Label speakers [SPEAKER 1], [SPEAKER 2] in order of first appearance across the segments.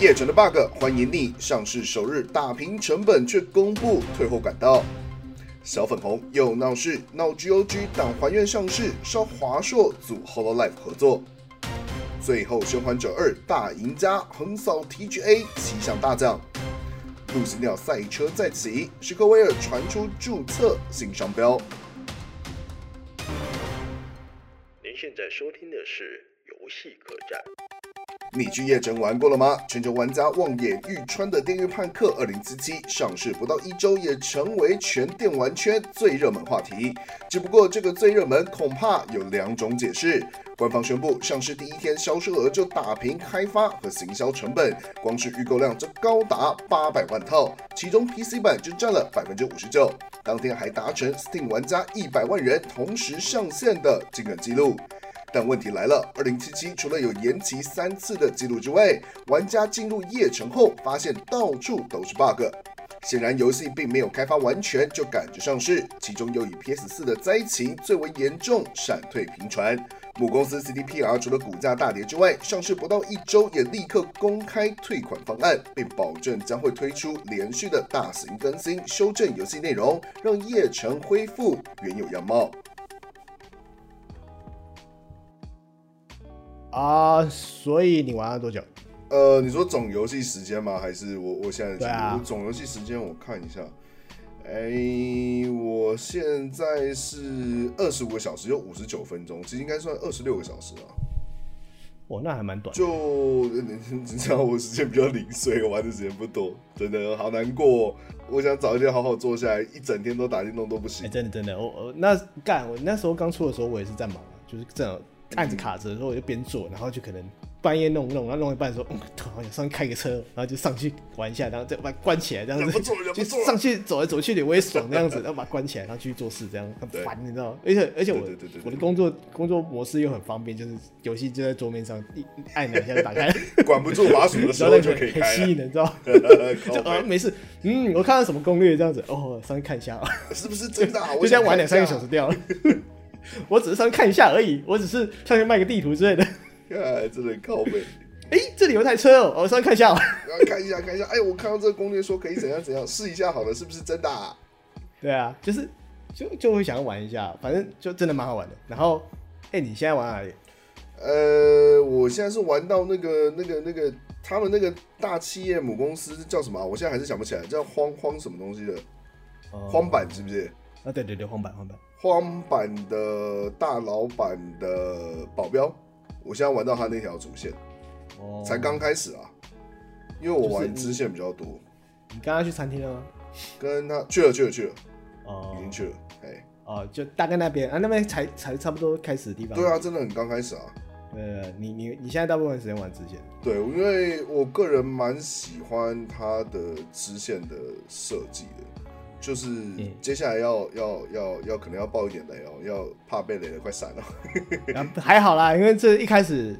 [SPEAKER 1] 业者的 bug 欢迎你！上市首日打平成本却公布退后赶到，小粉红又闹事，闹 GOG 党还愿上市，烧华硕组 HoloLive 合作。最后，《生还者二》大赢家横扫 TGA，七项大奖。路西鸟赛车再起，史克威尔传出注册新商标。
[SPEAKER 2] 您现在收听的是《游戏客栈》。
[SPEAKER 1] 你去夜城玩过了吗？全球玩家望眼欲穿的《电狱判客2077》上市不到一周，也成为全电玩圈最热门话题。只不过这个最热门恐怕有两种解释。官方宣布，上市第一天销售额就打平开发和行销成本，光是预购量就高达八百万套，其中 PC 版就占了百分之五十九。当天还达成 Steam 玩家一百万人同时上线的惊人纪录。但问题来了，二零七七除了有延期三次的记录之外，玩家进入夜城后发现到处都是 bug。显然，游戏并没有开发完全就赶着上市，其中又以 PS 4的灾情最为严重，闪退频传。母公司 CDPR 除了股价大跌之外，上市不到一周也立刻公开退款方案，并保证将会推出连续的大型更新，修正游戏内容，让夜城恢复原有样貌。
[SPEAKER 3] 啊，所以你玩了多久？
[SPEAKER 1] 呃，你说总游戏时间吗？还是我我现在的进
[SPEAKER 3] 对
[SPEAKER 1] 度？
[SPEAKER 3] 啊
[SPEAKER 1] 我总游戏时间我看一下，哎、我现在是二十五个小时，有五十九分钟，其实应该算二十六个小时啊。
[SPEAKER 3] 哦，那还蛮短的。
[SPEAKER 1] 就呃你知道我时间比较零碎，我玩的时间不多，真的好难过哦、我想找一天好好坐下来，一整天都打电动都不
[SPEAKER 3] 哎、
[SPEAKER 1] 行。
[SPEAKER 3] 真的真的，我我那干，我那时候刚出的时候，我也是在忙，啊就是正好案子卡着的时候，我就边做，然后就可能半夜弄一弄，然后弄一半说，嗯，好想上去开个车，然后就上去玩一下，然后再把它关起来，这样
[SPEAKER 1] 忍
[SPEAKER 3] 子
[SPEAKER 1] 不住忍，不
[SPEAKER 3] 就
[SPEAKER 1] 住啊
[SPEAKER 3] 上去走来走去的我也爽，这样子，然后把它关起来，然后继续做事，这样很
[SPEAKER 1] 对
[SPEAKER 3] 烦，你知道吗？而且而且我
[SPEAKER 1] 对对对对对
[SPEAKER 3] 我的工作工作模式又很方便，就是游戏就在桌面上，一一按两下就打开，
[SPEAKER 1] 管不住滑鼠的时
[SPEAKER 3] 然
[SPEAKER 1] 候
[SPEAKER 3] 后
[SPEAKER 1] 就
[SPEAKER 3] 就
[SPEAKER 1] 可以
[SPEAKER 3] 很
[SPEAKER 1] 开了哦
[SPEAKER 3] 吸引，人，你知道吗？ 就
[SPEAKER 1] 靠
[SPEAKER 3] 啊
[SPEAKER 1] 北
[SPEAKER 3] 没事，嗯，我看到什么攻略这样子，哦，上去看一下啊。
[SPEAKER 1] 是不是真的、啊？我
[SPEAKER 3] 就这样玩
[SPEAKER 1] 想看
[SPEAKER 3] 两三
[SPEAKER 1] 一
[SPEAKER 3] 个
[SPEAKER 1] 下
[SPEAKER 3] 小时掉了。 我只是上去看一下而已，我只是上去卖个地图之类的。
[SPEAKER 1] 哎，真的很靠背。
[SPEAKER 3] 哎、这里有台车哦，我上去看一下、哦。
[SPEAKER 1] 然后看一下看一下，哎，我看到这个攻略说可以怎样怎样，试一下好了，是不是真的、啊？
[SPEAKER 3] 对啊，就是就就会想要玩一下，反正就真的蛮好玩的。然后，哎、你现在玩哪里？
[SPEAKER 1] 呃，我现在是玩到那个那个那个他们那个大企业母公司叫什么啊、我现在还是想不起来，叫荒荒什么东西的，荒
[SPEAKER 3] 哦
[SPEAKER 1] 坂是不是？
[SPEAKER 3] 啊，对对对，荒坂荒坂。
[SPEAKER 1] 荒坂的大老板的保镖，我现在玩到他那条主线，
[SPEAKER 3] 哦
[SPEAKER 1] 才刚开始啊，因为我玩
[SPEAKER 3] 就是
[SPEAKER 1] 支线比较多，
[SPEAKER 3] 你刚刚去餐厅了吗？
[SPEAKER 1] 跟他去了去了去了，
[SPEAKER 3] 哦
[SPEAKER 1] 已经去了，哎，
[SPEAKER 3] 哦，就大概那边啊，那边才才差不多开始的地方。
[SPEAKER 1] 对啊，。真的很刚开始啊，
[SPEAKER 3] 呃，你你你现在大部分时间玩支线。
[SPEAKER 1] 对，因为我个人蛮喜欢它的支线的设计的，就是接下来要、要要要可能要爆一点雷哦，要怕被雷的快闪了。哦
[SPEAKER 3] 然后还好啦，因为这一开始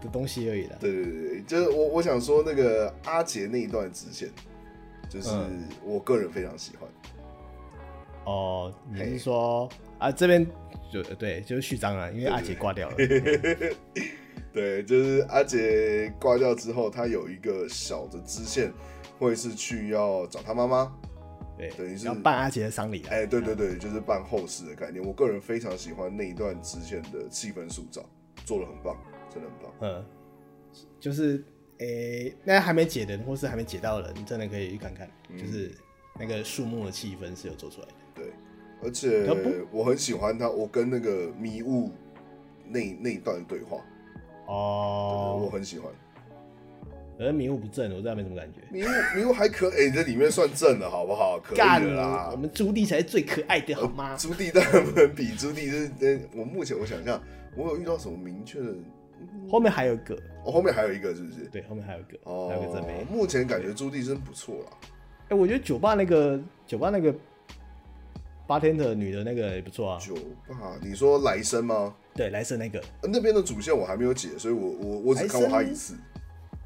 [SPEAKER 3] 的东西而已啦。
[SPEAKER 1] 对对对对，就是我我想说那个阿杰那一段支线，就是
[SPEAKER 3] 嗯
[SPEAKER 1] 我个人非常喜欢。
[SPEAKER 3] 哦，你
[SPEAKER 1] 嘿
[SPEAKER 3] 是说啊这边就呃对，就是序章啊，因为阿杰挂掉了。
[SPEAKER 1] 对，就是阿杰挂掉之后，他有一个小的支线，会是去要找他妈妈。
[SPEAKER 3] 对，
[SPEAKER 1] 等于是
[SPEAKER 3] 要办阿杰的丧礼啊。
[SPEAKER 1] 哎，对对对，就是办后事的概念。我个人非常喜欢那一段支线的气氛塑造，做的很棒，真的很棒。
[SPEAKER 3] 嗯，就是诶、那还没解的人或是还没解到的人，真的可以去看看，
[SPEAKER 1] 嗯
[SPEAKER 3] 就是那个树木的气氛是有做出来的。
[SPEAKER 1] 对，而且
[SPEAKER 3] 要不
[SPEAKER 1] 我很喜欢他，我跟那个迷雾那那一段对话，真的我
[SPEAKER 3] 哦，
[SPEAKER 1] 很喜欢。
[SPEAKER 3] 而迷雾不正，我真的没什么感觉。
[SPEAKER 1] 迷雾迷雾还可以，这里面算正的好不好？可以
[SPEAKER 3] 干
[SPEAKER 1] 的啦呃
[SPEAKER 3] 我。们朱棣才是最可爱的，好 吗？
[SPEAKER 1] 朱棣当然不能比，朱棣就是呃我目前我想象，我有遇到什么明确的？
[SPEAKER 3] 后面还有一个，
[SPEAKER 1] 我、后面还有一个是不是？
[SPEAKER 3] 对，后面还有一个，还有一个正
[SPEAKER 1] 嗯哦
[SPEAKER 3] 妹，。
[SPEAKER 1] 目前感觉朱棣真不错啦。
[SPEAKER 3] 哎、我觉得酒吧那个酒吧那个八天的女的那个也不错啊。
[SPEAKER 1] 酒吧，你说来生吗？
[SPEAKER 3] 对，莱瑟那个，
[SPEAKER 1] 呃那边的主线我还没有解，所以我我我只看过他一次。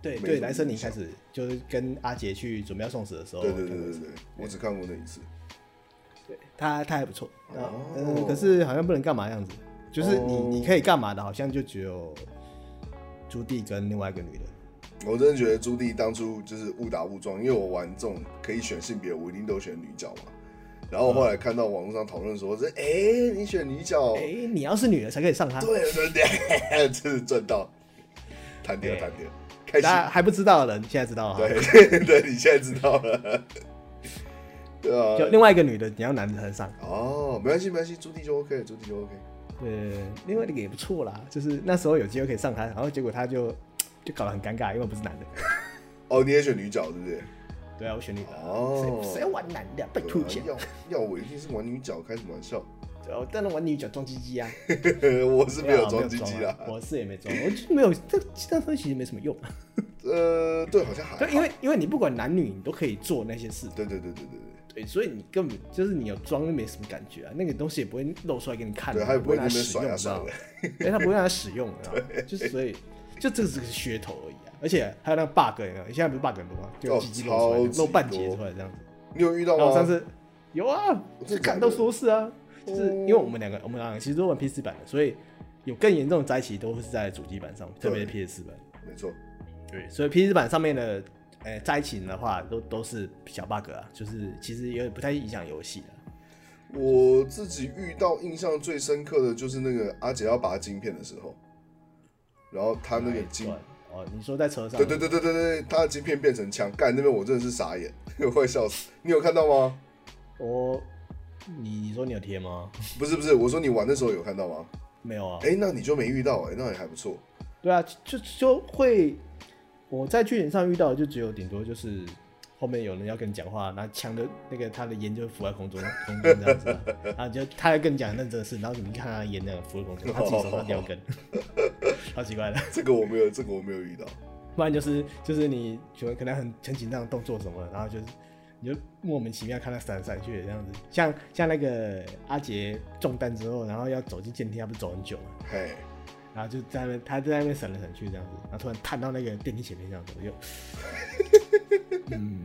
[SPEAKER 3] 对
[SPEAKER 1] 没
[SPEAKER 3] 对，
[SPEAKER 1] 什么
[SPEAKER 3] 莱瑟你
[SPEAKER 1] 印象
[SPEAKER 3] 开始就是跟阿杰去准备要送死的时候，
[SPEAKER 1] 对对对
[SPEAKER 3] 看过
[SPEAKER 1] 对
[SPEAKER 3] 一次
[SPEAKER 1] 对，我只看过那一次。
[SPEAKER 3] 他他还不错，那
[SPEAKER 1] 哦
[SPEAKER 3] 嗯，可是好像不能干嘛的样子，就是你
[SPEAKER 1] 哦
[SPEAKER 3] 你可以干嘛的，好像就只有朱棣跟另外一个女的，
[SPEAKER 1] 我真的觉得朱棣当初就是误打误撞，因为我玩这种可以选性别，我一定都选女角嘛。然后我后来看到网络上讨论说，这哎、你选女角，
[SPEAKER 3] 哎、你要是女的才可以上他，
[SPEAKER 1] 哦 对对对， 真是赚到，谈掉
[SPEAKER 3] 哎
[SPEAKER 1] 谈掉，开心
[SPEAKER 3] 大。家还不知道的人现在知道了哈。
[SPEAKER 1] 对 对，你现在知道了。对
[SPEAKER 3] 就
[SPEAKER 1] 啊，
[SPEAKER 3] 另外一个女的，你要男的才上。
[SPEAKER 1] 哦，没关系没关系，朱棣就 OK，朱棣就 OK。
[SPEAKER 3] 对，另外那个也不错啦，就是那时候有机会可以上他，然后结果他就就搞得很尴尬，因为我不是男的。
[SPEAKER 1] 哦，你也选女角对不对？
[SPEAKER 3] 对啊，我选女的啊。
[SPEAKER 1] 哦
[SPEAKER 3] 谁谁要玩男的啊？拜托一下
[SPEAKER 1] 对啊。要要我一定是玩女角，开什么玩笑？
[SPEAKER 3] 对啊我当然玩女角装鸡鸡啊。
[SPEAKER 1] 我是没有装啊鸡
[SPEAKER 3] 鸡
[SPEAKER 1] 鸡啦。
[SPEAKER 3] 啊我是也没装，我就没有这这东西其实没什 么用。
[SPEAKER 1] 呃，对，好像还好
[SPEAKER 3] 对，因为因为你不管男女，你都可以做那些事，
[SPEAKER 1] 对对对对对对，
[SPEAKER 3] 对，所以你根本就是你有装就没什么感觉啊，那个东西也不会露出来给你看，
[SPEAKER 1] 对，他也
[SPEAKER 3] 也
[SPEAKER 1] 不
[SPEAKER 3] 会
[SPEAKER 1] 会在
[SPEAKER 3] 拿
[SPEAKER 1] 那
[SPEAKER 3] 来
[SPEAKER 1] 边
[SPEAKER 3] 使
[SPEAKER 1] 甩
[SPEAKER 3] 用，
[SPEAKER 1] 啊
[SPEAKER 3] 啊你知
[SPEAKER 1] 甩
[SPEAKER 3] 道吗
[SPEAKER 1] 的。
[SPEAKER 3] 对，他不会让它使 用，你知道吗？就是所以，就这只是噱头而已啊。而且还有那个 bug，你知道现在不是 bug 很多吗？就
[SPEAKER 1] 哦
[SPEAKER 3] 鸡鸡露出来，
[SPEAKER 1] 超级
[SPEAKER 3] 露半截
[SPEAKER 1] 多
[SPEAKER 3] 出来这样子。
[SPEAKER 1] 你有遇到
[SPEAKER 3] 然后
[SPEAKER 1] 吗？
[SPEAKER 3] 上次有啊，
[SPEAKER 1] 真
[SPEAKER 3] 就
[SPEAKER 1] 的假
[SPEAKER 3] 看
[SPEAKER 1] 的
[SPEAKER 3] 到说是啊，就是
[SPEAKER 1] 啊哦
[SPEAKER 3] 因为我们两个，我们两个其实都玩 PC 版的，所以有更严重的灾情都是在主机版上，特别是 PS 版。
[SPEAKER 1] 没错，
[SPEAKER 3] 对，所以 PC 版上面的呃灾情的话，都都是小 bug 啊，就是其实有点不太影响游戏的。啊
[SPEAKER 1] 我自己遇到印象最深刻的就是那个阿杰要拔晶片的时候，然后他那个晶
[SPEAKER 3] 哎哦，你说在车上？
[SPEAKER 1] 对对对对对对，他的晶片变成枪，干那边我真的是傻眼， 我快笑死。你有看到吗？
[SPEAKER 3] 我哦你你说你有贴吗？
[SPEAKER 1] 不是不是，我说你玩的时候有看到吗？
[SPEAKER 3] 没有啊。
[SPEAKER 1] 哎、那你就没遇到哎、那也还不错。
[SPEAKER 3] 对啊，就就就会我在剧情上遇到的就只有顶多就是后面有人要跟你讲话，然后枪的那个他的烟就浮在空中空中这样 子啊、然后你就他在跟你讲认真的事，然后你看他的烟那样浮在空中，他自己手上掉 根，好奇怪的。
[SPEAKER 1] 这个我没有，这个我没有遇到。
[SPEAKER 3] 不然就是就是你就可能很很紧张的动作什么的，然后就是你就莫名其妙看他闪来闪去的这样子，像像那个阿杰中弹之后，然后要走进电梯，他不是走很久吗？
[SPEAKER 1] 嘿，
[SPEAKER 3] 然后就在那边，他就在那边闪来闪去这样子，然后突然探到那个电梯前面这样子，我就，嗯，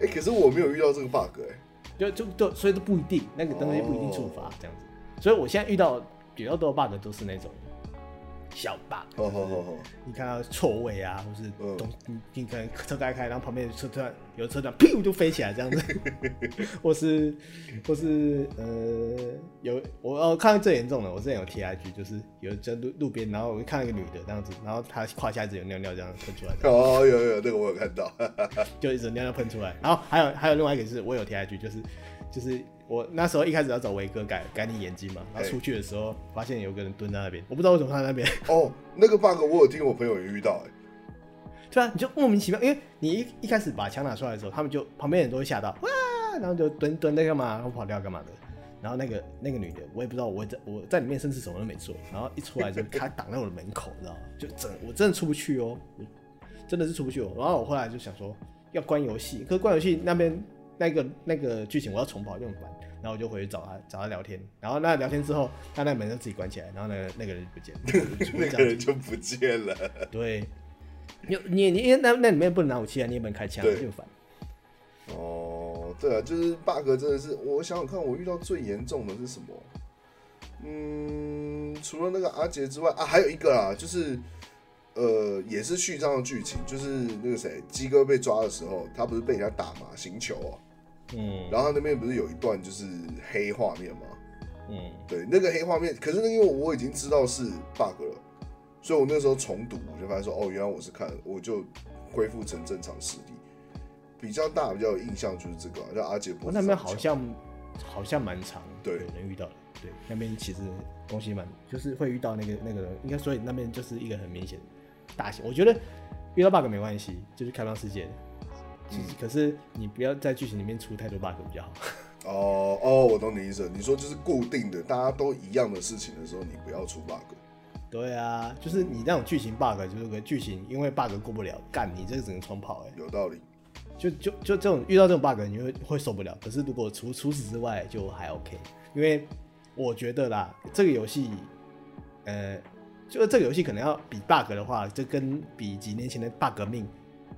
[SPEAKER 1] 哎、可是我没有遇到这个 bug 哎、
[SPEAKER 3] 就就就所以都不一定，那个东西不一定触发这样子。所以我现在遇到比较多的 bug 都是那种小 bug，
[SPEAKER 1] 好好好好，
[SPEAKER 3] 你看到错位啊，或是
[SPEAKER 1] 嗯
[SPEAKER 3] 东、你你可能车开开，然后旁边有车突然有车突然噗就飞起来这样子，或是或是呃有我哦看到最严重的，我之前有 T I G 就是有在路路边，然后我就看到一个女的这样子，然后她胯下一直有尿尿这样喷出来这样
[SPEAKER 1] 哦，有有，那个我有看到。
[SPEAKER 3] 就一直尿尿喷出来，然后还有还有另外一个就是我有 T I G 就是就是。我那时候一开始要找维哥改改你眼睛嘛，然后出去的时候发现有个人蹲在那边，我不知道为什么他在那边，
[SPEAKER 1] 哦，那个 bug 我有听我朋友也遇到哎、
[SPEAKER 3] 对啊，你就莫名其妙，因为你一一开始把枪拿出来的时候，他们就旁边人都会吓到哇，然后就蹲蹲在干嘛，然后跑掉干嘛的。然后那个那个女的，我也不知道我在我在里面甚至什么都没做，然后一出来就她挡在我的门口，你知道吗？就整我真的出不去哦，我真的是出不去哦。然后我后来就想说要关游戏，可是关游戏那边那个那个剧情我要重跑就很烦，然后我就回去找她找她聊天，然后那聊天之后，她那门就自己关起来，然后那个那个人就不见了，我就出去
[SPEAKER 1] 那个
[SPEAKER 3] 这样子
[SPEAKER 1] 人就不见了。
[SPEAKER 3] 对，你你你因为那那里面不能拿武器啊，你也不能开枪啊，
[SPEAKER 1] 对
[SPEAKER 3] 就很烦。
[SPEAKER 1] 哦，对啊，就是 bug 真的是，我想想看，我遇到最严重的是什么？嗯，除了那个阿杰之外啊，还有一个啦，就是呃，也是序章的剧情，就是那个谁，鸡哥被抓的时候，他不是被人家打嘛，行球哦、
[SPEAKER 3] 嗯
[SPEAKER 1] 然后他那边不是有一段就是黑画面吗？
[SPEAKER 3] 嗯，
[SPEAKER 1] 对，那个黑画面，可是那个因为我已经知道是 bug 了，所以我那时候重读，我就发现说，哦，原来我是看，我就恢复成正常视力。比较大比较有印象就是这个、啊，叫阿杰
[SPEAKER 3] 我
[SPEAKER 1] 伯。
[SPEAKER 3] 哦那边好像好像蛮长，
[SPEAKER 1] 对
[SPEAKER 3] 有人遇到的。对，那边其实东西蛮，就是会遇到那个那个人，应该所以那边就是一个很明显的大型。我觉得遇到 bug 没关系，就是开放世界的。就是可是你不要在剧情里面出太多 bug 比较好。
[SPEAKER 1] 哦哦，我懂你意思了。你说就是固定的，大家都一样的事情的时候，你不要出 bug。
[SPEAKER 3] 对啊，就是你那种剧情 bug，就是个剧情因为 bug 过不了，干你这个只能重跑哎、
[SPEAKER 1] 有道理。
[SPEAKER 3] 就就就这种遇到这种 bug，你会会受不了。可是如果除除此之外就还 OK，因为我觉得啦，这个游戏，呃，就是这个游戏可能要比 bug 的话，就跟比几年前的 bug 命，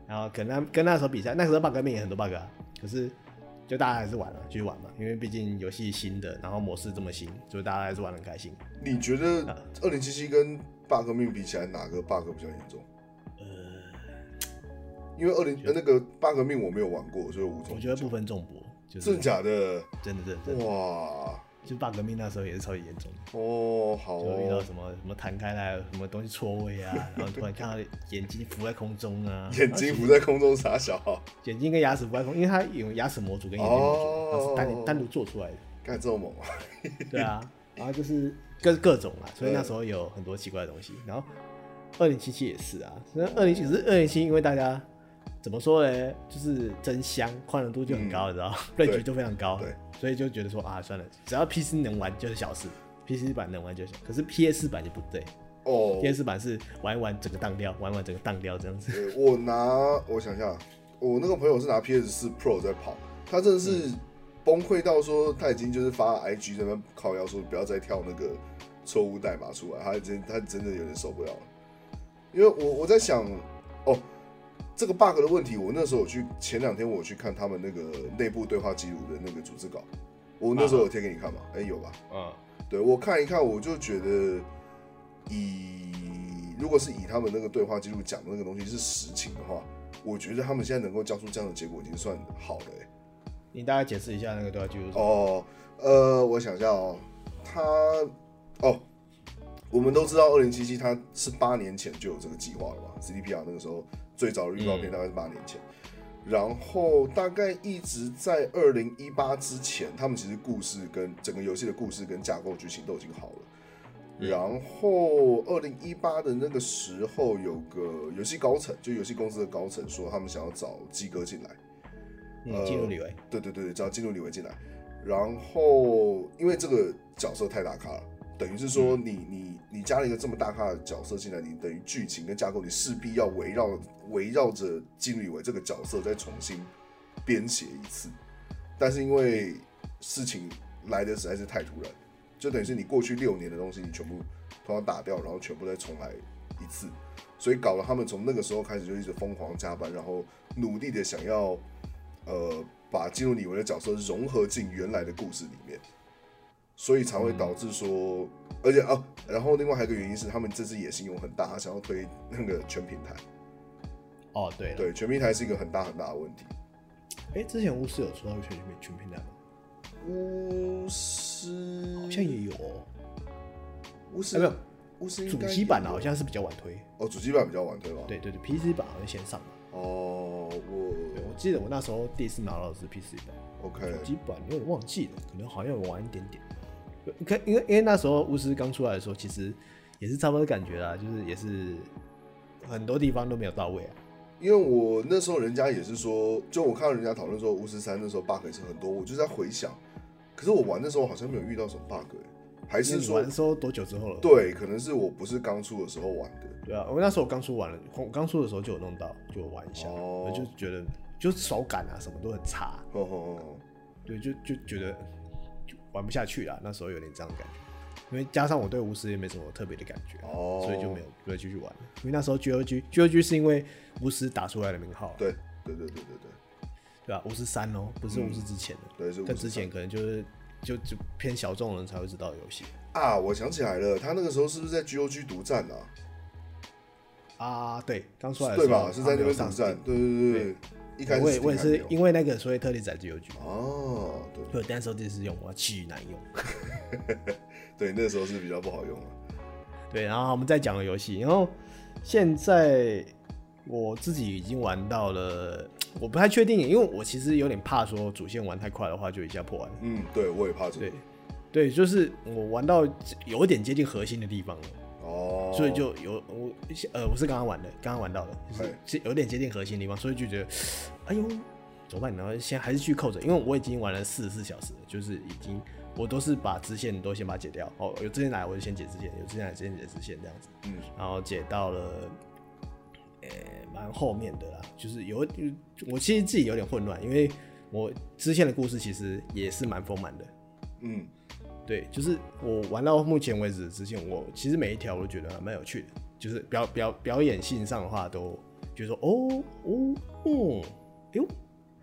[SPEAKER 3] 然后可能那跟那时候比赛，那时候 bug 命也很多 bug 啊，可是就大家还是玩了、继续玩嘛，因为毕竟游戏新的，然后模式这么新，所以大家还是玩的很开心。啊
[SPEAKER 1] 你觉得二零七七跟 bug 命比起来，哪个 bug 比较严重？
[SPEAKER 3] 呃，
[SPEAKER 1] 因为二零呃那个八革命我没有玩过，所以无从
[SPEAKER 3] 我觉得不分众博，就是
[SPEAKER 1] 真的假的？
[SPEAKER 3] 真的真的真的，
[SPEAKER 1] 哇
[SPEAKER 3] 就八革命那时候也是超级严重的。
[SPEAKER 1] 哦，好
[SPEAKER 3] 就遇到
[SPEAKER 1] 哦，
[SPEAKER 3] 什么什么弹开来，什么东西错位啊，然后突然看到眼睛浮在空中啊，
[SPEAKER 1] 眼睛浮在空中傻笑，
[SPEAKER 3] 眼睛跟牙齿浮在空，因为它有牙齿模组跟眼睛模组，它是
[SPEAKER 1] 哦
[SPEAKER 3] 单单独做出来的，
[SPEAKER 1] 干这么猛啊！
[SPEAKER 3] 对啊，然后就是各各种啊，所以那时候有很多奇怪的东西，然后二零七七也是啊，那二零七只是二零七，因为大家怎么说呢，就是真香，宽容度就很高，你知道，
[SPEAKER 1] 嗯对
[SPEAKER 3] 锐局就非常高
[SPEAKER 1] 对，
[SPEAKER 3] 所以就觉得说啊，算了，只要 PC 能玩就是小事，PC 版能玩就是小，可是 PS 版就不对。
[SPEAKER 1] 哦，
[SPEAKER 3] PS 版是玩一玩整个当掉，玩一玩整个当掉这样子。
[SPEAKER 1] 对我拿我想一下，我那个朋友是拿 PS 四 Pro 在跑，他真的是崩溃到说他已经就是发 IG 在那边靠腰说不要再跳那个错误代码出来，他真他真的有点受不了了。因为我我在想，哦，这个 bug 的问题，我那时候有去前两天我有去看他们那个内部对话记录的那个组织稿，我那时候有贴给你看嘛？哎、有吧？
[SPEAKER 3] 嗯，
[SPEAKER 1] 对我看一看，我就觉得以如果是以他们那个对话记录讲的那个东西是实情的话，我觉得他们现在能够交出这样的结果已经算好了、欸。
[SPEAKER 3] 你大概解释一下那个对话记录。
[SPEAKER 1] 哦，呃，我想一下哦，他哦，我们都知道二零七七它是八年前就有这个计划了嘛，CDPR 那个时候最早的预告片大概是八年前。然后大概一直在二零一八之前，他们其实故事跟整个游戏的故事跟架构剧情都已经好了。然后二零一八的那个时候，有个游戏高层，就游戏公司的高层说，他们想要找鸡哥进来。呃
[SPEAKER 3] 嗯，进入李维。
[SPEAKER 1] 对对对，只要进入李维进来，然后因为这个角色太大咖了，等于是说你你你加了一个这么大咖的角色进来，你等于剧情跟架构，你势必要围绕围绕着金立伟这个角色再重新编写一次。但是因为事情来的实在是太突然，就等于是你过去六年的东西，你全部通通打掉，然后全部再重来一次，所以搞得他们从那个时候开始就一直疯狂加班，然后努力的想要呃把进入李维的角色融合进原来的故事里面，所以才会导致说，而且啊，然后另外还有一个原因是他们这次野心有很大，他想要推那个全平台，
[SPEAKER 3] 哦，对了，
[SPEAKER 1] 对，全平台是一个很大很大的问题。
[SPEAKER 3] 哎，之前巫师有出到全全全平台吗？
[SPEAKER 1] 巫师
[SPEAKER 3] 好像也有哦，
[SPEAKER 1] 巫师
[SPEAKER 3] 哎没有
[SPEAKER 1] 巫师应
[SPEAKER 3] 主
[SPEAKER 1] 该
[SPEAKER 3] 机版啊，
[SPEAKER 1] 有
[SPEAKER 3] 好像是比较晚推。
[SPEAKER 1] 哦，主机版比较晚对吧？
[SPEAKER 3] 对对对，PC 版好像先上嘛。
[SPEAKER 1] 哦，
[SPEAKER 3] 对，
[SPEAKER 1] 我
[SPEAKER 3] 我记得我那时候第一次拿到的是 PC 版，
[SPEAKER 1] OK，
[SPEAKER 3] 主机版有点忘记了，可能好像有晚一点点。你看，因为因为那时候巫师刚出来的时候，其实也是差不多的感觉啦，就是也是很多地方都没有到位啊。
[SPEAKER 1] 因为我那时候人家也是说，就我看到人家讨论说巫师三那时候 bug 也是很多，我就在回想，可是我玩的时候好像没有遇到什么 bug，、欸、还
[SPEAKER 3] 那
[SPEAKER 1] 是
[SPEAKER 3] 你
[SPEAKER 1] 说
[SPEAKER 3] 玩的时候多久之后了？
[SPEAKER 1] 对，可能是我不是刚出的时候玩的，
[SPEAKER 3] 对啊，我那时候我刚出完了，我刚出的时候就有弄到，就有玩一下，
[SPEAKER 1] 哦
[SPEAKER 3] 我就觉得就是手感啊什么都很差，
[SPEAKER 1] 哦哦
[SPEAKER 3] 对，就就觉得就玩不下去啦。那时候有点这样的感觉，因为加上我对巫师也没什么特别的感觉，
[SPEAKER 1] 哦
[SPEAKER 3] 所以就没有没有继续玩了。因为那时候 G O G G O G 是因为巫师打出来的名号，
[SPEAKER 1] 对对对对对对
[SPEAKER 3] 对吧、巫师三哦，不是巫师之前的，
[SPEAKER 1] 嗯对是巫师
[SPEAKER 3] 但之前可能就是就就偏小众人才会知道的游戏
[SPEAKER 1] 啊，我想起来了，他那个时候是不是在 GOG 独占啊？
[SPEAKER 3] 啊。对，刚出来的时
[SPEAKER 1] 对
[SPEAKER 3] 候啊
[SPEAKER 1] 吧？是在那
[SPEAKER 3] 它没有
[SPEAKER 1] 边独
[SPEAKER 3] 上
[SPEAKER 1] 占
[SPEAKER 3] 市，
[SPEAKER 1] 对对对对，一开始
[SPEAKER 3] 我也我也是
[SPEAKER 1] 因为
[SPEAKER 3] 因为那个，所以特地载 G O G。
[SPEAKER 1] 哦，对
[SPEAKER 3] 对，但是我这次用，我巨难用。
[SPEAKER 1] 对，那时候是比较不好用了。
[SPEAKER 3] 对，然后我们再讲个游戏，然后现在我自己已经玩到了，我不太确定，因为我其实有点怕说主线玩太快的话就一下破完。
[SPEAKER 1] 嗯，对我也怕这个
[SPEAKER 3] 对，，对，就是我玩到有点接近核心的地方了，
[SPEAKER 1] 哦，
[SPEAKER 3] 所以就有我呃我是刚刚玩的，刚刚玩到的，就是
[SPEAKER 1] 哎
[SPEAKER 3] 是有点接近核心的地方，所以就觉得，哎呦，怎么办？然后先还是去扣着，因为我已经玩了四十四小时了，就是已经我都是把支线都先把它解掉，哦，有支线来我就先解支线，有支线来先解支线这样子。
[SPEAKER 1] 嗯
[SPEAKER 3] 然后解到了，呃、蛮后面的啦，就是有我其实自己有点混乱，因为我支线的故事其实也是蛮丰满的。
[SPEAKER 1] 嗯
[SPEAKER 3] 对，就是我玩到目前为止的支线，我其实每一条我都觉得还蛮有趣的，就是表表表演性上的话，都觉得说哦哦哦，哎呦，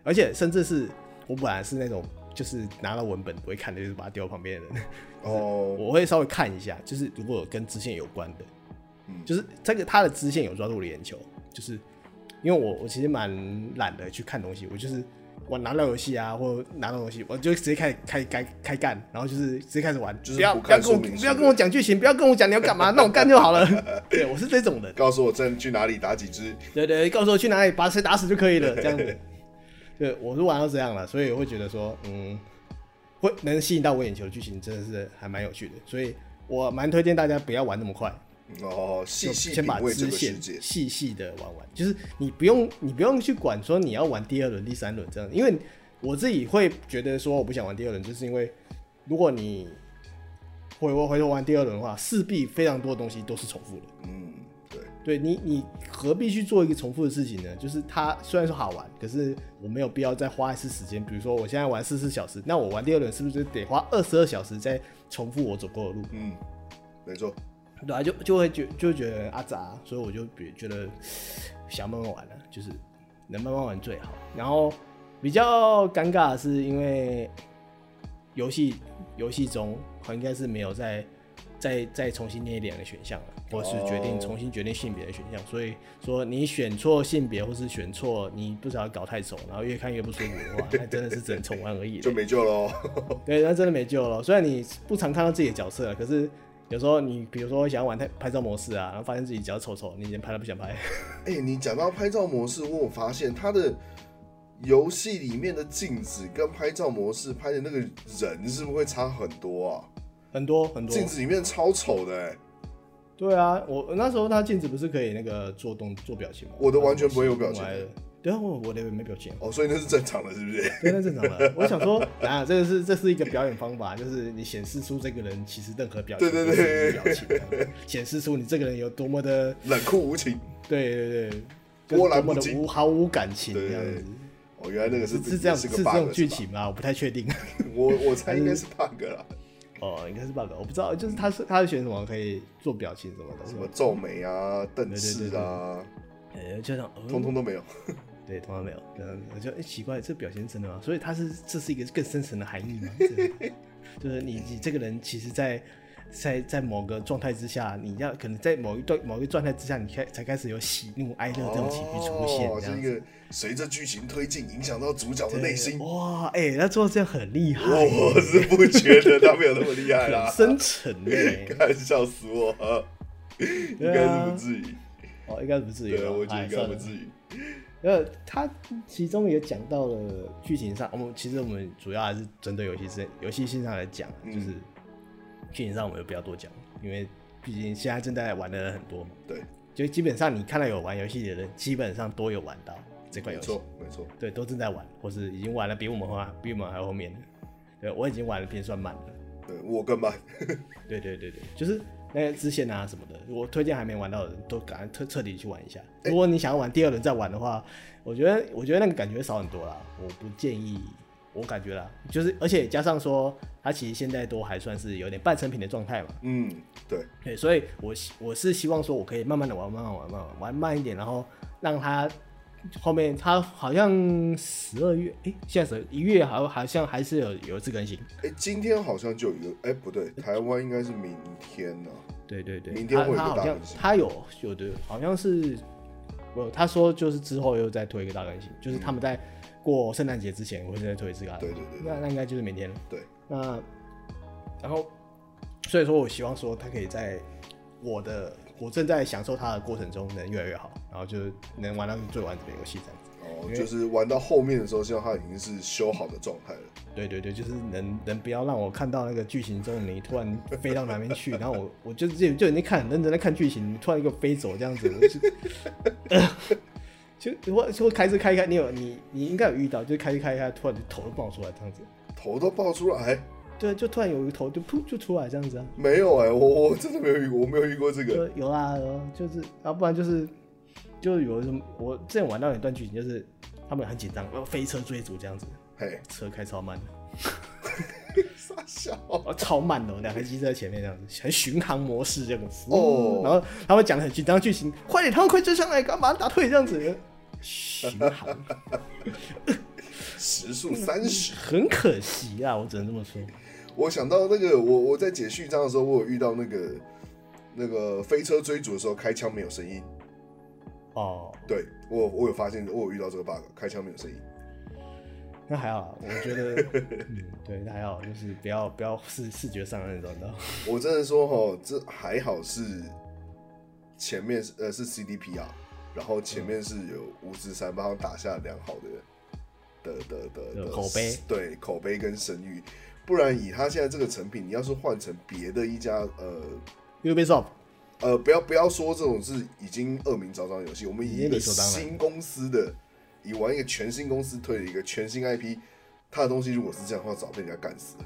[SPEAKER 3] 而且甚至是我本来是那种就是拿到文本不会看的，就是把它丢到旁边的人。
[SPEAKER 1] 哦，
[SPEAKER 3] 我会稍微看一下，就是如果有跟支线有关的，
[SPEAKER 1] 嗯
[SPEAKER 3] 就是这个他的支线有抓住我的眼球，就是因为我我其实蛮懒得去看东西，我就是我拿到游戏啊，或拿到东西，我就直接开始开开开干，然后就是直接开始玩，
[SPEAKER 1] 就是
[SPEAKER 3] 不要
[SPEAKER 1] 不
[SPEAKER 3] 不要
[SPEAKER 1] 看
[SPEAKER 3] 跟我
[SPEAKER 1] 说明
[SPEAKER 3] 不
[SPEAKER 1] 书
[SPEAKER 3] 要
[SPEAKER 1] 的
[SPEAKER 3] 跟我讲剧情，不要跟我讲你要干嘛，那我干就好了。 对，我是这种人，
[SPEAKER 1] 告诉我正去哪里打几只，
[SPEAKER 3] 对对，告诉我去哪里把谁打死就可以了，这样子。 对，我是玩到这样了，所以我会觉得说，嗯，会能吸引到我眼球的剧情真的是还蛮有趣的，所以我蛮推荐大家不要玩那么快，
[SPEAKER 1] 哦，细
[SPEAKER 3] 就
[SPEAKER 1] 细
[SPEAKER 3] 先
[SPEAKER 1] 品
[SPEAKER 3] 把
[SPEAKER 1] 味这
[SPEAKER 3] 支
[SPEAKER 1] 个世
[SPEAKER 3] 线
[SPEAKER 1] 界。
[SPEAKER 3] 细细的玩完，就是你不用你不用去管说你要玩第二轮、第三轮这样，因为我自己会觉得说我不想玩第二轮，就是因为如果你回回头玩第二轮的话，势必非常多东西都是重复的。
[SPEAKER 1] 嗯，对，
[SPEAKER 3] 对你，你何必去做一个重复的事情呢？就是它虽然说好玩，可是我没有必要再花一次时间。比如说我现在玩四十小时，那我玩第二轮是不是得花二十二小时再重复我走过的路？
[SPEAKER 1] 嗯，没错。
[SPEAKER 3] 对啊，就就会觉就觉得阿杂，所以我就比觉得想慢慢玩了，就是能慢慢玩最好。然后比较尴尬的是，因为游戏游戏中好像应该是没有再再再重新列两个选项了，或是决定
[SPEAKER 1] 哦
[SPEAKER 3] 重新决定性别的选项，所以说你选错性别或是选错，你不小心搞太熟，然后越看越不舒服的话，那真的是只能重玩而已了。
[SPEAKER 1] 就没救喽。
[SPEAKER 3] 对，那真的没救了。虽然你不常看到自己的角色，可是有时候你比如说想要玩拍拍照模式啊，然后发现自己脚丑丑，你连拍都不想拍。
[SPEAKER 1] 哎、你讲到拍照模式，我有发现它的游戏里面的镜子跟拍照模式拍的那个人是不是会差很多啊？
[SPEAKER 3] 很多很多，
[SPEAKER 1] 镜子里面超丑的、欸，
[SPEAKER 3] 对啊，我我那时候他镜子不是可以那个做动做表情吗？
[SPEAKER 1] 我的完全不会有表情
[SPEAKER 3] 我是用来对啊，我我的没表情啊，
[SPEAKER 1] 哦，所以那是正常的，是不是？
[SPEAKER 3] 对，那正常了。我想说，啊，这个是这是一个表演方法，就是你显示出这个人其实任何表情
[SPEAKER 1] 对
[SPEAKER 3] 都
[SPEAKER 1] 对
[SPEAKER 3] 是
[SPEAKER 1] 对
[SPEAKER 3] 一个表情这样，显示出你这个人有多么的
[SPEAKER 1] 冷酷无情。
[SPEAKER 3] 对对对，就是
[SPEAKER 1] 波澜
[SPEAKER 3] 多么
[SPEAKER 1] 不
[SPEAKER 3] 的
[SPEAKER 1] 惊
[SPEAKER 3] 无毫无感情
[SPEAKER 1] 对
[SPEAKER 3] 这
[SPEAKER 1] 对
[SPEAKER 3] 样
[SPEAKER 1] 对
[SPEAKER 3] 子。
[SPEAKER 1] 哦，原来那个是
[SPEAKER 3] 是是这样
[SPEAKER 1] 是个
[SPEAKER 3] 是这
[SPEAKER 1] bug，
[SPEAKER 3] 种剧
[SPEAKER 1] 是吧。
[SPEAKER 3] 情吗？我不太确定。
[SPEAKER 1] 我我猜应该是 bug 啦，
[SPEAKER 3] 哦，应该是 bug，我不知道，就是他是他是选什么可以做表情什么的，
[SPEAKER 1] 什么皱眉啊、瞪
[SPEAKER 3] 对对
[SPEAKER 1] 视啊，
[SPEAKER 3] 呃，就像、哦、
[SPEAKER 1] 通通都没有。
[SPEAKER 3] 对，通常没有。嗯，我就、诶奇怪，这表情是真的吗？所以他是这是一个更深层的含义吗？这个 就是你你这个人其实在。在在某个状态之下，你要可能在某一段某一个状态之下，你开才开始有喜怒哀乐这种情绪出现，
[SPEAKER 1] 哦，
[SPEAKER 3] 这
[SPEAKER 1] 是
[SPEAKER 3] 样
[SPEAKER 1] 一
[SPEAKER 3] 子。
[SPEAKER 1] 个随着剧情推进影响到主角的
[SPEAKER 3] 对
[SPEAKER 1] 内心。我
[SPEAKER 3] 哇，哎、他做这样很厉害，
[SPEAKER 1] 我是啊不觉得他没有那么厉害啦
[SPEAKER 3] 很，深沉呢、
[SPEAKER 1] 看笑死我
[SPEAKER 3] 啊
[SPEAKER 1] 了，应该是不至于。
[SPEAKER 3] 哦，应该不至于吧。哎
[SPEAKER 1] 对，我觉得应该不至
[SPEAKER 3] 于。
[SPEAKER 1] 于。
[SPEAKER 3] 呃，他其中也讲到了剧情上，我们其实我们主要还是针对游戏性游戏性上来讲，
[SPEAKER 1] 嗯
[SPEAKER 3] 就是剧情上我们就不要多讲，因为毕竟现在正在玩的人很多嘛。
[SPEAKER 1] 对，
[SPEAKER 3] 就基本上你看到有玩游戏的人，基本上都有玩到这款
[SPEAKER 1] 没
[SPEAKER 3] 游戏
[SPEAKER 1] 错，，没错。
[SPEAKER 3] 对，都正在玩，或是已经玩了比我们后比我们还后面的。对，我已经玩的偏算慢了。
[SPEAKER 1] 对我更慢，
[SPEAKER 3] 对对对对，就是那个支线啊什么的，我推荐还没玩到的人都赶快彻彻底去玩一下。如果你想要玩第二轮再玩的话，我觉得我觉得那个感觉少很多啦，我不建议。我感觉啦，就是而且加上说，它其实现在都还算是有点半成品的状态嘛，
[SPEAKER 1] 嗯，对，
[SPEAKER 3] 对，所以我希我是希望说我可以慢慢的玩，慢慢玩，慢慢玩玩慢一点，然后让它后面它好像十二月，诶、现在十一月好好像还是有有一次更新，
[SPEAKER 1] 哎、今天好像就有一个，哎、不对，台湾应该是明天呢、啊
[SPEAKER 3] 对对对，
[SPEAKER 1] 明天
[SPEAKER 3] 他
[SPEAKER 1] 会有一
[SPEAKER 3] 他
[SPEAKER 1] 个大
[SPEAKER 3] 好像
[SPEAKER 1] 更新
[SPEAKER 3] 他有有的好像是，我他说就是之后又再推一个大更新，就是他们在过圣诞节之前会再推一次大更
[SPEAKER 1] 对
[SPEAKER 3] 新。
[SPEAKER 1] 嗯对对
[SPEAKER 3] 那那应该就是明天了。
[SPEAKER 1] 对，
[SPEAKER 3] 那然后所以说我希望说他可以在我的我正在享受它的过程中能越来越好，然后就是能玩到最完整的游戏这样子。
[SPEAKER 1] 哦，就是玩到后面的时候，像它已经是修好的状态了。
[SPEAKER 3] 对对对，就是能能不要让我看到那个剧情中你突然飞到哪边去，然后我我就就就已经看很认真在看剧情，你突然一个飞走这样子，我就、呃、 就我就开车开一开，你有你你应该有遇到，就是开车开一开，突然就头都爆出来这样子，
[SPEAKER 1] 头都爆出来，哎
[SPEAKER 3] 对，就突然有一个头就噗就出来这样子啊，
[SPEAKER 1] 没有哎、我我真的没有遇过，我没有遇过这个。
[SPEAKER 3] 就有啊，有啊就是啊，不然就是就有什么，我之前玩到有一段剧情就是他们很紧张，呃飞车追逐这样子，
[SPEAKER 1] 嘿，
[SPEAKER 3] 车开超慢的。
[SPEAKER 1] 傻笑。
[SPEAKER 3] 哦，超慢的，两台机车在前面这样子，很巡航模式这样子。
[SPEAKER 1] 哦
[SPEAKER 3] 然后他会讲得很紧张剧情，快点，他们快追上来，赶快把他打退这样子。巡航
[SPEAKER 1] 时速三十。
[SPEAKER 3] 很可惜啊，我只能这么说。
[SPEAKER 1] 我想到那个，我我在解序章的时候，我有遇到那个那个飞车追逐的时候，开枪没有声音。
[SPEAKER 3] 哦，
[SPEAKER 1] 对，我我有发现，我有遇到这个 bug，开枪没有声音。
[SPEAKER 3] 那还好，我觉得，嗯，对，那还好，就是不要不要视视觉上的那种的。
[SPEAKER 1] 我真的说哈，这还好是前面是呃是 CDPR，然后前面是有五指三帮打下良好的的的的
[SPEAKER 3] 有
[SPEAKER 1] 的
[SPEAKER 3] 口碑
[SPEAKER 1] 对口碑跟声誉，不然以他现在这个成品，你要是换成别的一家呃
[SPEAKER 3] Ubisoft
[SPEAKER 1] 呃，不要不要说这种是已经恶名昭彰的游戏，我们以一
[SPEAKER 3] 已经
[SPEAKER 1] 个
[SPEAKER 3] 理所当然
[SPEAKER 1] 新公司的，以玩一个全新公司推的一个全新 IP，他的东西如果是这样的话，早被人家干死了。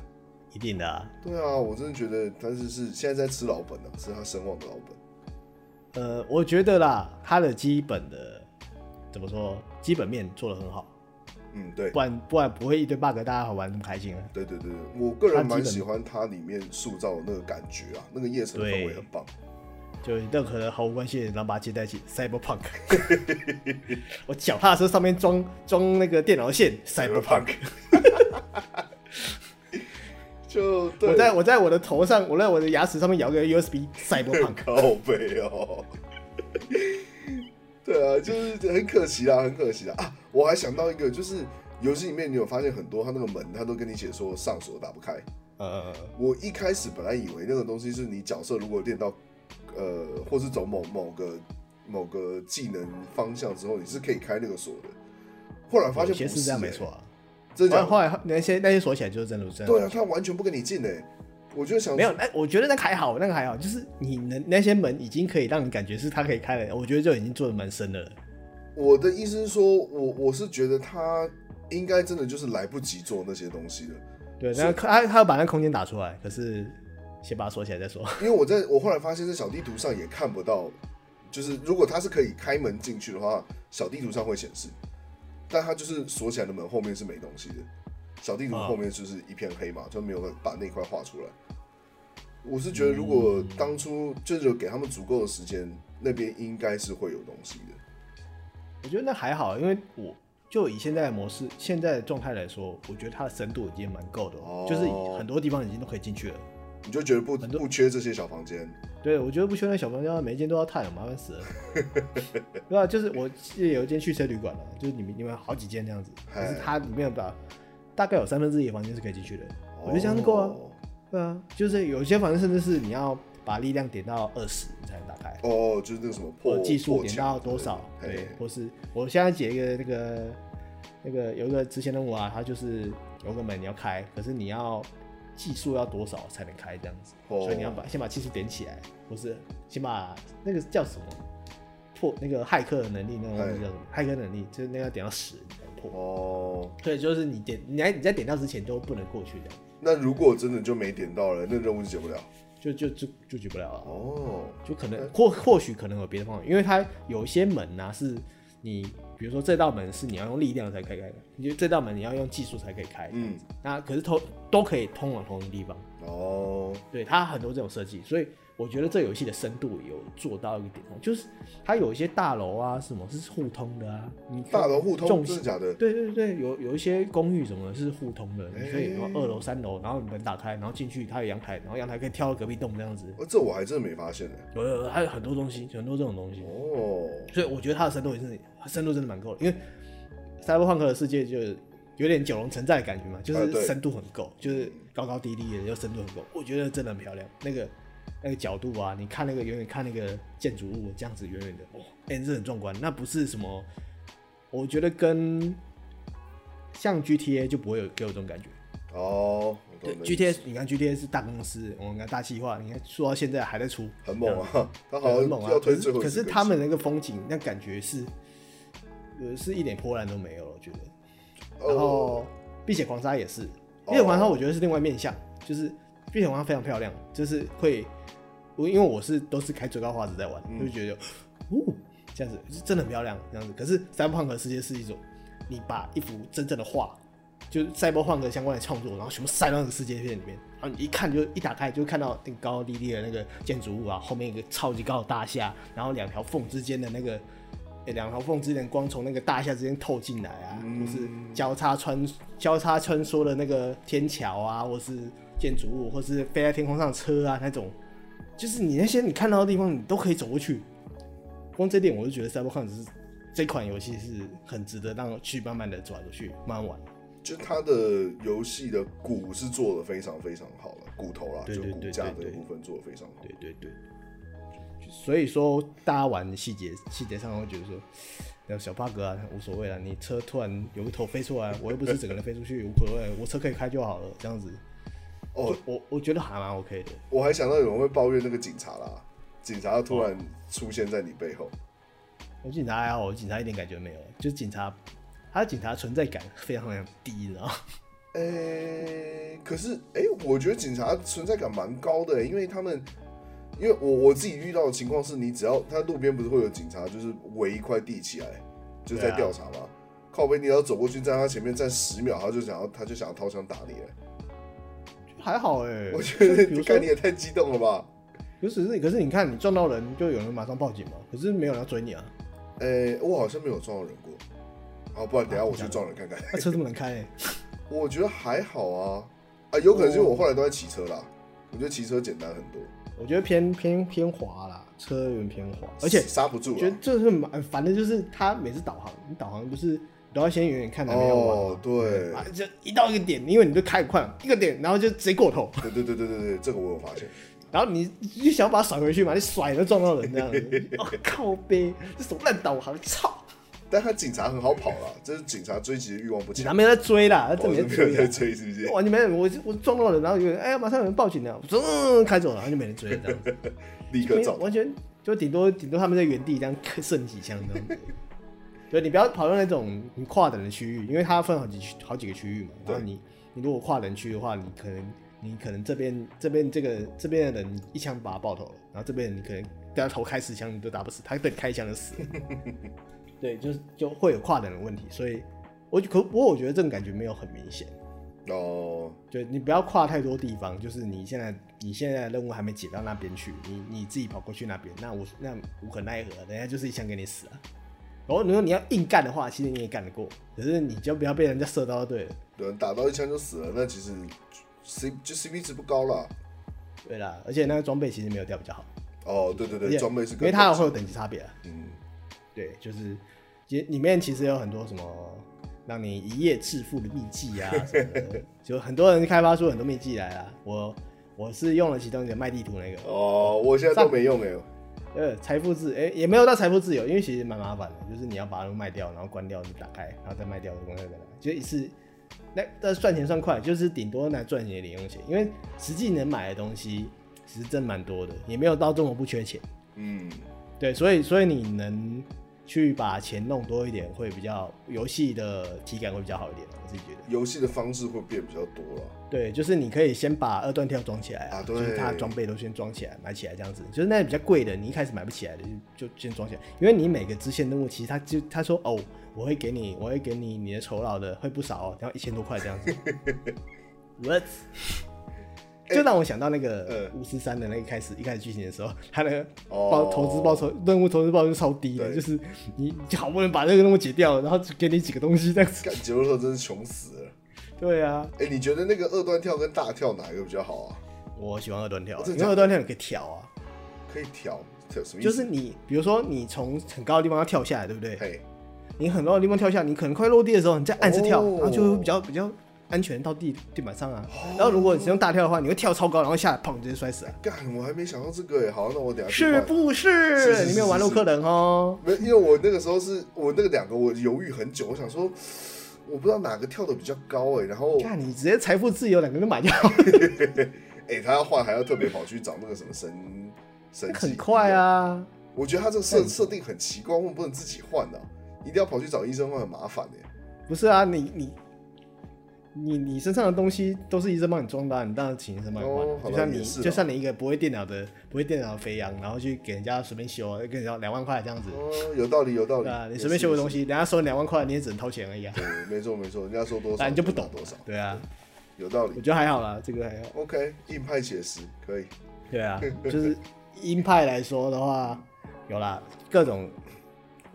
[SPEAKER 3] 一定的、啊，
[SPEAKER 1] 对啊，我真的觉得，但是是现在在吃老本啊，是他声望的老本。
[SPEAKER 3] 呃，我觉得啦，它的基本的怎么说，基本面做的很好，
[SPEAKER 1] 嗯，对
[SPEAKER 3] 不，然不然不会一堆 bug，大家好玩那么开心啊。
[SPEAKER 1] 对对对，对我个人
[SPEAKER 3] 它基
[SPEAKER 1] 蛮
[SPEAKER 3] 本
[SPEAKER 1] 喜欢它里面塑造的那个感觉啊，那个夜城的氛围很棒。
[SPEAKER 3] 就任何人毫无关系的人，然后把它接在一起，Cyberpunk。我脚踏车上面装装那个电脑线，Cyberpunk。
[SPEAKER 1] 就对，
[SPEAKER 3] 我在我在我的头上，我在我的牙齿上面咬 个 USB，Cyberpunk。
[SPEAKER 1] 靠背哦。 对啊，就是很可惜啦，很可惜啦啊！我还想到一个，就是游戏里面你有发现很多，它那个门它都跟你写说上锁打不开。
[SPEAKER 3] 呃，
[SPEAKER 1] 我一开始本来以为那个东西是你角色如果练到，呃，或是走某某个某个技能方向之后，你是可以开那个锁的。后来发现
[SPEAKER 3] 有
[SPEAKER 1] 不
[SPEAKER 3] 些是这样
[SPEAKER 1] 欸
[SPEAKER 3] 没错、啊。
[SPEAKER 1] 真的假
[SPEAKER 3] 然
[SPEAKER 1] 的
[SPEAKER 3] 后后来那些那些锁起来就是真的真的。
[SPEAKER 1] 对啊，他完全不跟你进诶、欸我就想
[SPEAKER 3] 没有，那我觉得那个还好，那个还好，就是你能那些门已经可以让你感觉是它可以开了，我觉得就已经做的蛮深的了。
[SPEAKER 1] 我的意思是说，我我是觉得他应该真的就是来不及做那些东西了，
[SPEAKER 3] 对，那他他要把那空间打出来，可是先把它锁起来再说。
[SPEAKER 1] 因为我在我后来发现，在小地图上也看不到，就是如果他是可以开门进去的话，小地图上会显示，但他就是锁起来的门后面是没东西的，小地图
[SPEAKER 3] 啊
[SPEAKER 1] 后面就是一片黑嘛，就没有把那块画出来。我是觉得，如果
[SPEAKER 3] 嗯
[SPEAKER 1] 当初就是给他们足够的时间，那边应该是会有东西的。
[SPEAKER 3] 我觉得那还好，因为我就以现在的模式、现在的状态来说，我觉得它的深度已经蛮够的，
[SPEAKER 1] 哦
[SPEAKER 3] 就是很多地方已经都可以进去了。
[SPEAKER 1] 你就觉得不
[SPEAKER 3] 很多
[SPEAKER 1] 不缺这些小房间，
[SPEAKER 3] 对，我觉得不需要那小房间，每一间都要探，麻烦死了。 对啊，就是我记得有一间汽车旅馆啊，就是你们你们有好几间这样子，可
[SPEAKER 1] 嗨
[SPEAKER 3] 是它里面把大概有三分之一的房间是可以进去的。我觉得这样就够啊
[SPEAKER 1] 哦
[SPEAKER 3] 对啊，就是有些房间甚至是你要把力量点到二十，你才能打开。
[SPEAKER 1] 哦，就是那个什么
[SPEAKER 3] 或
[SPEAKER 1] 破
[SPEAKER 3] 呃技术
[SPEAKER 1] 破
[SPEAKER 3] 点
[SPEAKER 1] 墙
[SPEAKER 3] 到多少，
[SPEAKER 1] 对
[SPEAKER 3] 对
[SPEAKER 1] 嘿，
[SPEAKER 3] 或是我现在解一个那个那个有一个支线任务啊，它就是有个门你要开，可是你要技术要多少才能开这样子，
[SPEAKER 1] 哦
[SPEAKER 3] 所以你要把先把技术点起来，或是先把那个叫什么破那个骇客的能力，那个忘记叫什么骇客能力，就是那个要点到十你才能破。
[SPEAKER 1] 哦。
[SPEAKER 3] 对，就是你点，你在你在点到之前都不能过去的，
[SPEAKER 1] 那如果真的就没点到了，那任务就解不了
[SPEAKER 3] 就就就就举不了了。
[SPEAKER 1] 哦。
[SPEAKER 3] 就可能或或许可能有别的方法，因为它有一些门呐、啊是你比如说这道门是你要用力量才可以开的，你就这道门你要用技术才可以开，
[SPEAKER 1] 嗯，
[SPEAKER 3] 那可是通都可以通往同一个地方，
[SPEAKER 1] 哦，
[SPEAKER 3] 对它很多这种设计，所以我觉得这游戏的深度有做到一个点上，就是它有一些大楼啊什么是互通的啊，你
[SPEAKER 1] 大楼互通，
[SPEAKER 3] 重
[SPEAKER 1] 真的假的？
[SPEAKER 3] 对对对，有有一些公寓什么的是互通的，你可以
[SPEAKER 1] 哎
[SPEAKER 3] 从二楼、三楼，然后你门打开，然后进去，它有阳台，然后阳台可以跳到隔壁栋这样子，
[SPEAKER 1] 哦，这我还真没发现呢。
[SPEAKER 3] 有有有，它有很多东西，很多这种东西。
[SPEAKER 1] 哦，
[SPEAKER 3] 所以我觉得它的深度也是它深度真的蛮够的，因为赛博朋克的世界就是有点九龙城寨的感觉嘛，就
[SPEAKER 1] 啊对
[SPEAKER 3] 是深度很够，就是高高低低的，又深度很够。我觉得真的很漂亮，那个那个角度啊，你看那个远远看那个建筑物这样子远远的，哇、哎、这很壮观。那不是什么，我觉得跟像 GTA 就不会有给我这种感觉。
[SPEAKER 1] 哦，我
[SPEAKER 3] 对
[SPEAKER 1] 懂了。
[SPEAKER 3] ，GTA 你看 GTA 是大公司，我们看大企划，你看说到现在还在出，
[SPEAKER 1] 很猛啊，他好
[SPEAKER 3] 很
[SPEAKER 1] 像
[SPEAKER 3] 猛啊！
[SPEAKER 1] 要
[SPEAKER 3] 可
[SPEAKER 1] 推最
[SPEAKER 3] 是
[SPEAKER 1] 后一
[SPEAKER 3] 可
[SPEAKER 1] 次
[SPEAKER 3] 是
[SPEAKER 1] 更
[SPEAKER 3] 他们
[SPEAKER 1] 新
[SPEAKER 3] 那个风景，那感觉是，呃，是一点波澜都没有了，我觉得。然
[SPEAKER 1] 哦，
[SPEAKER 3] 后《碧血狂杀》也是，《碧血狂杀》我觉得是另外面向，就是《碧血狂杀》非常漂亮，就是会，我因为我是都是开最高画质在玩，
[SPEAKER 1] 嗯
[SPEAKER 3] 就觉得，哦，这样子是真的很漂亮，这样子。可是《赛博朋克世界》是一种，你把一幅真正的画，就是赛博朋克相关的创作，然后全部塞到那个世界片里面，然后你一看就一打开就看到那个高高低低的那个建筑物啊，后面一个超级高的大厦，然后两条缝之间的那个。诶两条缝之间的光从那个大厦之间透进来啊，
[SPEAKER 1] 嗯
[SPEAKER 3] 或是交叉穿交叉穿梭的那个天桥啊，或是建筑物，或是飞在天空上的车啊那种，就是你那些你看到的地方，你都可以走过去。光这点我就觉得赛博朋克是这款游戏是很值得让我去慢慢的抓过去，慢慢玩。
[SPEAKER 1] 就它的游戏的骨是做的非常非常好了，骨头啦，
[SPEAKER 3] 对
[SPEAKER 1] 就
[SPEAKER 3] 对
[SPEAKER 1] 骨
[SPEAKER 3] 对
[SPEAKER 1] 架
[SPEAKER 3] 对
[SPEAKER 1] 这个
[SPEAKER 3] 对
[SPEAKER 1] 部分做的非常好。
[SPEAKER 3] 对对对，所以说大家玩的细节细节上会觉得说，那小 bug 啊无所谓了，你车突然有个头飞出来，我又不是整个人飞出去，无所谓，我车可以开就好了，这样子。
[SPEAKER 1] 哦
[SPEAKER 3] 就我我觉得还蛮 OK 的。
[SPEAKER 1] 我还想到有人会抱怨那个警察啦，警察突然出现在你背后，
[SPEAKER 3] 我警察还好，我警察一点感觉没有，就是警察，他的警察存在感非常非常低，你知道吗？
[SPEAKER 1] 哎、可是哎、我觉得警察存在感蛮高的、因为他们，因为我我自己遇到的情况是，你只要他路边不是会有警察，就是围一块地起来，就是在
[SPEAKER 3] 对啊
[SPEAKER 1] 调查嘛。靠背，你要走过去，在他前面站十秒，他就想要，他就想要掏枪打你了。
[SPEAKER 3] 就 还好哎、
[SPEAKER 1] 我觉得
[SPEAKER 3] 就比
[SPEAKER 1] 你
[SPEAKER 3] 如说
[SPEAKER 1] 看你，也太激动了吧？
[SPEAKER 3] 可是你可是你看你撞到人，就有人马上报警嘛，可是没有人要追你啊，
[SPEAKER 1] 哎、我好像没有撞到人过。好，不然
[SPEAKER 3] 啊
[SPEAKER 1] 等一下我去撞人看看。
[SPEAKER 3] 那车这么难开、欸，
[SPEAKER 1] 我觉得还好啊，啊，有可能是因
[SPEAKER 3] 哦
[SPEAKER 1] 为我后来都在骑车啦。我觉得骑车简单很多，
[SPEAKER 3] 我觉得偏偏偏滑啦，车有点偏滑，而且
[SPEAKER 1] 刹不住
[SPEAKER 3] 我觉
[SPEAKER 1] 了
[SPEAKER 3] 得。这是蛮烦的，就是他每次导航，你导航不是都要先远远看哪边要玩
[SPEAKER 1] 哦
[SPEAKER 3] 吗，？
[SPEAKER 1] 对，
[SPEAKER 3] 啊，就一到一个点，因为你就开很快嘛，一个点，然后就直接过头，
[SPEAKER 1] 对对对对对对，这个我有发现。
[SPEAKER 3] 然后你就想把它甩回去嘛，你甩了撞到人这样 子，哦靠背，这什么烂导航，操！
[SPEAKER 1] 但他警察很好跑啦，这是警察追击的欲望不
[SPEAKER 3] 警
[SPEAKER 1] 强
[SPEAKER 3] 察。没有在追啦，他
[SPEAKER 1] 我
[SPEAKER 3] 真没
[SPEAKER 1] 是
[SPEAKER 3] 在
[SPEAKER 1] 没有
[SPEAKER 3] 追
[SPEAKER 1] 在
[SPEAKER 3] 啦，
[SPEAKER 1] 追，哦是不是？
[SPEAKER 3] 完全没人，我我撞到人，然后有人哎呀，马上有人报警了，我嗯开走了，然后就没人追了这样子，
[SPEAKER 1] 立刻
[SPEAKER 3] 没有
[SPEAKER 1] 照。
[SPEAKER 3] 完全就顶多顶多他们在原地这样剩几枪这样子。对，你不要跑到那种你跨等的区域，因为它分好几区好几个区域嘛。然后
[SPEAKER 1] 对
[SPEAKER 3] 你你如果跨人区的话，你可能你可能这边这边这个这边的人你一枪把他爆头了，然后这边你可能对他头开十枪你都打不死，他对你开一枪就死了。对，就是就会有跨等的问题，所以我可不过我觉得这种感觉没有很明显。
[SPEAKER 1] 哦，
[SPEAKER 3] 就你不要跨太多地方，就是你现在你现在的任务还没解到那边去，你你自己跑过去那边，那我那无可奈何，人家就是一枪给你死啊。然后如果你要硬干的话，其实你也干得过，可是你就不要被人家射到就对了。
[SPEAKER 1] 有人打到一枪就死了，那其实 C 就 CP 值不高啦。
[SPEAKER 3] 对啦，而且那个装备其实没有掉比较好，
[SPEAKER 1] 哦，对对
[SPEAKER 3] 而
[SPEAKER 1] 对，
[SPEAKER 3] 且
[SPEAKER 1] 装备是
[SPEAKER 3] 因
[SPEAKER 1] 更
[SPEAKER 3] 为它会有等级差别啊。
[SPEAKER 1] 嗯，
[SPEAKER 3] 对，就是其实里面其实有很多什么让你一夜致富的秘技啊什么的， 就很多人开发出很多秘技来啊。我我是用了其中一个卖地图那个，
[SPEAKER 1] 哦，我现在都没用哎、
[SPEAKER 3] 呃，财富自哎、也没有到财富自由，因为其实蛮麻烦的，就是你要把它卖掉，然后关掉，就打开，然后再卖掉，再关掉，再打开，就一次。那但是赚钱算快，就是顶多拿赚你的零用钱，因为实际能买的东西其实真蛮多的，也没有到这么不缺钱。
[SPEAKER 1] 嗯，
[SPEAKER 3] 对，所以所以你能去把钱弄多一点，会比较游戏的体感会比较好一点，我自己觉得。
[SPEAKER 1] 游戏的方式会变比较多了。
[SPEAKER 3] 对，就是你可以先把二段跳装起来
[SPEAKER 1] 啊对
[SPEAKER 3] 就是它的装备都先装起来，买起来这样子。就是那比较贵的，你一开始买不起来的就就先装起来，因为你每个支线任务其实他就他说哦，我会给你，我会给你你的酬劳的，会不少、哦，然后一千多块这样子。What？就让我想到那个
[SPEAKER 1] 呃
[SPEAKER 3] 五十三的那个开始一开始剧情的时候，他那个
[SPEAKER 1] 哦
[SPEAKER 3] 报投资报酬任务投资报酬超低的，
[SPEAKER 1] 对
[SPEAKER 3] 就是你好不容易把这个任务解掉了，然后只给你几个东西这样子。
[SPEAKER 1] 干杰洛特真是穷死了。
[SPEAKER 3] 对啊，
[SPEAKER 1] 哎、你觉得那个二段跳跟大跳哪一个比较好啊？
[SPEAKER 3] 我喜欢二段跳，
[SPEAKER 1] 真的
[SPEAKER 3] 因为
[SPEAKER 1] 假的
[SPEAKER 3] 二段跳你可以调啊。
[SPEAKER 1] 可以调，跳什么意思？
[SPEAKER 3] 就是你，比如说你从很高的地方要跳下来，对不对？
[SPEAKER 1] 嘿，
[SPEAKER 3] 你很高的地方跳下，你可能快落地的时候，你再暗示跳，
[SPEAKER 1] 哦
[SPEAKER 3] 然后就会比较比较安全到地地板上啊。然后如果你是用大跳的话，你会跳超高，然后下来砰直接摔死啊，
[SPEAKER 1] 干，我还没想到这个哎、好，那我等下去
[SPEAKER 3] 是
[SPEAKER 1] 换
[SPEAKER 3] 不是？
[SPEAKER 1] 是是是
[SPEAKER 3] 你没有玩
[SPEAKER 1] 是
[SPEAKER 3] 洛克人哦。
[SPEAKER 1] 没，因为我那个时候是我那个两个，我犹豫很久，我想说，我不知道哪个跳的比较高哎、然后
[SPEAKER 3] 看你直接财富自由，两个人买掉，
[SPEAKER 1] 哎、他要换还要特别跑去找那个什么神神奇，
[SPEAKER 3] 很快！啊。
[SPEAKER 1] 我觉得他这个设设定很奇怪，为什么不能自己换呢、一定要跑去找医生换，很麻烦哎、
[SPEAKER 3] 不是啊，你你你你身上的东西都是医生帮你装的啊、你当然请医生帮你换啊
[SPEAKER 1] 哦。好吧
[SPEAKER 3] 就像
[SPEAKER 1] 也
[SPEAKER 3] 你
[SPEAKER 1] 是啊
[SPEAKER 3] 就像你一个不会电脑的不会电脑的肥羊，然后去给人家随便修啊，跟人家两万块这样子。
[SPEAKER 1] 哦，有道理，有道理。
[SPEAKER 3] 对啊，你随便修个东西，人家收你两万块，你也只能掏钱而已啊。
[SPEAKER 1] 也是，也是对，没错没错，人家说多少
[SPEAKER 3] 啊，你就不懂
[SPEAKER 1] 拿多少，
[SPEAKER 3] 对啊，
[SPEAKER 1] 有道
[SPEAKER 3] 我
[SPEAKER 1] 理。
[SPEAKER 3] 觉得还好啦，这个还好。
[SPEAKER 1] OK，硬派写实可以。
[SPEAKER 3] 对啊，就是鹰派来说的话，有啦，各种，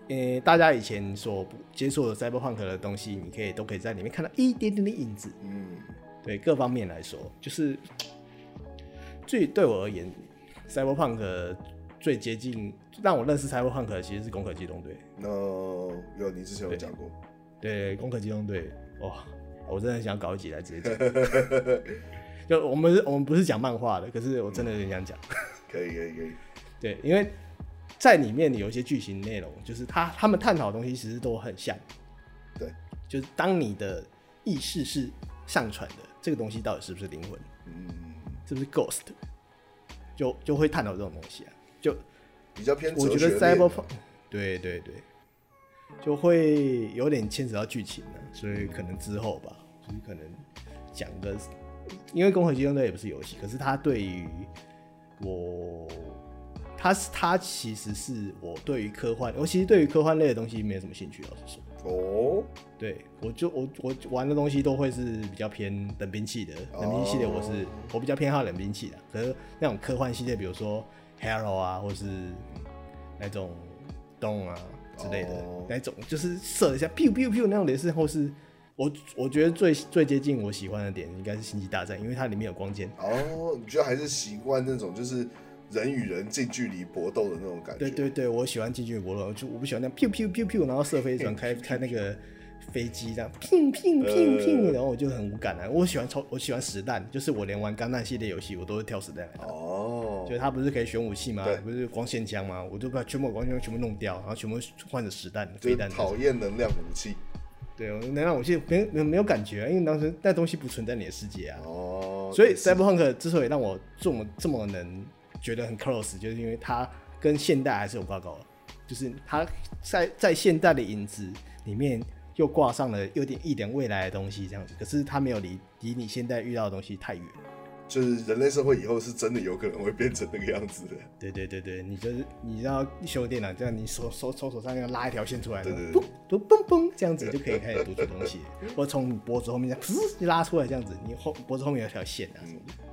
[SPEAKER 3] 呃，大家以前所不接触的 Cyberpunk 的东西，你可以都可以在里面看到一点点的影子。
[SPEAKER 1] 嗯，
[SPEAKER 3] 对各方面来说，就是最对我而言，Cyberpunk 的最接近让我认识赛博朋克的其实是《攻壳机动队》。
[SPEAKER 1] 那有你之前有讲过，
[SPEAKER 3] 对，《攻壳机动队》哇，我真的很想搞一集来直接讲。就我们我们不是讲漫画的，可是我真的很想讲。
[SPEAKER 1] 可以可以可以，
[SPEAKER 3] 对，因为在里面有一些剧情内容，就是他他们探讨的东西其实都很像。
[SPEAKER 1] 对，
[SPEAKER 3] 就是当你的意识是上传的，这个东西到底是不是灵魂，
[SPEAKER 1] 嗯，
[SPEAKER 3] 是不是 ghost，就就会探讨这种东西啊。就
[SPEAKER 1] 比较偏
[SPEAKER 3] 我
[SPEAKER 1] 哲
[SPEAKER 3] 觉
[SPEAKER 1] 学
[SPEAKER 3] 得
[SPEAKER 1] 类
[SPEAKER 3] cyberpunk，对对对，就会有点牵扯到剧情了、所以可能之后吧，就是可能讲个，因为《攻壳机动队》也不是游戏，可是它对于我，它是它其实是我对于科幻，我其实对于科幻类的东西没有什么兴趣，老实说，
[SPEAKER 1] 哦，
[SPEAKER 3] 对我就我我玩的东西都会是比较偏冷兵器的，冷兵器系列我是、我比较偏好冷兵器的，可是那种科幻系列，比如说 Halo 啊，或是那种 Dawn 啊之类的，
[SPEAKER 1] 哦
[SPEAKER 3] 那种就是射一下 pew pew pew 那种雷射，或是我我觉得最最接近我喜欢的点应该是星际大战，因为它里面有光剑，
[SPEAKER 1] 哦，你觉得还是习惯那种就是人与人近距离搏斗的那种感觉？
[SPEAKER 3] 对对对，我喜欢近距离搏斗，就我不喜欢那样 pew pew pew pew，然后射飞
[SPEAKER 1] 哎
[SPEAKER 3] 船开开那个飞机这样 ping ping ping
[SPEAKER 1] 呃
[SPEAKER 3] ping，然后我就很无感啊。我喜欢抽，我喜欢实弹，就是我连玩钢弹系列游戏我都会挑实弹来打。
[SPEAKER 1] 哦，
[SPEAKER 3] 就是它不是可以选武器吗
[SPEAKER 1] 对？
[SPEAKER 3] 不是光线枪吗？我就把全部光线枪全部弄掉，然后全部换成实弹、
[SPEAKER 1] 就
[SPEAKER 3] 飞
[SPEAKER 1] 是
[SPEAKER 3] 弹。
[SPEAKER 1] 讨厌能量武器。
[SPEAKER 3] 对，我能让我去没没没有感觉、啊，因为当时那东西不存在你的世界啊。
[SPEAKER 1] 哦，
[SPEAKER 3] 所以
[SPEAKER 1] 也是
[SPEAKER 3] Cyberpunk 之所以让我这么这么能觉得很 close，就是因为它跟现代还是有挂钩的，就是它在在现代的影子里面又挂上了有点一点未来的东西这样子，可是它没有离离你现在遇到的东西太远。
[SPEAKER 1] 就是人类社会以后是真的有可能会变成那个样子的。
[SPEAKER 3] 对对对对，你就是你要修电脑，这样你手手手手上要拉一条线出来，
[SPEAKER 1] 对对对
[SPEAKER 3] 嘣嘣嘣嘣，这样子就可以开始读取东西，或从你脖子后面这样噗就拉出来，这样子，你后脖子后面有条线啊什么的，
[SPEAKER 1] 嗯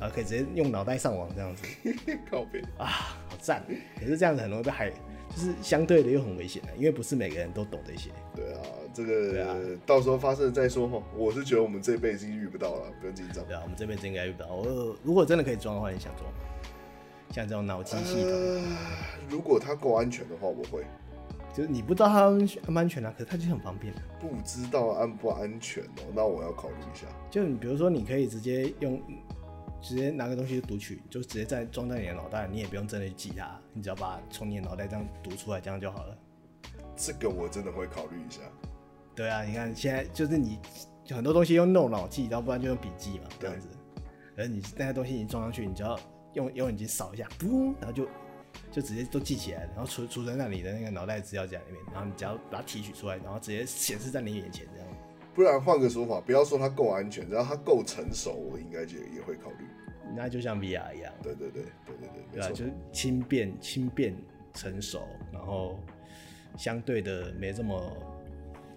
[SPEAKER 3] 然后可以直接用脑袋上网这样子。
[SPEAKER 1] 靠背，
[SPEAKER 3] 啊，好赞！可是这样子很容易被害，就是相对的又很危险啊的，因为不是每个人都懂这些。
[SPEAKER 1] 对啊，这
[SPEAKER 3] 对
[SPEAKER 1] 个、
[SPEAKER 3] 啊
[SPEAKER 1] 到时候发生了再说哈。我是觉得我们这一辈已经遇不到了，不用紧张。
[SPEAKER 3] 对啊，我们这边真应该遇不到。我如果真的可以装的话，你想装吗？像这种脑机系统，
[SPEAKER 1] 呃，如果它够安全的话，我会
[SPEAKER 3] 就是你不知道它安全安不安全啊，可是它就是很方便啊。
[SPEAKER 1] 不知道安不安全哦，那我要考虑一下。
[SPEAKER 3] 就你比如说，你可以直接用，直接拿个东西就读取，就直接在装在你的脑袋，你也不用真的去记它，你只要把它从你的脑袋这样读出来，这样就好了。
[SPEAKER 1] 这个我真的会考虑一下。
[SPEAKER 3] 对啊，你看现在就是你很多东西用弄脑记，然后不然就用笔记嘛，这
[SPEAKER 1] 对
[SPEAKER 3] 样子。而你那些东西你装上去，你只要用用眼睛扫一下，
[SPEAKER 1] 嗯
[SPEAKER 3] 噗，然后就就直接都记起来了，然后储储存在你的那个脑袋资料夹里面，然后你只要把它提取出来，然后直接显示在你眼前这样。
[SPEAKER 1] 不然换个说法，不要说它够安全，只要它够成熟，我应该就也会考虑。
[SPEAKER 3] 那就像 VR 一样，
[SPEAKER 1] 对对对对对对，没
[SPEAKER 3] 对啊，
[SPEAKER 1] 错。
[SPEAKER 3] 就是轻便、轻便、成熟，然后相对的没这么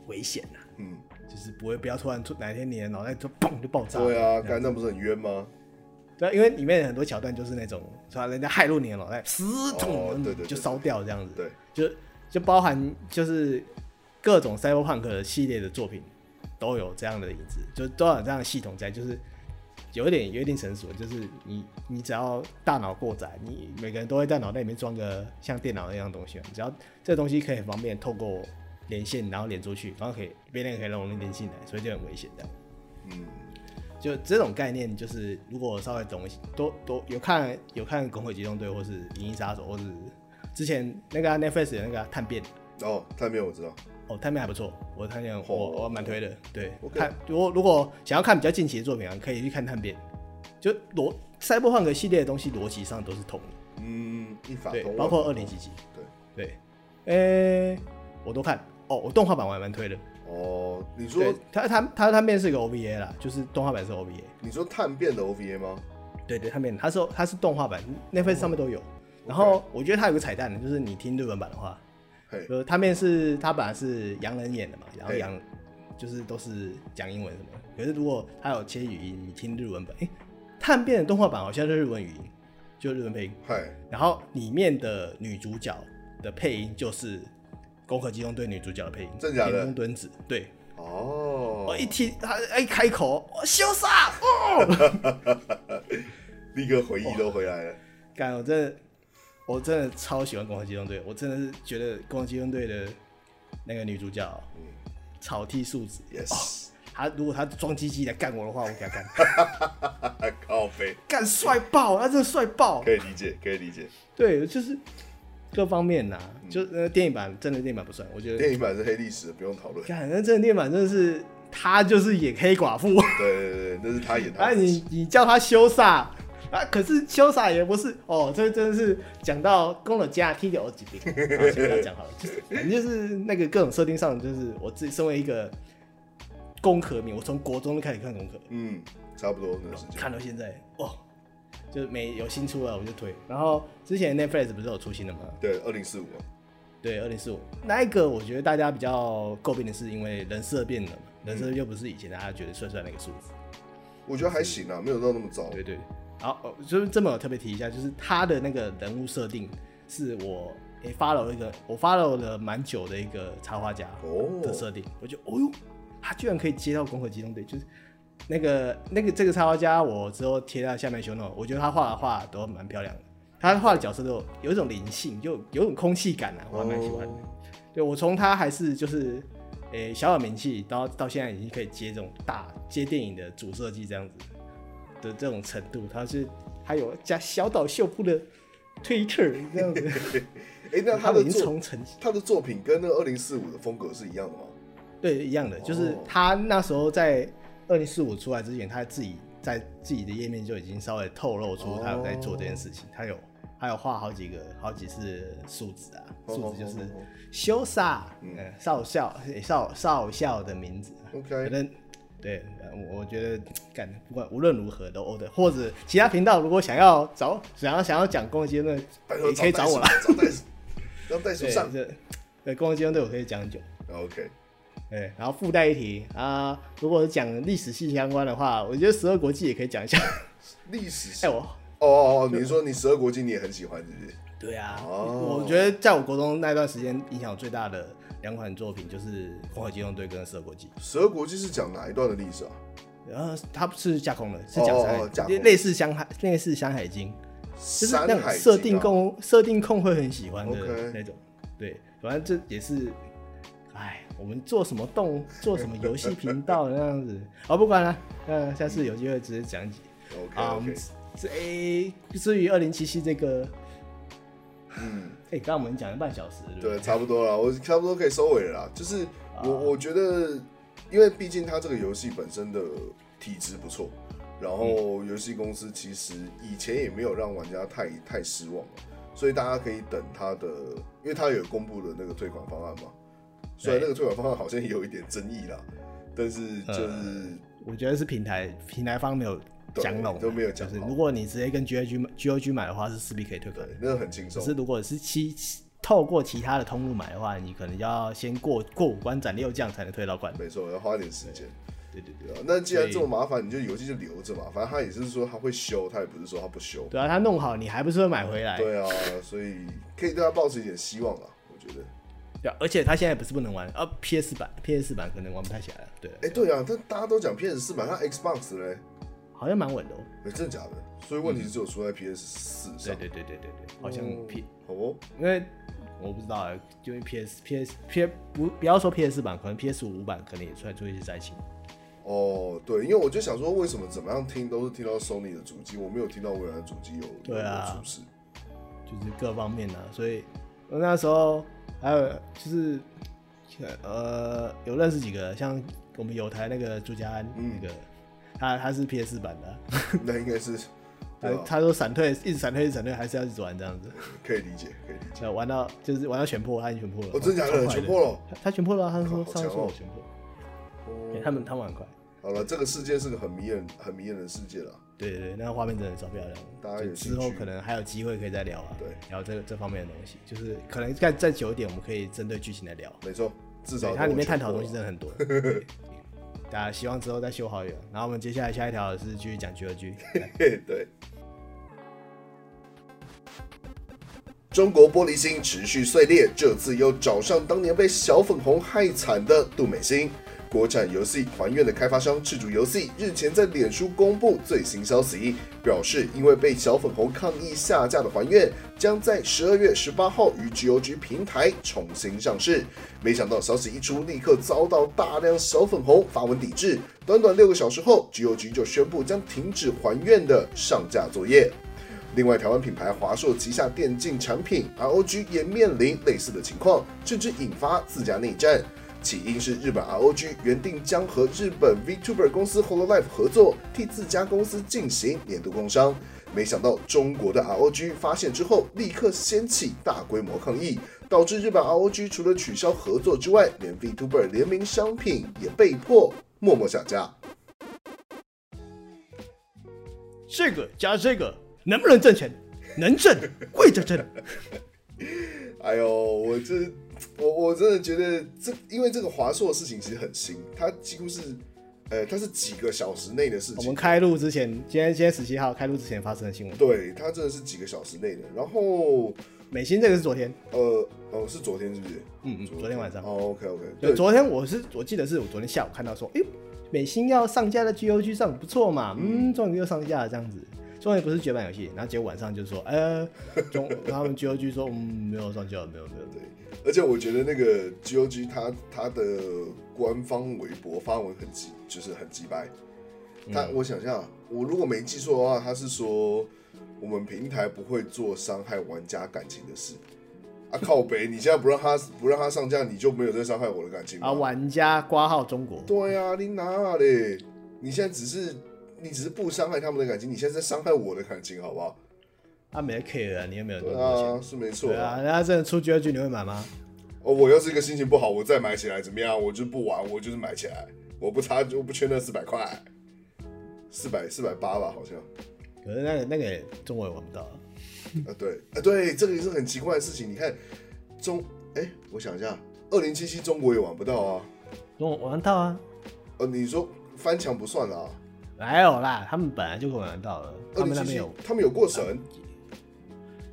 [SPEAKER 3] 危险呐、
[SPEAKER 1] 嗯，
[SPEAKER 3] 就是不会不要突然突哪天你的脑袋就砰就爆炸了。
[SPEAKER 1] 对啊，
[SPEAKER 3] 这
[SPEAKER 1] 干
[SPEAKER 3] 样
[SPEAKER 1] 那不是很冤吗？
[SPEAKER 3] 对，啊因为里面很多桥段就是那种，是吧？人家害入你的脑袋，撕
[SPEAKER 1] 哦
[SPEAKER 3] 通
[SPEAKER 1] 对对对
[SPEAKER 3] 就烧掉这样子，
[SPEAKER 1] 对，
[SPEAKER 3] 就就包含就是各种 cyberpunk 的系列的作品都有这样的影子，就都有这样的系统在，就是有一点有一定成熟，就是你你只要大脑过载，你每个人都会在脑袋里面装个像电脑一样的东西嘛，只要这东西可以很方便透过连线，然后连出去，然后可以别人也可以容易连进来，所以就很危险这样。
[SPEAKER 1] 嗯，
[SPEAKER 3] 就这种概念，就是如果稍微懂一些，多多有看有看《工会机动队》或是《银翼杀手》，或是之前那个啊 Netflix 的那个啊探变，
[SPEAKER 1] 哦，探面我知道，
[SPEAKER 3] 哦，探变还不错，我探变我我蛮推的。对，
[SPEAKER 1] 哦 OK
[SPEAKER 3] 看如果如果想要看比较近期的作品啊，可以去看探变。就逻赛博朋克系列的东西逻辑上都是统一，
[SPEAKER 1] 嗯，一法
[SPEAKER 3] 对
[SPEAKER 1] 通，，
[SPEAKER 3] 包括二零几集，
[SPEAKER 1] 对，
[SPEAKER 3] 对，呃、我都看。哦，我动画版我还蛮推的。
[SPEAKER 1] 哦，你说
[SPEAKER 3] 对，它它它探变是一个 OVA 啦，就是动画版是 OVA。
[SPEAKER 1] 你说探变的 OVA 吗？
[SPEAKER 3] 对对，它没有，它是它是动画版，Netflix 上面都有。然后我觉得它有个彩蛋，就是你听日文版的话，
[SPEAKER 1] 嘿，
[SPEAKER 3] 就是呃他面是他本来是洋人演的嘛，然后
[SPEAKER 1] 对
[SPEAKER 3] 洋就是都是讲英文什么的。可是如果他有切语音，你听日文版，诶，探变的动画版好像是日文语音，就日文配音。
[SPEAKER 1] 嗨，
[SPEAKER 3] 然后里面的女主角的配音就是《攻壳机动队》女主角的配音，
[SPEAKER 1] 真假的
[SPEAKER 3] 田中敦子。对，
[SPEAKER 1] 哦
[SPEAKER 3] 我、，一听他一开口，我潇洒哦。
[SPEAKER 1] 立刻回忆都回来了。
[SPEAKER 3] 干，我真的我真的超喜欢《攻壳机动队》，我真的是觉得《攻壳机动队》的那个女主角
[SPEAKER 1] 嗯
[SPEAKER 3] 草剃素子，
[SPEAKER 1] Yes，
[SPEAKER 3] 她如果她装鸡鸡来干我的话，我给她干，
[SPEAKER 1] 哎靠背
[SPEAKER 3] 干帅爆，她真的帅爆
[SPEAKER 1] 可。以理解，可以理解。
[SPEAKER 3] 对，就是各方面呐、
[SPEAKER 1] 嗯
[SPEAKER 3] 就是呃电影版真的电影版不算，我觉得
[SPEAKER 1] 电影版是黑历史，不用讨 论。
[SPEAKER 3] 干那真的电影版真的是她就是演黑寡 妇，
[SPEAKER 1] 对对对，那是他演他
[SPEAKER 3] 啊
[SPEAKER 1] 的故事。
[SPEAKER 3] 你你叫她潇洒。啊！可是潇洒也不是哦，这真的是讲到公了家踢掉几遍，好先不要讲好了，就是反正就是那个各种设定上，就是我自己身为一个工科迷，我从国中就开始看工科，
[SPEAKER 1] 嗯，差不多那个时间。
[SPEAKER 3] 看到现在，哦，就是每有新出来我就推。然后之前 Netflix 不是有出新的吗？
[SPEAKER 1] 对，二零四五。
[SPEAKER 3] 对，二零四五那一个，我觉得大家比较诟病的是，因为人设变了嘛，人设又不是以前大家觉得帅帅那个数字。
[SPEAKER 1] 嗯我觉得还行啊，没有到那么糟。
[SPEAKER 3] 嗯对对。好，哦就是这么有特别提一下，就是他的那个人物设定是我诶、follow 一个，我 follow 了蛮久的一个插画家
[SPEAKER 1] 哦
[SPEAKER 3] 的设定，我就哦呦，他居然可以接到《攻壳机动队》，就是那个那个这个插画家，我之后贴到下面 show note，我觉得他画的画都蛮漂亮的，他画的角色都有有一种灵性，就有一种空气感啊，我还蛮喜欢的。
[SPEAKER 1] 哦
[SPEAKER 3] 对我从他还是就是，诶、小有名气，到到现在已经可以接这种大接电影的主设计这样子的这种程度，他是还有加小岛秀夫的推特这 样子，
[SPEAKER 1] 哎，那他
[SPEAKER 3] 们
[SPEAKER 1] 的
[SPEAKER 3] 已经
[SPEAKER 1] 作
[SPEAKER 3] 从成
[SPEAKER 1] 他的作品跟那二零四五的风格是一样的吗？
[SPEAKER 3] 对一样的，就是
[SPEAKER 1] 哦
[SPEAKER 3] 他那时候在二零四五出来之前，他自己在自己的页面就已经稍微透露出他有在做这件事
[SPEAKER 1] 哦
[SPEAKER 3] 情，他有他有画好几个好几次数字啊，
[SPEAKER 1] 哦
[SPEAKER 3] 数字就
[SPEAKER 1] 哦
[SPEAKER 3] 是
[SPEAKER 1] 哦哦
[SPEAKER 3] 潇洒，呃少校诶少少校的名字。反
[SPEAKER 1] OK，
[SPEAKER 3] 正对，呃我我觉得干不管无论如何都 o 的，或者其他频道如果想要找想要想要讲攻击那
[SPEAKER 1] 拜托
[SPEAKER 3] 也可以找我啦
[SPEAKER 1] 啦。。找 袋鼠，让袋鼠
[SPEAKER 3] 对，
[SPEAKER 1] 上。
[SPEAKER 3] 这对攻击队我可以讲很久。
[SPEAKER 1] OK，
[SPEAKER 3] 对，然后附带一提啊，如果是讲历史系相关的话，我觉得十二国际也可以讲 一下。
[SPEAKER 1] 历史是
[SPEAKER 3] 哎，
[SPEAKER 1] 哦哦
[SPEAKER 3] 我
[SPEAKER 1] 哦，你说你十二国境你也很喜欢，是不是？
[SPEAKER 3] 对啊，
[SPEAKER 1] 哦
[SPEAKER 3] 我觉得在我国中那段时间影响我最大的两款作品就是《红海机动队》跟《十二国际》。
[SPEAKER 1] 十二国境是讲哪一段的历史啊？
[SPEAKER 3] 然后它不是架空的，是讲
[SPEAKER 1] 哦
[SPEAKER 3] 山海
[SPEAKER 1] 哦架
[SPEAKER 3] 类
[SPEAKER 1] 空
[SPEAKER 3] 类似《山海》类似《山海经》，就是
[SPEAKER 1] 山
[SPEAKER 3] 那种
[SPEAKER 1] 海
[SPEAKER 3] 设
[SPEAKER 1] 经
[SPEAKER 3] 定
[SPEAKER 1] 啊
[SPEAKER 3] 控设定控会很喜欢的
[SPEAKER 1] OK
[SPEAKER 3] 那种。对，反正这也是，哎，我们做什么动做什么游戏频道那样子，好不管了，那下次有机会直接讲解。
[SPEAKER 1] OK
[SPEAKER 3] 啊，我们
[SPEAKER 1] OK，
[SPEAKER 3] 这诶至于二零七七这个，
[SPEAKER 1] 嗯。
[SPEAKER 3] 哎，刚刚我们讲了半小时，对不啊
[SPEAKER 1] 对，
[SPEAKER 3] 对？
[SPEAKER 1] 差不多了，我差不多可以收尾了啦。就是我我觉得，因为毕竟它这个游戏本身的体质不错，然后
[SPEAKER 3] 嗯
[SPEAKER 1] 游戏公司其实以前也没有让玩家太太失望了，所以大家可以等它的，因为它有公布的那个退款方案嘛。虽然那
[SPEAKER 3] 对
[SPEAKER 1] 个退款方案好像也有一点争议啦，但是就是、
[SPEAKER 3] 我觉得是平台平台方没有
[SPEAKER 1] 对
[SPEAKER 3] 讲拢啊，
[SPEAKER 1] 都没有讲
[SPEAKER 3] 就是
[SPEAKER 1] 好
[SPEAKER 3] 如果你直接跟 G I G G O G 买的话，是势必可以退款
[SPEAKER 1] 对
[SPEAKER 3] 的。，
[SPEAKER 1] 那个很轻
[SPEAKER 3] 可
[SPEAKER 1] 松
[SPEAKER 3] 是。如果是其其透过其他的通路买的话，你可能要先过过五关斩六将才能退到关。
[SPEAKER 1] 没错，要花一点时间。
[SPEAKER 3] 对对对，
[SPEAKER 1] 对啊，那既然这么麻烦，你就游戏就留着嘛。反正他也是说他会修，他也不是说他不修。
[SPEAKER 3] 对啊，他弄好你还不是会买回来？
[SPEAKER 1] 对啊，所以可以对他抱持一点希望啊，我觉得。
[SPEAKER 3] 对啊，而且他现在也不是不能玩啊，PS 版 PS 版可能玩不太起来了。对啊，
[SPEAKER 1] 哎、对啊，但大家都讲 PS 四版，那 Xbox 嘞？
[SPEAKER 3] 好像蛮稳的、哦。
[SPEAKER 1] 哎、真的假的？所以问题只有出在 PS 四
[SPEAKER 3] 嗯对
[SPEAKER 1] 上。
[SPEAKER 3] 对对对对对，好像
[SPEAKER 1] 嗯
[SPEAKER 3] P，、
[SPEAKER 1] 好啊哦，
[SPEAKER 3] 因为我不知道啊，因为 PS PS P 不不要说 PS 版，可能 PS 五版可能也出来做一些灾情。
[SPEAKER 1] 哦，对，因为我就想说，为什么怎么样听都是听到 Sony 的主机，我没有听到微软的主机有有
[SPEAKER 3] 对啊
[SPEAKER 1] 有出事。
[SPEAKER 3] 就是各方面啊，所以我那时候还有就是呃有认识几个，像我们有台那个朱家安、
[SPEAKER 1] 嗯
[SPEAKER 3] 那个，他他是 PS 版的啊、
[SPEAKER 1] 那应该 是
[SPEAKER 3] 他、
[SPEAKER 1] 对啊
[SPEAKER 3] 他说闪退，一直闪退，一直闪退，还是要一直玩这样子，
[SPEAKER 1] 可以理解，可以理解。
[SPEAKER 3] 呃玩到就是玩到全破，他已经全破了，
[SPEAKER 1] 哦，真的假
[SPEAKER 3] 超快
[SPEAKER 1] 的？全破了。
[SPEAKER 3] 他，他全破了啊，他说
[SPEAKER 1] 靠好
[SPEAKER 3] 上次
[SPEAKER 1] 强
[SPEAKER 3] 说
[SPEAKER 1] 哦
[SPEAKER 3] 我全破，对
[SPEAKER 1] 哦，
[SPEAKER 3] 他们他们很快，
[SPEAKER 1] 好了，这个世界是个很迷人、很迷人的世界了。
[SPEAKER 3] 对对对，那个画面真的超漂亮。
[SPEAKER 1] 大家
[SPEAKER 3] 就
[SPEAKER 1] 有兴
[SPEAKER 3] 之后
[SPEAKER 1] 趣
[SPEAKER 3] 可能还有机会可以再聊啊，
[SPEAKER 1] 对
[SPEAKER 3] 聊这个这方面的东西，就是可能再再久一点，我们可以针对剧情来聊。
[SPEAKER 1] 没错，至
[SPEAKER 3] 对，
[SPEAKER 1] 少
[SPEAKER 3] 它里面探讨的
[SPEAKER 1] 跟我
[SPEAKER 3] 东西
[SPEAKER 1] 全
[SPEAKER 3] 真的 很多。对大家希望之后再修好一点。然后我们接下来下一条是继续讲 G 二 G，
[SPEAKER 1] 破了 对。中国玻璃心持续碎裂，这次又找上当年被小粉红害惨的杜美心。国产游戏还愿的开发商赤竹游戏日前在脸书公布最新消息，表示因为被小粉红抗议下架的还愿，将在十二月十八号于 GOG 平台重新上市。没想到消息一出，立刻遭到大量小粉红发文抵制。短短六个小时后，GOG 就宣布将停止还愿的上架作业。另外，台湾品牌华硕旗下电竞产品 ROG 也面临类似的情况，甚至引发自家内战。起因是日本 ROG 原定将和日本 VTuber 公司 Hololive 合作，替自家公司进行年度工商。没想到中国的 ROG 发现之后，立刻掀起大规模抗议，导致日本 ROG 除了取消合作之外，连 VTuber 联名商品也被迫默默下架。
[SPEAKER 3] 这个加这个能不能挣钱？能挣，跪着 挣。
[SPEAKER 1] 哎呦，我这我我真的觉得这，因为这个华硕的事情其实很新，它几乎是，呃，它是几个小时内的事
[SPEAKER 3] 我
[SPEAKER 1] 情
[SPEAKER 3] 们。开录之前，今天今天十七号开录之前发生的新闻。
[SPEAKER 1] 对，它真的是几个小时内的。然后，
[SPEAKER 3] 美心这个是昨天，
[SPEAKER 1] 呃，哦，是昨天是不是？
[SPEAKER 3] 嗯嗯，昨天晚上。
[SPEAKER 1] 哦，OK OK，
[SPEAKER 3] 对，
[SPEAKER 1] 对，
[SPEAKER 3] 昨天我是我记得是我昨天下午看到说，哎、美心要上架的 GOG 上不错嘛，嗯，终于又上架了这样子。终于不是绝版游戏，然后结果晚上就说， 呃，中他们 GOG 说，嗯，没有上架，没有没有没有，
[SPEAKER 1] 而且我觉得那个 GOG 它它的官方微博发文很鸡，就是很鸡掰。
[SPEAKER 3] 嗯
[SPEAKER 1] 它、我想一下，我如果没记错的话，它是说我们平台不会做伤害玩家感情的事。啊 靠北，你现在不让他不让他上架，你就没有在伤害我的感情吗？
[SPEAKER 3] 啊，玩家挂号中国，
[SPEAKER 1] 对呀、啊，你哪嘞？你现在只是你只是不伤害他们的感情，你现在在伤害我的感情，好不好？
[SPEAKER 3] 啊，没 care 啊，你又没有那
[SPEAKER 1] 对
[SPEAKER 3] 么多钱，
[SPEAKER 1] 啊，是没错
[SPEAKER 3] 对啊，人家真的出 GOG 你会买吗？
[SPEAKER 1] 哦，我要是一个心情不好，我再买起来怎么样？我就不玩，我就是买起来，我不差，我不缺那四百块，四百四百八吧，好像。
[SPEAKER 3] 可是那个那个中国也玩不到啊，
[SPEAKER 1] 啊，对，啊对，这个也是很奇怪的事情。你看中，哎、我想一下，二零七七中国也玩不到啊。
[SPEAKER 3] 中国玩得到啊，
[SPEAKER 1] 呃，你说翻墙不算啦，
[SPEAKER 3] 没有啦，他们本来就玩得到了，
[SPEAKER 1] 二
[SPEAKER 3] 他
[SPEAKER 1] 零
[SPEAKER 3] 们那
[SPEAKER 1] 七七
[SPEAKER 3] 边有，
[SPEAKER 1] 他们有过审，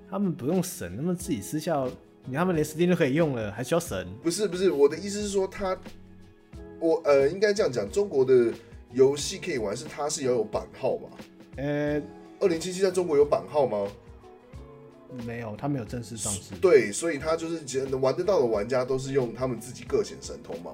[SPEAKER 3] 他们不用神，他们自己私下，你他们连 Steam 都可以用了，还需要神？
[SPEAKER 1] 不是不是，我的意思是说他，我呃，应该这样讲，中国的游戏可以玩是它是要有版号嘛？
[SPEAKER 3] 呃，
[SPEAKER 1] 二零七七在中国有版号吗？
[SPEAKER 3] 没有，他没有正式上市，
[SPEAKER 1] 对，所以他就是觉得玩得到的玩家都是用他们自己各显神通嘛。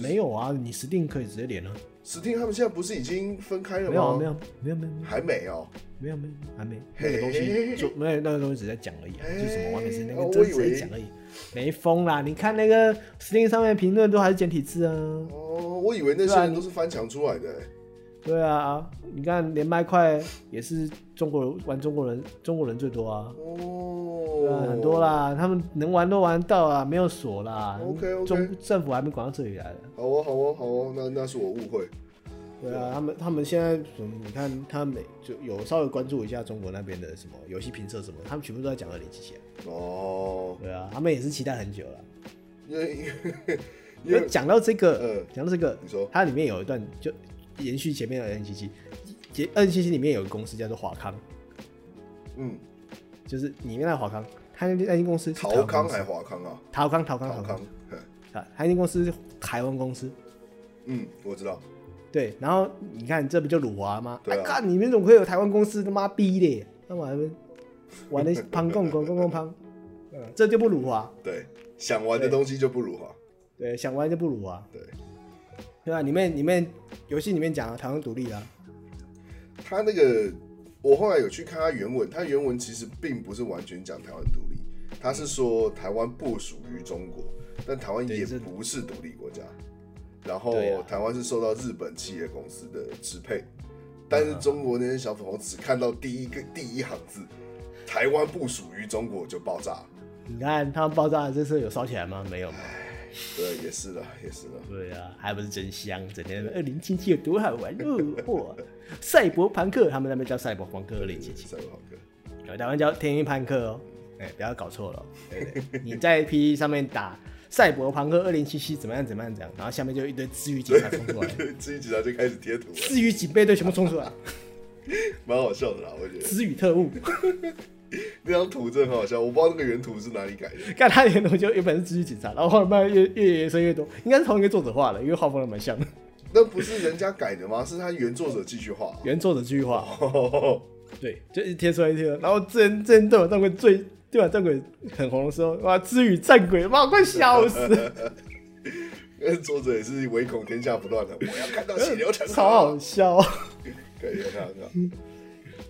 [SPEAKER 3] 没有啊，你 Steam 可以直接连啊，
[SPEAKER 1] Steam 他们现在不是已经分开了吗？
[SPEAKER 3] 没有啊没有，没有没有没有
[SPEAKER 1] 还没哦。
[SPEAKER 3] 没有没有还没
[SPEAKER 1] 嘿
[SPEAKER 3] 那个东西就没有那个东西只是在讲而已啊，
[SPEAKER 1] 嘿
[SPEAKER 3] 就是什么完美是那
[SPEAKER 1] 哦
[SPEAKER 3] 个
[SPEAKER 1] 我
[SPEAKER 3] 真的只
[SPEAKER 1] 以
[SPEAKER 3] 是
[SPEAKER 1] 为
[SPEAKER 3] 在讲而已，没封啦，你看那个 Steam 上面评论都还是简体字啊，
[SPEAKER 1] 哦，我以为那些人都是翻墙出来的、欸
[SPEAKER 3] 对啊，你看连麦块也是中国人玩中国人中国人最多啊。对啊
[SPEAKER 1] 哦，
[SPEAKER 3] 很多。啦，他们能玩都玩到啊啦，没有锁啦。
[SPEAKER 1] OK，OK
[SPEAKER 3] 中政府还没管到这里来的。
[SPEAKER 1] 好哦，好哦，好哦，那那是我误会。
[SPEAKER 3] 对啊，他们他们现在什么？你看他每就有稍微关注一下中国那边的什么游戏评测什么，他们全部都在讲二零七七啊。
[SPEAKER 1] 哦，
[SPEAKER 3] 对啊，他们也是期待很久了。
[SPEAKER 1] 因为因为 因
[SPEAKER 3] 因为呃
[SPEAKER 1] 为
[SPEAKER 3] 讲到这个
[SPEAKER 1] 嗯，
[SPEAKER 3] 讲、到这个，
[SPEAKER 1] 你说
[SPEAKER 3] 它里面有一段就延续前面的二零七七，结二零七七里面有个公司叫做华康，
[SPEAKER 1] 嗯，
[SPEAKER 3] 就是里面那个华康，他那那间公司是
[SPEAKER 1] 陶
[SPEAKER 3] 台湾
[SPEAKER 1] 康
[SPEAKER 3] 公司
[SPEAKER 1] 还华康啊？
[SPEAKER 3] 陶康陶康
[SPEAKER 1] 陶
[SPEAKER 3] 陶
[SPEAKER 1] 康
[SPEAKER 3] 康，，
[SPEAKER 1] 嘿
[SPEAKER 3] 啊，他那间公司是台湾公司。
[SPEAKER 1] 嗯，我知道。
[SPEAKER 3] 对，然后你看这不就辱华吗？
[SPEAKER 1] 对啊
[SPEAKER 3] 哎干、你们怎么会有台湾公司他妈逼的？他妈的 玩的胖公公公公胖，嗯，这就不辱华，
[SPEAKER 1] 对，想玩的东西就不如华。
[SPEAKER 3] 对，想玩就不辱华，
[SPEAKER 1] 对，
[SPEAKER 3] 对吧、里面里面游戏里面讲啊，台湾独立啊，
[SPEAKER 1] 他那个，我后来有去看他原文，他原文其实并不是完全讲台湾独立，他是说台湾不属于中国，但台湾
[SPEAKER 3] 对
[SPEAKER 1] 也
[SPEAKER 3] 这
[SPEAKER 1] 不是独立国家。然后
[SPEAKER 3] 对啊
[SPEAKER 1] 台湾是受到日本企业公司的支配，
[SPEAKER 3] 嗯
[SPEAKER 1] 但是中国那些小粉红只看到第一个第一行字，台湾不属于中国就爆炸。
[SPEAKER 3] 你看他们爆炸这次有烧起来吗？没有嘛。
[SPEAKER 1] 对，也是的，也是的。
[SPEAKER 3] 对啊，还不是真香，整天二零七七有多好玩哦！ 哇，赛博朋克，他们那边叫赛博朋克二零七七，
[SPEAKER 1] 赛博浩克，
[SPEAKER 3] 台湾叫天域朋克哦。哎、不要搞错了哦。对对， 你在 P 上面打赛博朋克二零七七怎么样怎么样怎么样，然后下面就一堆治愈警察冲 出来，
[SPEAKER 1] 对， 这一集他就开始贴图了，
[SPEAKER 3] 治愈警备队全部冲出来，
[SPEAKER 1] 蛮好笑的啦，我觉得。
[SPEAKER 3] 治愈特务。
[SPEAKER 1] 那张图真的很好笑，我不知道那个原图是哪里改的。
[SPEAKER 3] 看他原本就原本是《秩序警察》，然后后来慢慢越越延伸越多，应该是同一个作者画的，因为画风还蛮 像的。
[SPEAKER 1] 那不是人家改的吗？是他原作者继续画。哦
[SPEAKER 3] 原作者继续画，对，就一贴出来一贴出来。然后之前之前对我战鬼最对我战鬼很红的时候，哇，之语战鬼，妈我快笑死 了，
[SPEAKER 1] 那作者也是唯恐天下不乱的，我要看到血流成河。
[SPEAKER 3] 超好笑啊。
[SPEAKER 1] 可以，很好，很好。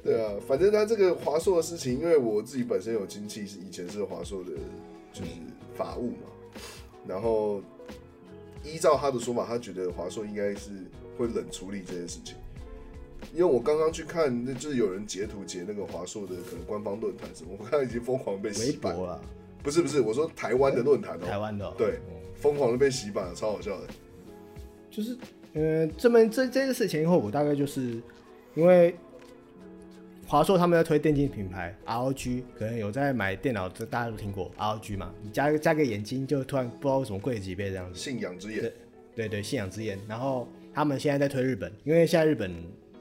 [SPEAKER 1] 对啊，反正他这个华硕的事情，因为我自己本身有亲戚是以前是华硕的，就是法务嘛。然后依照他的说法，他觉得华硕应该是会冷处理这件事情。因为我刚刚去看，那就是有人截图截那个华硕的可能官方论坛什么，我看到已经疯狂被
[SPEAKER 3] 微
[SPEAKER 1] 洗版。
[SPEAKER 3] 博啊，
[SPEAKER 1] 不是不是，我说台湾的论坛哦、
[SPEAKER 3] 台湾的哦、
[SPEAKER 1] 对
[SPEAKER 3] 嗯
[SPEAKER 1] 疯狂的被洗版，超好笑的。
[SPEAKER 3] 就是呃，这么这这件事前因后果，大概就是因为华硕他们在推电竞品牌 ROG，可能有在买电脑，这大家都听过 ROG 嘛，你加个加个眼睛，就突然不知道为什么贵几倍这样子。
[SPEAKER 1] 信仰之眼
[SPEAKER 3] 对，对对，信仰之眼。然后他们现在在推日本，因为现在日本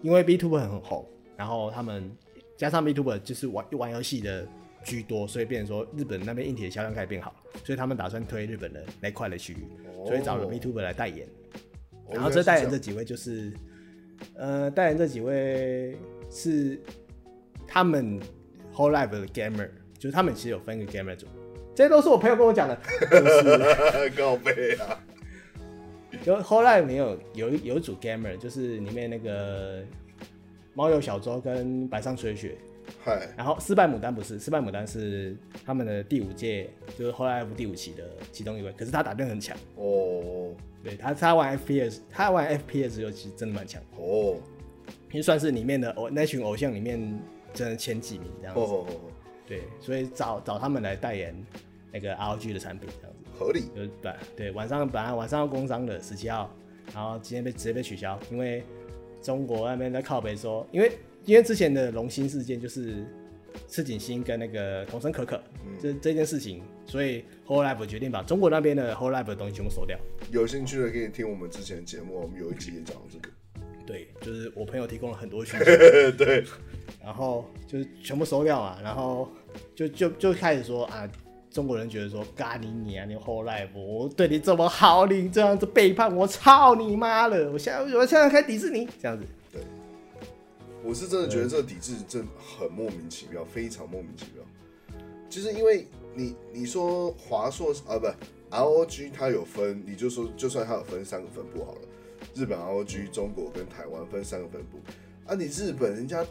[SPEAKER 3] 因为 B t u b e 很红，然后他们加上 B t u b e 就是玩玩游戏的居多，所以变成说日本那边硬体的销量开始变好，所以他们打算推日本的那块的区域，所以找了
[SPEAKER 1] 哦
[SPEAKER 3] B t u b e 来代言。
[SPEAKER 1] 哦
[SPEAKER 3] 然后这代言这
[SPEAKER 1] 原来是
[SPEAKER 3] 几位就是，呃，代言这几位是他们 whole life 的 gamer，就是他们其实有分一个 gamer 组，这些都是我朋友跟我讲的，
[SPEAKER 1] 这样告背啊，
[SPEAKER 3] 有后来没有有一有一组 gamer，就是里面那个猫鼬小周跟白上吹雪，
[SPEAKER 1] 嗨，
[SPEAKER 3] 然后斯拜牡丹不是，斯拜牡丹是他们的第五届，就是后来 F 第五期的其中一位，可是他打电很强，
[SPEAKER 1] 哦
[SPEAKER 3] 对他他玩 FPS，他玩 FPS 尤其实真的蛮强，
[SPEAKER 1] 哦
[SPEAKER 3] 因为算是里面的偶那群偶像里面真的前几名这样
[SPEAKER 1] 哦
[SPEAKER 3] 子，
[SPEAKER 1] 哦，哦
[SPEAKER 3] 对，所以找找他们来代言那个 ROG 的产品这样子。
[SPEAKER 1] 合理
[SPEAKER 3] 就是本对晚上本来晚上要工商的十七号，然后今天被直接被取消，因为中国那边在靠北说，因为因为之前的龙兴事件就是赤井星跟那个童声可可、这这件事情，所以 Whole Life 决定把中国那边的 Whole Life 的东西全部收掉。
[SPEAKER 1] 有兴趣的可以听我们之前的节目，我们有一集也讲这个。
[SPEAKER 3] 对，就是我朋友提供了很多讯息，
[SPEAKER 1] 对，
[SPEAKER 3] 然后就是全部收掉嘛，然后就就就开始说啊，中国人觉得说咖喱你啊，你后来我对你这么好，你这样子背叛我，操你妈了！我现在我现在开迪士尼这样子，
[SPEAKER 1] 我是真的觉得这个抵制真的很莫名其妙，非常莫名其妙。就是因为你你说华硕是啊不 ROG 它有分，你就说就算它有分三个分部好了，日本 ROG、中国跟台湾分三个分部啊，你日本人家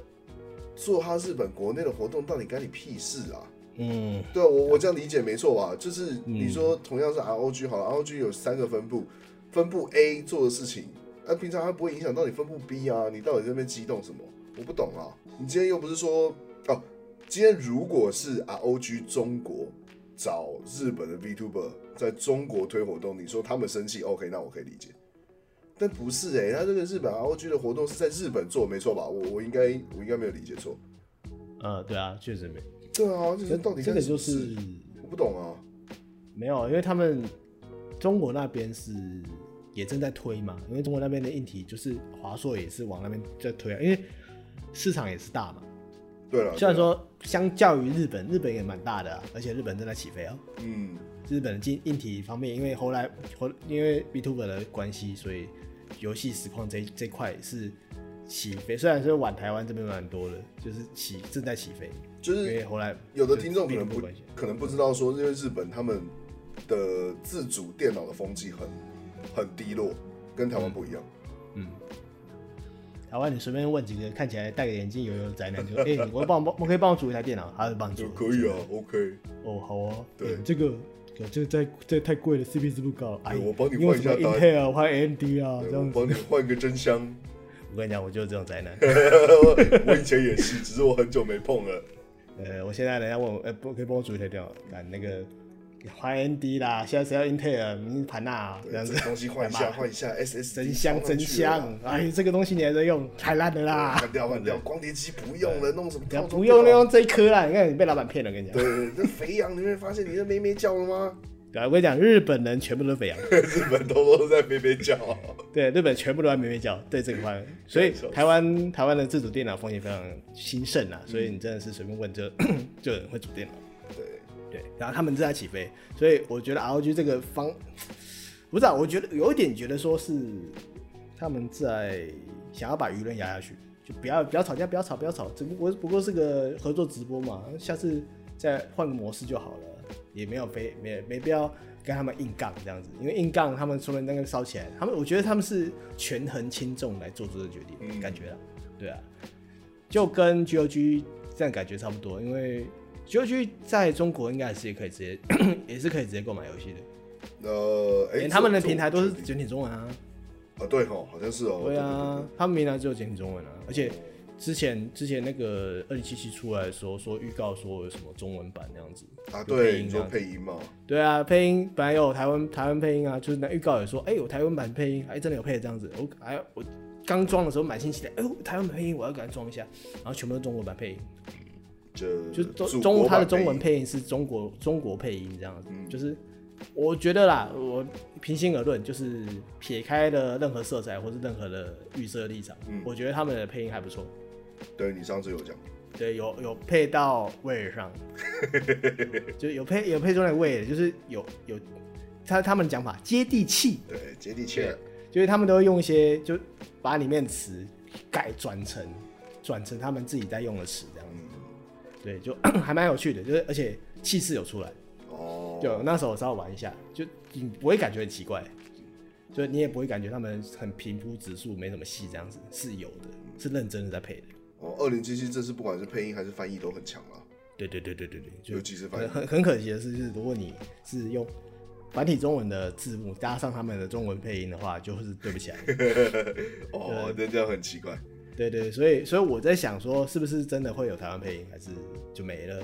[SPEAKER 1] 做他日本国内的活动，到底干你屁事啊？
[SPEAKER 3] 嗯，
[SPEAKER 1] 对啊，我我这样理解没错吧？就是你说同样是 ROG 好了，ROG 有三个分部，分部 A 做的事情，那、平常它不会影响到你分部 B 啊，你到底在那边激动什么？我不懂啊。你今天又不是说哦，今天如果是 ROG 中国找日本的 VTuber 在中国推活动，你说他们生气，OK，那我可以理解。但不是哎、他这个日本 ROG 的活动是在日本做，没错吧？我我应该我应该没有理解错。
[SPEAKER 3] 呃，对啊，确实没，
[SPEAKER 1] 对啊，就是到底
[SPEAKER 3] 这
[SPEAKER 1] 干
[SPEAKER 3] 个
[SPEAKER 1] 什么
[SPEAKER 3] 就
[SPEAKER 1] 事
[SPEAKER 3] 是
[SPEAKER 1] 我不懂啊。
[SPEAKER 3] 没有，因为他们中国那边是也正在推嘛，因为中国那边的硬体就是华硕也是往那边在推啊，因为市场也是大嘛，
[SPEAKER 1] 啊对了，
[SPEAKER 3] 虽然
[SPEAKER 1] 对了，
[SPEAKER 3] 说相较于日本，日本也蛮大的啊、而且日本正在起飞哦。
[SPEAKER 1] 嗯，
[SPEAKER 3] 日本的硬硬体方面，因为后来后因为 B t u b e 的关系，所以游戏实况这这块是起飞，虽然说晚台湾这边蛮多的，就是起正在起飞，
[SPEAKER 1] 就
[SPEAKER 3] 因为
[SPEAKER 1] 是
[SPEAKER 3] 后来
[SPEAKER 1] 有的听众可能
[SPEAKER 3] B2B
[SPEAKER 1] 不
[SPEAKER 3] 关系
[SPEAKER 1] 可能不知道说，因为日本他们的自主电脑的风气很很低落，跟台湾不一样。
[SPEAKER 3] 嗯。台啊湾，你随便问几个看起来戴个眼镜、油油的宅男，就 哎、我帮我我可以帮我组一台电脑，他会帮你
[SPEAKER 1] 就
[SPEAKER 3] 组，
[SPEAKER 1] 可以啊，OK，
[SPEAKER 3] 哦，好啊，
[SPEAKER 1] 对
[SPEAKER 3] 欸这个这个太这个太贵了，CP 值不高。哎，
[SPEAKER 1] 我帮你
[SPEAKER 3] 用
[SPEAKER 1] 换一
[SPEAKER 3] 什
[SPEAKER 1] 下
[SPEAKER 3] 么
[SPEAKER 1] 答案
[SPEAKER 3] Intel 啊，我换 AMD 啊，
[SPEAKER 1] 对我
[SPEAKER 3] 这样子。
[SPEAKER 1] 帮你换个真香。
[SPEAKER 3] 我跟你讲，我就是这种宅男。
[SPEAKER 1] 我以前也是，只是我很久没碰了。
[SPEAKER 3] 呃，我现在人家问我，呃，不可以帮我组一台电脑，干那个换 AMD 啦，现在谁要 Intel 明日盘呐、啊，
[SPEAKER 1] 对
[SPEAKER 3] 这样
[SPEAKER 1] 这
[SPEAKER 3] 子
[SPEAKER 1] 个。东西换一
[SPEAKER 3] 干
[SPEAKER 1] 下，
[SPEAKER 3] 嘛
[SPEAKER 1] 换一下，SS
[SPEAKER 3] 真香真香，哎，这个东西你还在用，太烂了啦！
[SPEAKER 1] 换掉换掉，光碟机不用了，弄什么
[SPEAKER 3] 你要
[SPEAKER 1] 套装
[SPEAKER 3] 不用
[SPEAKER 1] 电脑
[SPEAKER 3] 用这一颗啦，你看你被老板骗了，我跟你讲。
[SPEAKER 1] 对，那肥羊你会发现你的妹妹叫了吗？
[SPEAKER 3] 对啊，我跟你讲，日本人全部都是 肥羊，
[SPEAKER 1] 日本都都在边边叫。
[SPEAKER 3] 对，日本全部都在咩咩叫，对这个方面，所以
[SPEAKER 1] 没错
[SPEAKER 3] 台湾台湾的自主电脑风险非常兴盛啊，所以你真的是随便问就 就有人会组电脑，
[SPEAKER 1] 对，
[SPEAKER 3] 对，然后他们正在起飞，所以我觉得 ROG 这个方，不知道，我觉得有一点觉得说是他们在想要把舆论压下去，就不要不要吵架，不要吵，不要吵，只不过不过是个合作直播嘛，下次再换个模式就好了，也没有非没没必要跟他们硬杠这样子，因为硬杠他们除了那个烧起来，他们我觉得他们是权衡轻重来做出的决定，
[SPEAKER 1] 嗯
[SPEAKER 3] 感觉啊，对啊，就跟 GOG 这样感觉差不多，因为 GOG 在中国应该也是可以直接， 也是可以直接购买游戏的，
[SPEAKER 1] 呃，哎、
[SPEAKER 3] 连他们的
[SPEAKER 1] 这
[SPEAKER 3] 平台都是
[SPEAKER 1] 这
[SPEAKER 3] 简体中文啊。
[SPEAKER 1] 啊，对吼，好像是哦。
[SPEAKER 3] 对啊，他们平台只有简体中文啊，而且之前之前那个二零七七出来的时候，说预告说有什么中文版那样子
[SPEAKER 1] 对，对对啊，
[SPEAKER 3] 有
[SPEAKER 1] 对，你
[SPEAKER 3] 音这
[SPEAKER 1] 说
[SPEAKER 3] 样子
[SPEAKER 1] 配音嘛，
[SPEAKER 3] 对啊，配音本来有台湾台湾配音啊，就是那预告也说，哎、有台湾版配音，哎、真的有配这样子。我哎，我刚装的时候满心期待，哎、呦，台湾版配音我要赶快装一下，然后全部都中国版配音，
[SPEAKER 1] 就
[SPEAKER 3] 就是
[SPEAKER 1] 祖
[SPEAKER 3] 中
[SPEAKER 1] 国
[SPEAKER 3] 中
[SPEAKER 1] 版
[SPEAKER 3] 它的中文
[SPEAKER 1] 音嗯
[SPEAKER 3] 配音是中国中国配音这样子，就是我觉得啦，我平心而论，就是撇开了任何色彩或是任何的预设立场，
[SPEAKER 1] 嗯
[SPEAKER 3] 我觉得他们的配音还不错，
[SPEAKER 1] 对你上次有讲，
[SPEAKER 3] 对，有有配到位尔 上，就有配有配出来位尔，就是有有他他们讲法接地气，
[SPEAKER 1] 对，接地气儿，
[SPEAKER 3] 就是他们都会用一些就把里面词改转成转成他们自己在用的词这样
[SPEAKER 1] 嗯
[SPEAKER 3] 子，对，就 还蛮有趣的，就是而且气势有出来。
[SPEAKER 1] 哦，
[SPEAKER 3] 就那时候我稍微玩一下，就你不会感觉很奇怪，就你也不会感觉他们很平铺直述，没什么戏这样子，是有的，是认真的在配的。
[SPEAKER 1] 哦，二零七七这次不管是配音还是翻译都很强啊了，
[SPEAKER 3] 对对对对对对，就
[SPEAKER 1] 尤其是翻译
[SPEAKER 3] 很，很很可惜的是，就是如果你是用繁体中文的字幕加上他们的中文配音的话，就是对不起来。
[SPEAKER 1] 哦，那这样很奇怪，
[SPEAKER 3] 对对，所以所以我在想说，是不是真的会有台湾配音，还是就没了？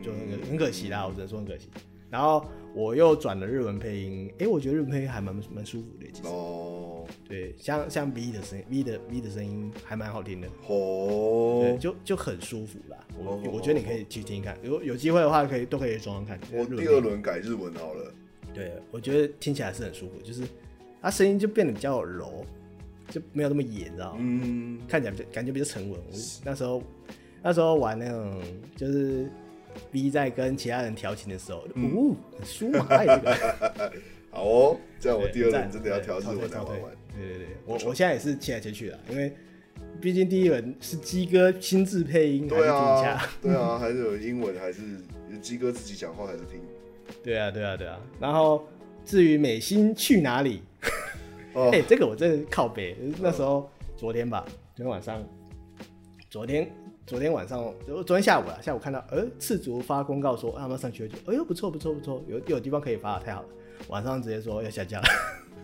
[SPEAKER 3] 就很可很可惜啦，我只能说很可惜。然后我又转了日文配音，诶，我觉得日文配音还蛮蛮舒服的，其实。
[SPEAKER 1] 哦，
[SPEAKER 3] 对，像像 V 的声音，V 的 V 的声音还蛮好听的，对，
[SPEAKER 1] 哦，
[SPEAKER 3] 就就很舒服啦。我、
[SPEAKER 1] 哦
[SPEAKER 3] 我觉得你可以去听听看，有有机会的话可以都可以装装看。
[SPEAKER 1] 我
[SPEAKER 3] 日文
[SPEAKER 1] 第二轮改日文好了，
[SPEAKER 3] 对，我觉得听起来是很舒服，就是它声音就变得比较柔，就没有那么野，你知道吗？
[SPEAKER 1] 嗯，
[SPEAKER 3] 看起来比较感觉比较沉稳。我那时候那时候玩那种就是 V 在跟其他人调情的时候，
[SPEAKER 1] 嗯
[SPEAKER 3] 哦，很舒嘛，哎，这个。
[SPEAKER 1] 好哦，这样我
[SPEAKER 3] 对
[SPEAKER 1] 第二
[SPEAKER 3] 赞
[SPEAKER 1] 轮真的要调日
[SPEAKER 3] 对
[SPEAKER 1] 文来
[SPEAKER 3] 超对
[SPEAKER 1] 玩
[SPEAKER 3] 超
[SPEAKER 1] 玩，
[SPEAKER 3] 对对对，我我现在也是切来切去的，因为毕竟第一轮是鸡哥亲自配音，还是
[SPEAKER 1] 对
[SPEAKER 3] 听一下
[SPEAKER 1] 啊。，对啊，还是有英文，还是鸡哥自己讲话，还是 听，
[SPEAKER 3] 对啊，对啊，对啊。然后至于美心去哪里，
[SPEAKER 1] 哦
[SPEAKER 3] 哎、，这个我真的靠北。那时候昨天吧，昨天晚上，昨天昨天晚上，呃昨天下午啊，下午看到，呃，赤足发公告说啊他们上去了，就哎呦不错不错不错，有有地方可以发了，太好了。晚上直接说要下架了，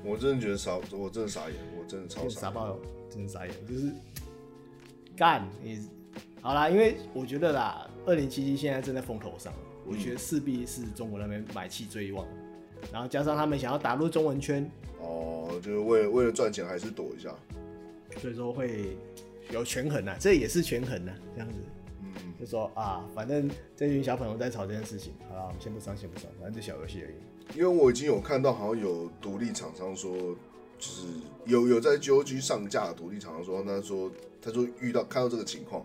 [SPEAKER 1] 我真的觉得傻，我真的傻眼，我真的超
[SPEAKER 3] 真的傻
[SPEAKER 1] 傻，
[SPEAKER 3] 爆了，真的傻眼，就是干你好啦，因为我觉得啦，二零七七现在正在风头上，我觉得势必是中国那边买气最旺，然后加上他们想要打入中文圈，
[SPEAKER 1] 哦，就是为了为了赚钱还是躲一下，
[SPEAKER 3] 所以说会有权衡啊，这也是权衡啊，这样子
[SPEAKER 1] 嗯，
[SPEAKER 3] 就说啊，反正这群小朋友在吵这件事情，好了，我们先不伤，先不伤，反正就小游戏而已。
[SPEAKER 1] 因为我已经有看到好像有独立厂商说，就是有有在 GOG 上架的独立厂商说，他说他说遇到看到这个情况，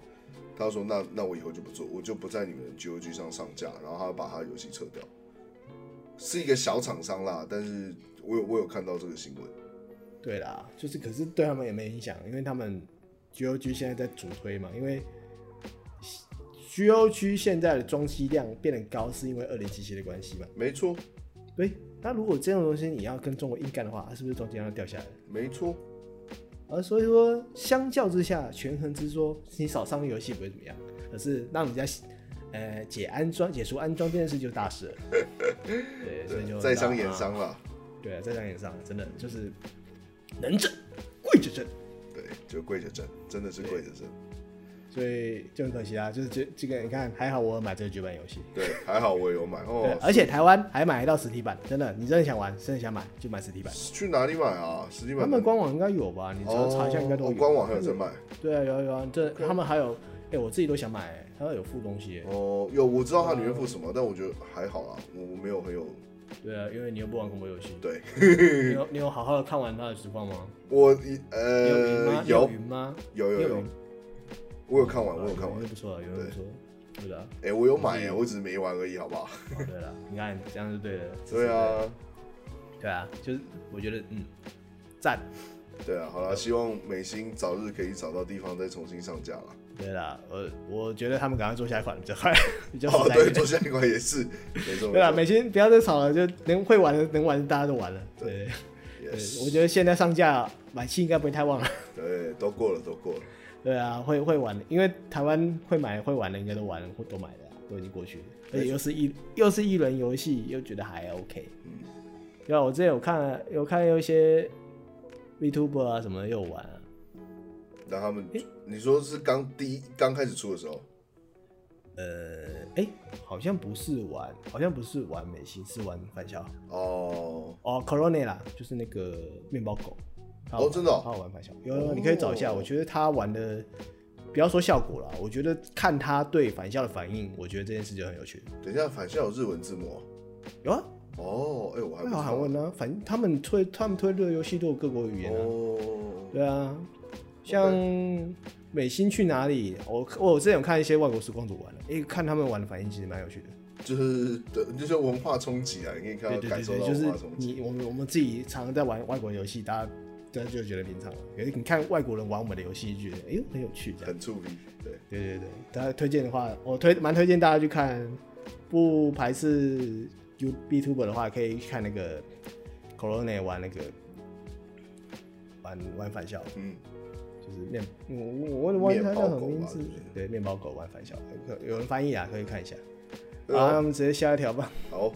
[SPEAKER 1] 他说那那我以后就不做，我就不在你们 GOG 上上架，然后他把他的游戏撤掉，是一个小厂商啦，但是我有我有看到这个新闻，
[SPEAKER 3] 对啦，就是可是对他们也没影响，因为他们 GOG 现在在主推嘛，因为 GOG 现在的装机量变得高，是因为二零七七的关系嘛。
[SPEAKER 1] 没错
[SPEAKER 3] 对，那如果这种东西你要跟中国硬干的话，是不是装机量要掉下来了？
[SPEAKER 1] 没错，
[SPEAKER 3] 而所以说，相较之下，权衡之说，你少上个游戏不会怎么样，可是让人家呃解安装、解除安装这件事就 大事了。对，所以就
[SPEAKER 1] 在商言
[SPEAKER 3] 啊
[SPEAKER 1] 商啦，
[SPEAKER 3] 对啊，在商言商，真的就是能整跪着整，
[SPEAKER 1] 对，就跪着挣，真的是跪着挣，
[SPEAKER 3] 所以就很可惜啊，就是这这个你看，还好我有买这个绝版游戏。
[SPEAKER 1] 对，还好我有买
[SPEAKER 3] 对
[SPEAKER 1] 哦，，
[SPEAKER 3] 而且台湾还买得到实体版，真的，你真的想玩，真的想买就买实体版。
[SPEAKER 1] 去哪里买啊？实体版
[SPEAKER 3] 他们官网应该有吧？你只要查一下应该都有。
[SPEAKER 1] 哦官网还有在卖。
[SPEAKER 3] 对啊，有啊有啊，这他们还有，哎、我自己都想买、他们有附东西、欸。
[SPEAKER 1] 哦，有我知道它里面附什么，但我觉得还好啦，我我没有很有
[SPEAKER 3] 对啊，因为你又不玩恐怖游戏。
[SPEAKER 1] 对，
[SPEAKER 3] 你有你有好好的看完它的实况吗？
[SPEAKER 1] 我
[SPEAKER 3] 你有云吗
[SPEAKER 1] 呃？
[SPEAKER 3] 你
[SPEAKER 1] 有
[SPEAKER 3] 云吗？
[SPEAKER 1] 有有
[SPEAKER 3] 你
[SPEAKER 1] 有
[SPEAKER 3] 云，
[SPEAKER 1] 我有看完，我有看完
[SPEAKER 3] 那。不错啊，有人
[SPEAKER 1] 对
[SPEAKER 3] 不错，对的啊，
[SPEAKER 1] 哎、我有买、欸，我只是没玩而已，好不好？
[SPEAKER 3] 哦对了，你看这样就对了。
[SPEAKER 1] 对，啊，
[SPEAKER 3] 对啊，就是我觉得嗯，赞。
[SPEAKER 1] 对啊，好了，希望美心早日可以找到地方再重新上架了。
[SPEAKER 3] 对啦，我我觉得他们赶快做下一款比 较快，比较
[SPEAKER 1] 哦
[SPEAKER 3] 实，在一
[SPEAKER 1] 对，
[SPEAKER 3] 点。
[SPEAKER 1] 做下一款也是， 没错，
[SPEAKER 3] 对啊啦，
[SPEAKER 1] 没
[SPEAKER 3] 美心不要再吵了，就能会玩的能玩的大家都玩了。对，
[SPEAKER 1] 错
[SPEAKER 3] 对，
[SPEAKER 1] Yes
[SPEAKER 3] 我觉得现在上架买气应该不会 太旺了。
[SPEAKER 1] 对，都过了，都过了，
[SPEAKER 3] 对啊，会会玩的，因为台湾会买会玩的应该都玩了，或都买了啊、都已经过去了，而且又是一又是一轮游戏，又觉得还 OK。
[SPEAKER 1] 嗯，
[SPEAKER 3] 对啊，我之前有看有看有一些 VTuber 啊什么的又玩、啊，
[SPEAKER 1] 让他们，你说是刚第一刚开始出的时候，
[SPEAKER 3] 呃，哎、好像不是玩，好像不是玩美心，是玩返校。
[SPEAKER 1] 哦，
[SPEAKER 3] 哦 c o r o n a 啦，就是那个面包狗。他有
[SPEAKER 1] 哦
[SPEAKER 3] 玩
[SPEAKER 1] 真的哦哦
[SPEAKER 3] 他有玩反校，有有，你可以找一下。我觉得他玩的，不要说效果啦，我觉得看他对返校的反应，我觉得这件事就很有趣。
[SPEAKER 1] 等一下，反校有日文字幕
[SPEAKER 3] 有啊，
[SPEAKER 1] 哦，哦，哎、我还
[SPEAKER 3] 那
[SPEAKER 1] 不
[SPEAKER 3] 好韩
[SPEAKER 1] 知
[SPEAKER 3] 文啊，反正他们推他们推这个游戏都有各国语言
[SPEAKER 1] 道
[SPEAKER 3] 啊。
[SPEAKER 1] 哦，
[SPEAKER 3] 对啊，像美心去哪里，我我之前有看一些外国时光组玩的，哎、看他们玩的反应其实蛮有趣的。
[SPEAKER 1] 就是对，就是文化冲击啊，你可以看
[SPEAKER 3] 对
[SPEAKER 1] 到
[SPEAKER 3] 对
[SPEAKER 1] 感
[SPEAKER 3] 对
[SPEAKER 1] 受
[SPEAKER 3] 对，
[SPEAKER 1] 到
[SPEAKER 3] 就是
[SPEAKER 1] 文化冲击，
[SPEAKER 3] 你我们我们自己常常在玩外国游戏，大家大家就觉得平常了。可是你看外国人玩我们的游戏，就觉得哎呦很有趣这样。
[SPEAKER 1] 很触鼻，对，
[SPEAKER 3] 对对对，大家推荐的话，我推蛮推荐大家去看，不排斥 U B Tuber 的话，可以看那个 Corona 玩那个玩玩反校，
[SPEAKER 1] 嗯，
[SPEAKER 3] 就是面我我我忘记他叫什么名字
[SPEAKER 1] 面包狗吧对不，
[SPEAKER 3] 对面包狗玩反校，有有人翻译啊，可以看一下。
[SPEAKER 1] 对啊
[SPEAKER 3] 好，那我们直接下一条吧。
[SPEAKER 1] 好。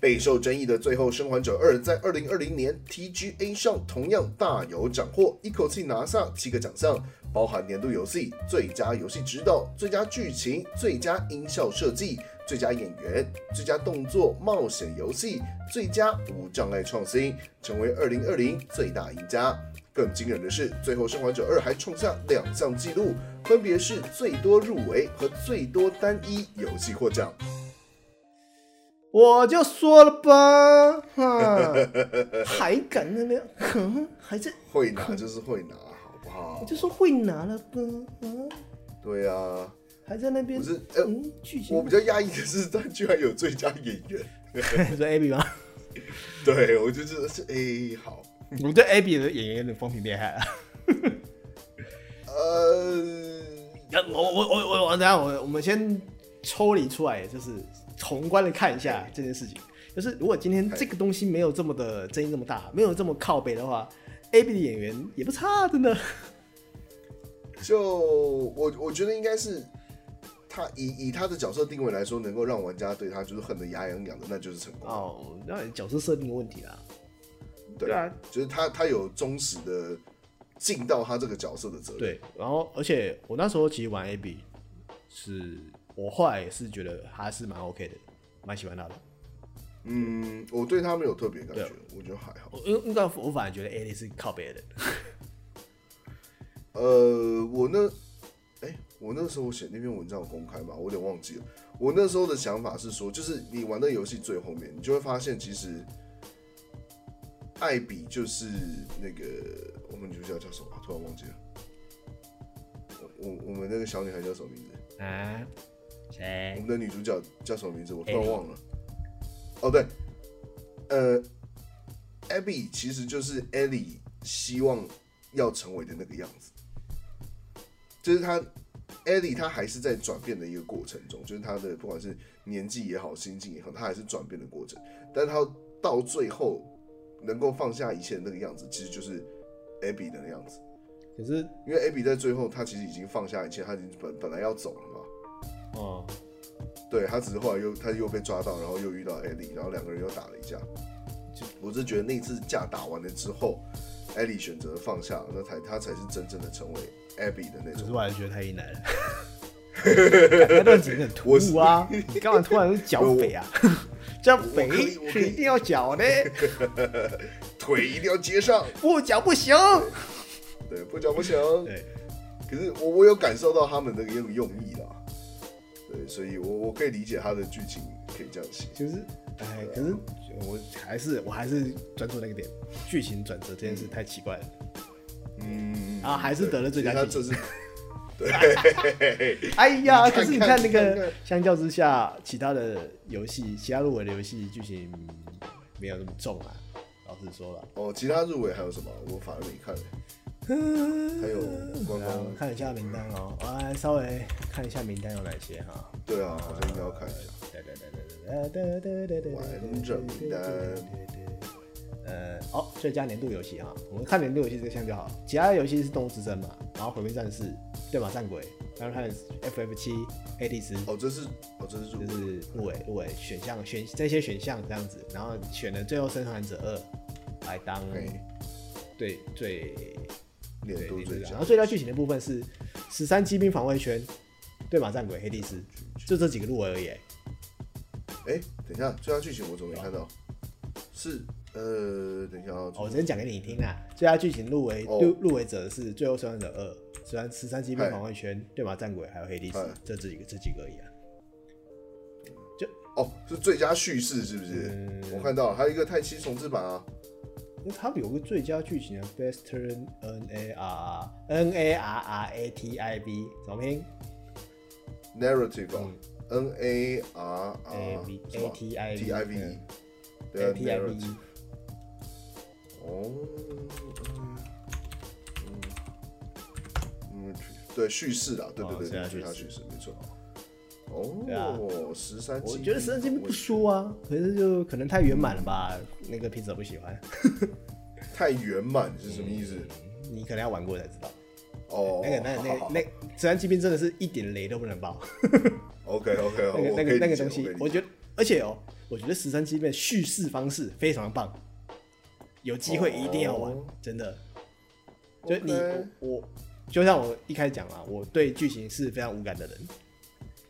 [SPEAKER 1] 备受争议的《最后生还者二》在二零二零年 TGA 上同样大有斩获，一口气拿下七个奖项，包含年度游戏、最佳游戏指导、最佳剧情、最佳音效设计、最佳演员、最佳动作冒险游戏、最佳无障碍创新，成为二零二零最大赢家。更惊人的是，《最后生还者二》还创下两项纪录，分别是最多入围和最多单一游戏获奖。
[SPEAKER 3] 我就说了吧， 哈，还敢那边，哼，还在，
[SPEAKER 1] 会拿就是会拿，好不好
[SPEAKER 3] 我？就说会拿了吧，啊，
[SPEAKER 1] 对啊，
[SPEAKER 3] 还在那边，
[SPEAKER 1] 不是呃
[SPEAKER 3] 嗯，剧情
[SPEAKER 1] 我比，较讶异的是，他居然有最佳演员。
[SPEAKER 3] 你说 Abby 吗？
[SPEAKER 1] 对我就觉得是 A 好，
[SPEAKER 3] 我对 Abby 的演员有点风评变害啊。
[SPEAKER 1] 呃，
[SPEAKER 3] 我我我我我，等下我我们先抽离出来，就是宏观的看一下
[SPEAKER 1] 哎
[SPEAKER 3] 这件事情。就是如果今天这个东西没有这么的争议这么
[SPEAKER 1] 哎
[SPEAKER 3] 大，没有这么靠北的话，Abby 的演员也不差，真的。
[SPEAKER 1] 就我我觉得应该是他以以他的角色定位来说，能够让玩家对他就是恨得牙痒痒的，那就是成功。
[SPEAKER 3] 哦，那角色设定的问题啦。
[SPEAKER 1] 对
[SPEAKER 3] 对啊，
[SPEAKER 1] 就是他他有忠实的尽到他这个角色的责任。
[SPEAKER 3] 对，然后而且我那时候其实玩 AB，是我后来也是觉得还是蛮 OK 的，蛮喜欢他的。
[SPEAKER 1] 嗯，我对他没有特别感觉
[SPEAKER 3] 对，
[SPEAKER 1] 我觉得还好。
[SPEAKER 3] 我应应该我反而觉得 A 是靠别人，
[SPEAKER 1] 呃，我那，哎、我那时候写那篇文章有公开嘛，我有点忘记了。我那时候的想法是说，就是你玩到游戏最后面，你就会发现，其实艾比就是那个我们女主角叫什么啊、突然忘记了。我我我们那个小女孩叫什么名字？
[SPEAKER 3] 啊，
[SPEAKER 1] 我
[SPEAKER 3] 谁？
[SPEAKER 1] 们的女主角叫什么名字？我突
[SPEAKER 3] 艾
[SPEAKER 1] 然
[SPEAKER 3] 比
[SPEAKER 1] 忘了。哦，对，呃，艾比其实就是艾莉希望要成为的那个样子，就是她，艾莉她还是在转变的一个过程中，就是她的不管是年纪也好，心境也好，她还是转变的过程，但她到最后能够放下一切的那个样子，其实就是艾比的样子。
[SPEAKER 3] 可是，
[SPEAKER 1] 因为艾比在最后，她其实已经放下一切，她已经本本来要走了嘛，
[SPEAKER 3] 哦，
[SPEAKER 1] 对他只是后来又他又被抓到，然后又遇到艾莉，然后两个人又打了一架。就我是觉得那次架打完了之后，艾莉选择放下，那才他才是真正的成为 Abby 的那
[SPEAKER 3] 可
[SPEAKER 1] 种
[SPEAKER 3] 是。我还是觉得太硬来了。那段子很突兀啊！你干嘛突 然剿匪啊？剿匪
[SPEAKER 1] 我可以我可以
[SPEAKER 3] 是一定要剿 的，
[SPEAKER 1] 腿一定要接上，
[SPEAKER 3] 不剿不行。
[SPEAKER 1] 对，不讲不行。
[SPEAKER 3] 对，
[SPEAKER 1] 可是我我有感受到他们那个用用意啦，对，所以我我可以理解他的剧情，可以这样写。
[SPEAKER 3] 就是，哎，可是我还是我还是专注那个点，剧情转折这件事太奇怪了。
[SPEAKER 1] 嗯
[SPEAKER 3] 啊还是得了最佳
[SPEAKER 1] 对其
[SPEAKER 3] 剧
[SPEAKER 1] 实他这是对，
[SPEAKER 3] 哎呀，
[SPEAKER 1] 你看
[SPEAKER 3] 可是你
[SPEAKER 1] 看
[SPEAKER 3] 看那
[SPEAKER 1] 看看
[SPEAKER 3] 个，相较之下，其他的游戏，其他入围的游戏剧情没有那么重啊。老实说了，
[SPEAKER 1] 哦，其他入围还有什么？我反而没看。
[SPEAKER 3] 还
[SPEAKER 1] 有观光
[SPEAKER 3] 我看一下名单哦，我来稍微看一下名单有哪些哈。
[SPEAKER 1] 对啊，好像应该要看一下。
[SPEAKER 3] 完
[SPEAKER 1] 完整名单
[SPEAKER 3] 呃，哦，最佳年度游戏哈，我们看年度游戏这项就好。其他游戏是《动物之争》嘛，然后《毁灭战士》、《对马战鬼》，然后看 FF 七、A D 斯，
[SPEAKER 1] 哦，这是哦，这是入
[SPEAKER 3] 就
[SPEAKER 1] 围。
[SPEAKER 3] 是入围入围选项选这些选项这样子，然后选了《最后生还者二》来当
[SPEAKER 1] 嘿
[SPEAKER 3] 对最
[SPEAKER 1] 年度最佳
[SPEAKER 3] 然后最佳剧情的部分是《十三机兵防卫圈》、《对马战鬼》、《黑帝斯》，就这几个入围而已。欸
[SPEAKER 1] 哎、等一下，最佳剧情我怎么没看到？是呃，等一下啊，
[SPEAKER 3] 哦我直接讲给你听啦。最佳剧情入围
[SPEAKER 1] 哦
[SPEAKER 3] 入入围者是《最后生还者二》、《十三十三机兵
[SPEAKER 1] 嗨
[SPEAKER 3] 防卫圈》、《对马战鬼》还有《黑帝斯
[SPEAKER 1] 嗨》
[SPEAKER 3] 这这几个这几个而已啊。
[SPEAKER 1] 哦，是最佳叙事是不是？
[SPEAKER 3] 嗯
[SPEAKER 1] 我看到了，还有一个泰西重置版啊，
[SPEAKER 3] 因为它有个最佳剧情啊，Best N A R N A R R A T I B 怎么拼
[SPEAKER 1] narrative 啊、n A R R
[SPEAKER 3] A-V-
[SPEAKER 1] 什么
[SPEAKER 3] A-T-I-V
[SPEAKER 1] T I V E，
[SPEAKER 3] 嗯
[SPEAKER 1] 对啊
[SPEAKER 3] ？A T E， I B
[SPEAKER 1] narrative 哦，嗯嗯嗯，对叙事啦，对
[SPEAKER 3] 哦
[SPEAKER 1] 对对，
[SPEAKER 3] 最佳
[SPEAKER 1] 最佳
[SPEAKER 3] 叙
[SPEAKER 1] 叙事没错。
[SPEAKER 3] 对啊
[SPEAKER 1] 哦，十三
[SPEAKER 3] 我
[SPEAKER 1] 集，
[SPEAKER 3] 觉得《十三机兵》不输啊，可是就可能太圆满了吧，那个评审不喜欢。
[SPEAKER 1] 太圆满是 什么意思？
[SPEAKER 3] 嗯你可能要玩过才知道。
[SPEAKER 1] 哦，
[SPEAKER 3] 那个、那个、 那个、那《自然疾病》真的是一点雷都不能爆。
[SPEAKER 1] OK OK，
[SPEAKER 3] 那
[SPEAKER 1] 哦我
[SPEAKER 3] 个、那
[SPEAKER 1] 可以
[SPEAKER 3] 个、那
[SPEAKER 1] 理解
[SPEAKER 3] 个东西，
[SPEAKER 1] 我可以
[SPEAKER 3] 我
[SPEAKER 1] 理解
[SPEAKER 3] 觉得，而且哦，我觉得《十三机变》叙事方式非常棒，有机会一定要玩，
[SPEAKER 1] 哦
[SPEAKER 3] 真的。就你
[SPEAKER 1] OK
[SPEAKER 3] 我我，就像我一开始讲啦，我对剧情是非常无感的人，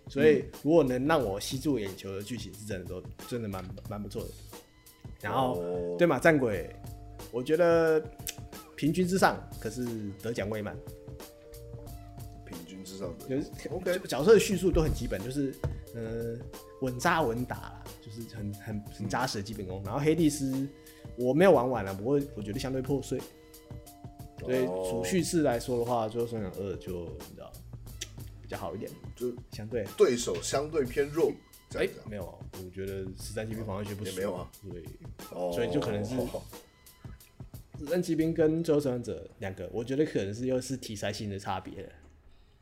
[SPEAKER 3] 所
[SPEAKER 1] 嗯
[SPEAKER 3] 以如果能让我吸住眼球的剧情，是真的都真的蛮蛮不错的。然后、
[SPEAKER 1] 哦
[SPEAKER 3] 对嘛，战鬼，我觉得平均之上，可是得奖未满。
[SPEAKER 1] 平均之上的
[SPEAKER 3] 就是
[SPEAKER 1] OK
[SPEAKER 3] 就角色的叙述都很基本，就是呃稳扎稳打啦，就是很很很扎实的基本功。然后黑帝斯我没有玩完了、不过我觉得相对破碎，所以
[SPEAKER 1] 哦
[SPEAKER 3] 主叙事来说的话，最后生产二就你知道比较好一点，
[SPEAKER 1] 就
[SPEAKER 3] 相对。
[SPEAKER 1] 对手相对偏弱，这
[SPEAKER 3] 哎、
[SPEAKER 1] 样子啊
[SPEAKER 3] 没有啊，我觉得十三骑兵防卫学不
[SPEAKER 1] 也
[SPEAKER 3] 输
[SPEAKER 1] 没有啊，
[SPEAKER 3] 对，
[SPEAKER 1] 哦，
[SPEAKER 3] 所以就 可能是十三骑兵跟最后生还者两个，我觉得可能是又是题材性的差别了，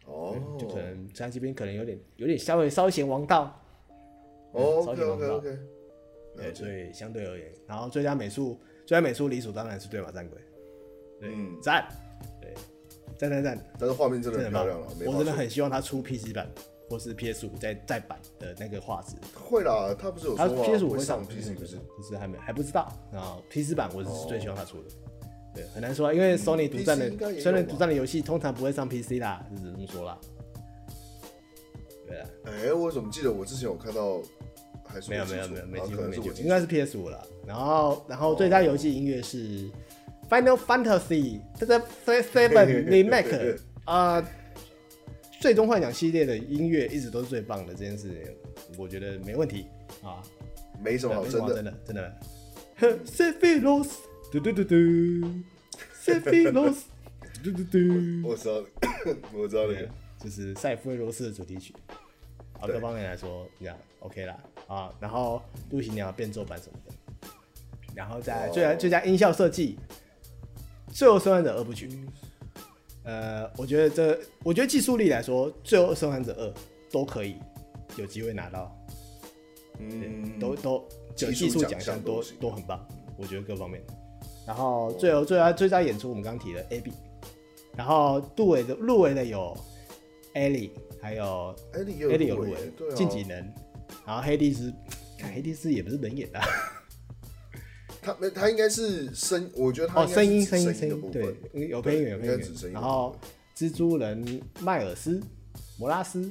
[SPEAKER 1] 哦，
[SPEAKER 3] 就可能十三骑兵可能有点有点稍微稍显王道，稍
[SPEAKER 1] OK
[SPEAKER 3] 显王
[SPEAKER 1] OK
[SPEAKER 3] 道
[SPEAKER 1] OK，
[SPEAKER 3] 对，哎所以相对而言，然后最佳美术，最佳美术理所当然是对马战鬼，对，
[SPEAKER 1] 嗯
[SPEAKER 3] 赞，对，赞赞赞，
[SPEAKER 1] 但是画面真的
[SPEAKER 3] 真的
[SPEAKER 1] 很
[SPEAKER 3] 很
[SPEAKER 1] 漂
[SPEAKER 3] 棒
[SPEAKER 1] 亮了，没
[SPEAKER 3] 我
[SPEAKER 1] 话
[SPEAKER 3] 真的
[SPEAKER 1] 说
[SPEAKER 3] 很希望他出 PC 版或是 PS 五再再版的那个画质，
[SPEAKER 1] 会啦，他不是有
[SPEAKER 3] 他
[SPEAKER 1] 说嘛
[SPEAKER 3] PS 五
[SPEAKER 1] 会
[SPEAKER 3] 上
[SPEAKER 1] 上 PC 不是？哦
[SPEAKER 3] 就是还没还不知道，然后 PC 版我是最希望他出的。对，很难说啊，因为 Sony 独占的
[SPEAKER 1] PC 嗯应该也有
[SPEAKER 3] Sony
[SPEAKER 1] 吧
[SPEAKER 3] 独占的游戏通常不会上 PC 啦，就只能这么说啦。对啊，
[SPEAKER 1] 哎，我怎么记得我之前有看到，还是
[SPEAKER 3] 没有
[SPEAKER 1] 我
[SPEAKER 3] 没
[SPEAKER 1] 记
[SPEAKER 3] 有
[SPEAKER 1] 错
[SPEAKER 3] 没有
[SPEAKER 1] 然后
[SPEAKER 3] 没机
[SPEAKER 1] 啊可
[SPEAKER 3] 会
[SPEAKER 1] 能
[SPEAKER 3] 没
[SPEAKER 1] 是
[SPEAKER 3] 机
[SPEAKER 1] 我
[SPEAKER 3] 会，
[SPEAKER 1] 记
[SPEAKER 3] 应
[SPEAKER 1] 错
[SPEAKER 3] 哦该是 PS 五了。然后然后最佳游戏音乐是 Final Fantasy 这个 Seven Remake 啊，最终幻想系列的音乐一直都是最棒的，这件事情我觉得没问题啊，
[SPEAKER 1] 没什么好
[SPEAKER 3] 没什
[SPEAKER 1] 争
[SPEAKER 3] 么真
[SPEAKER 1] 的，
[SPEAKER 3] 的真的。Sephiros，嘟嘟嘟 嘟，Sephiros，嘟嘟 嘟，
[SPEAKER 1] 我知道，我知道那
[SPEAKER 3] 对
[SPEAKER 1] 个，，
[SPEAKER 3] 就是塞夫罗斯的主题曲。啊，
[SPEAKER 1] 对
[SPEAKER 3] 各方面来说，这样 OK 啦啊。然后陆行鸟变奏版什么的，然后再
[SPEAKER 1] 哦
[SPEAKER 3] 最佳最佳音效设计，《最后生还者二部曲》。呃，我觉得这，我觉得技术力来说，《最后生还者二》都可以有机会拿到，
[SPEAKER 1] 嗯，
[SPEAKER 3] 都都有
[SPEAKER 1] 技
[SPEAKER 3] 技
[SPEAKER 1] 术
[SPEAKER 3] 术
[SPEAKER 1] 奖
[SPEAKER 3] 奖
[SPEAKER 1] 项
[SPEAKER 3] 项
[SPEAKER 1] 都
[SPEAKER 3] 都
[SPEAKER 1] 行
[SPEAKER 3] 都很棒，我觉得各方面。然后最后最佳最佳演出我们刚刚提了 A B，然后入围的入围的有 Ellie，还有
[SPEAKER 1] 艾利也
[SPEAKER 3] Ellie 有
[SPEAKER 1] 入
[SPEAKER 3] 入围
[SPEAKER 1] 围，对，啊，
[SPEAKER 3] 近几能，然后黑帝斯，看黑帝斯也不是人演的啊，
[SPEAKER 1] 他没他应该是声，我觉得他
[SPEAKER 3] 哦，
[SPEAKER 1] 应该
[SPEAKER 3] 声
[SPEAKER 1] 是
[SPEAKER 3] 音
[SPEAKER 1] 指
[SPEAKER 3] 声音
[SPEAKER 1] 声
[SPEAKER 3] 声
[SPEAKER 1] 的
[SPEAKER 3] 音
[SPEAKER 1] 部，分
[SPEAKER 3] 对，，有配音员有
[SPEAKER 1] 应
[SPEAKER 3] 配
[SPEAKER 1] 该
[SPEAKER 3] 音
[SPEAKER 1] 只声
[SPEAKER 3] 员，
[SPEAKER 1] 音
[SPEAKER 3] 然
[SPEAKER 1] 的部
[SPEAKER 3] 后蜘蛛人迈尔斯、摩拉斯，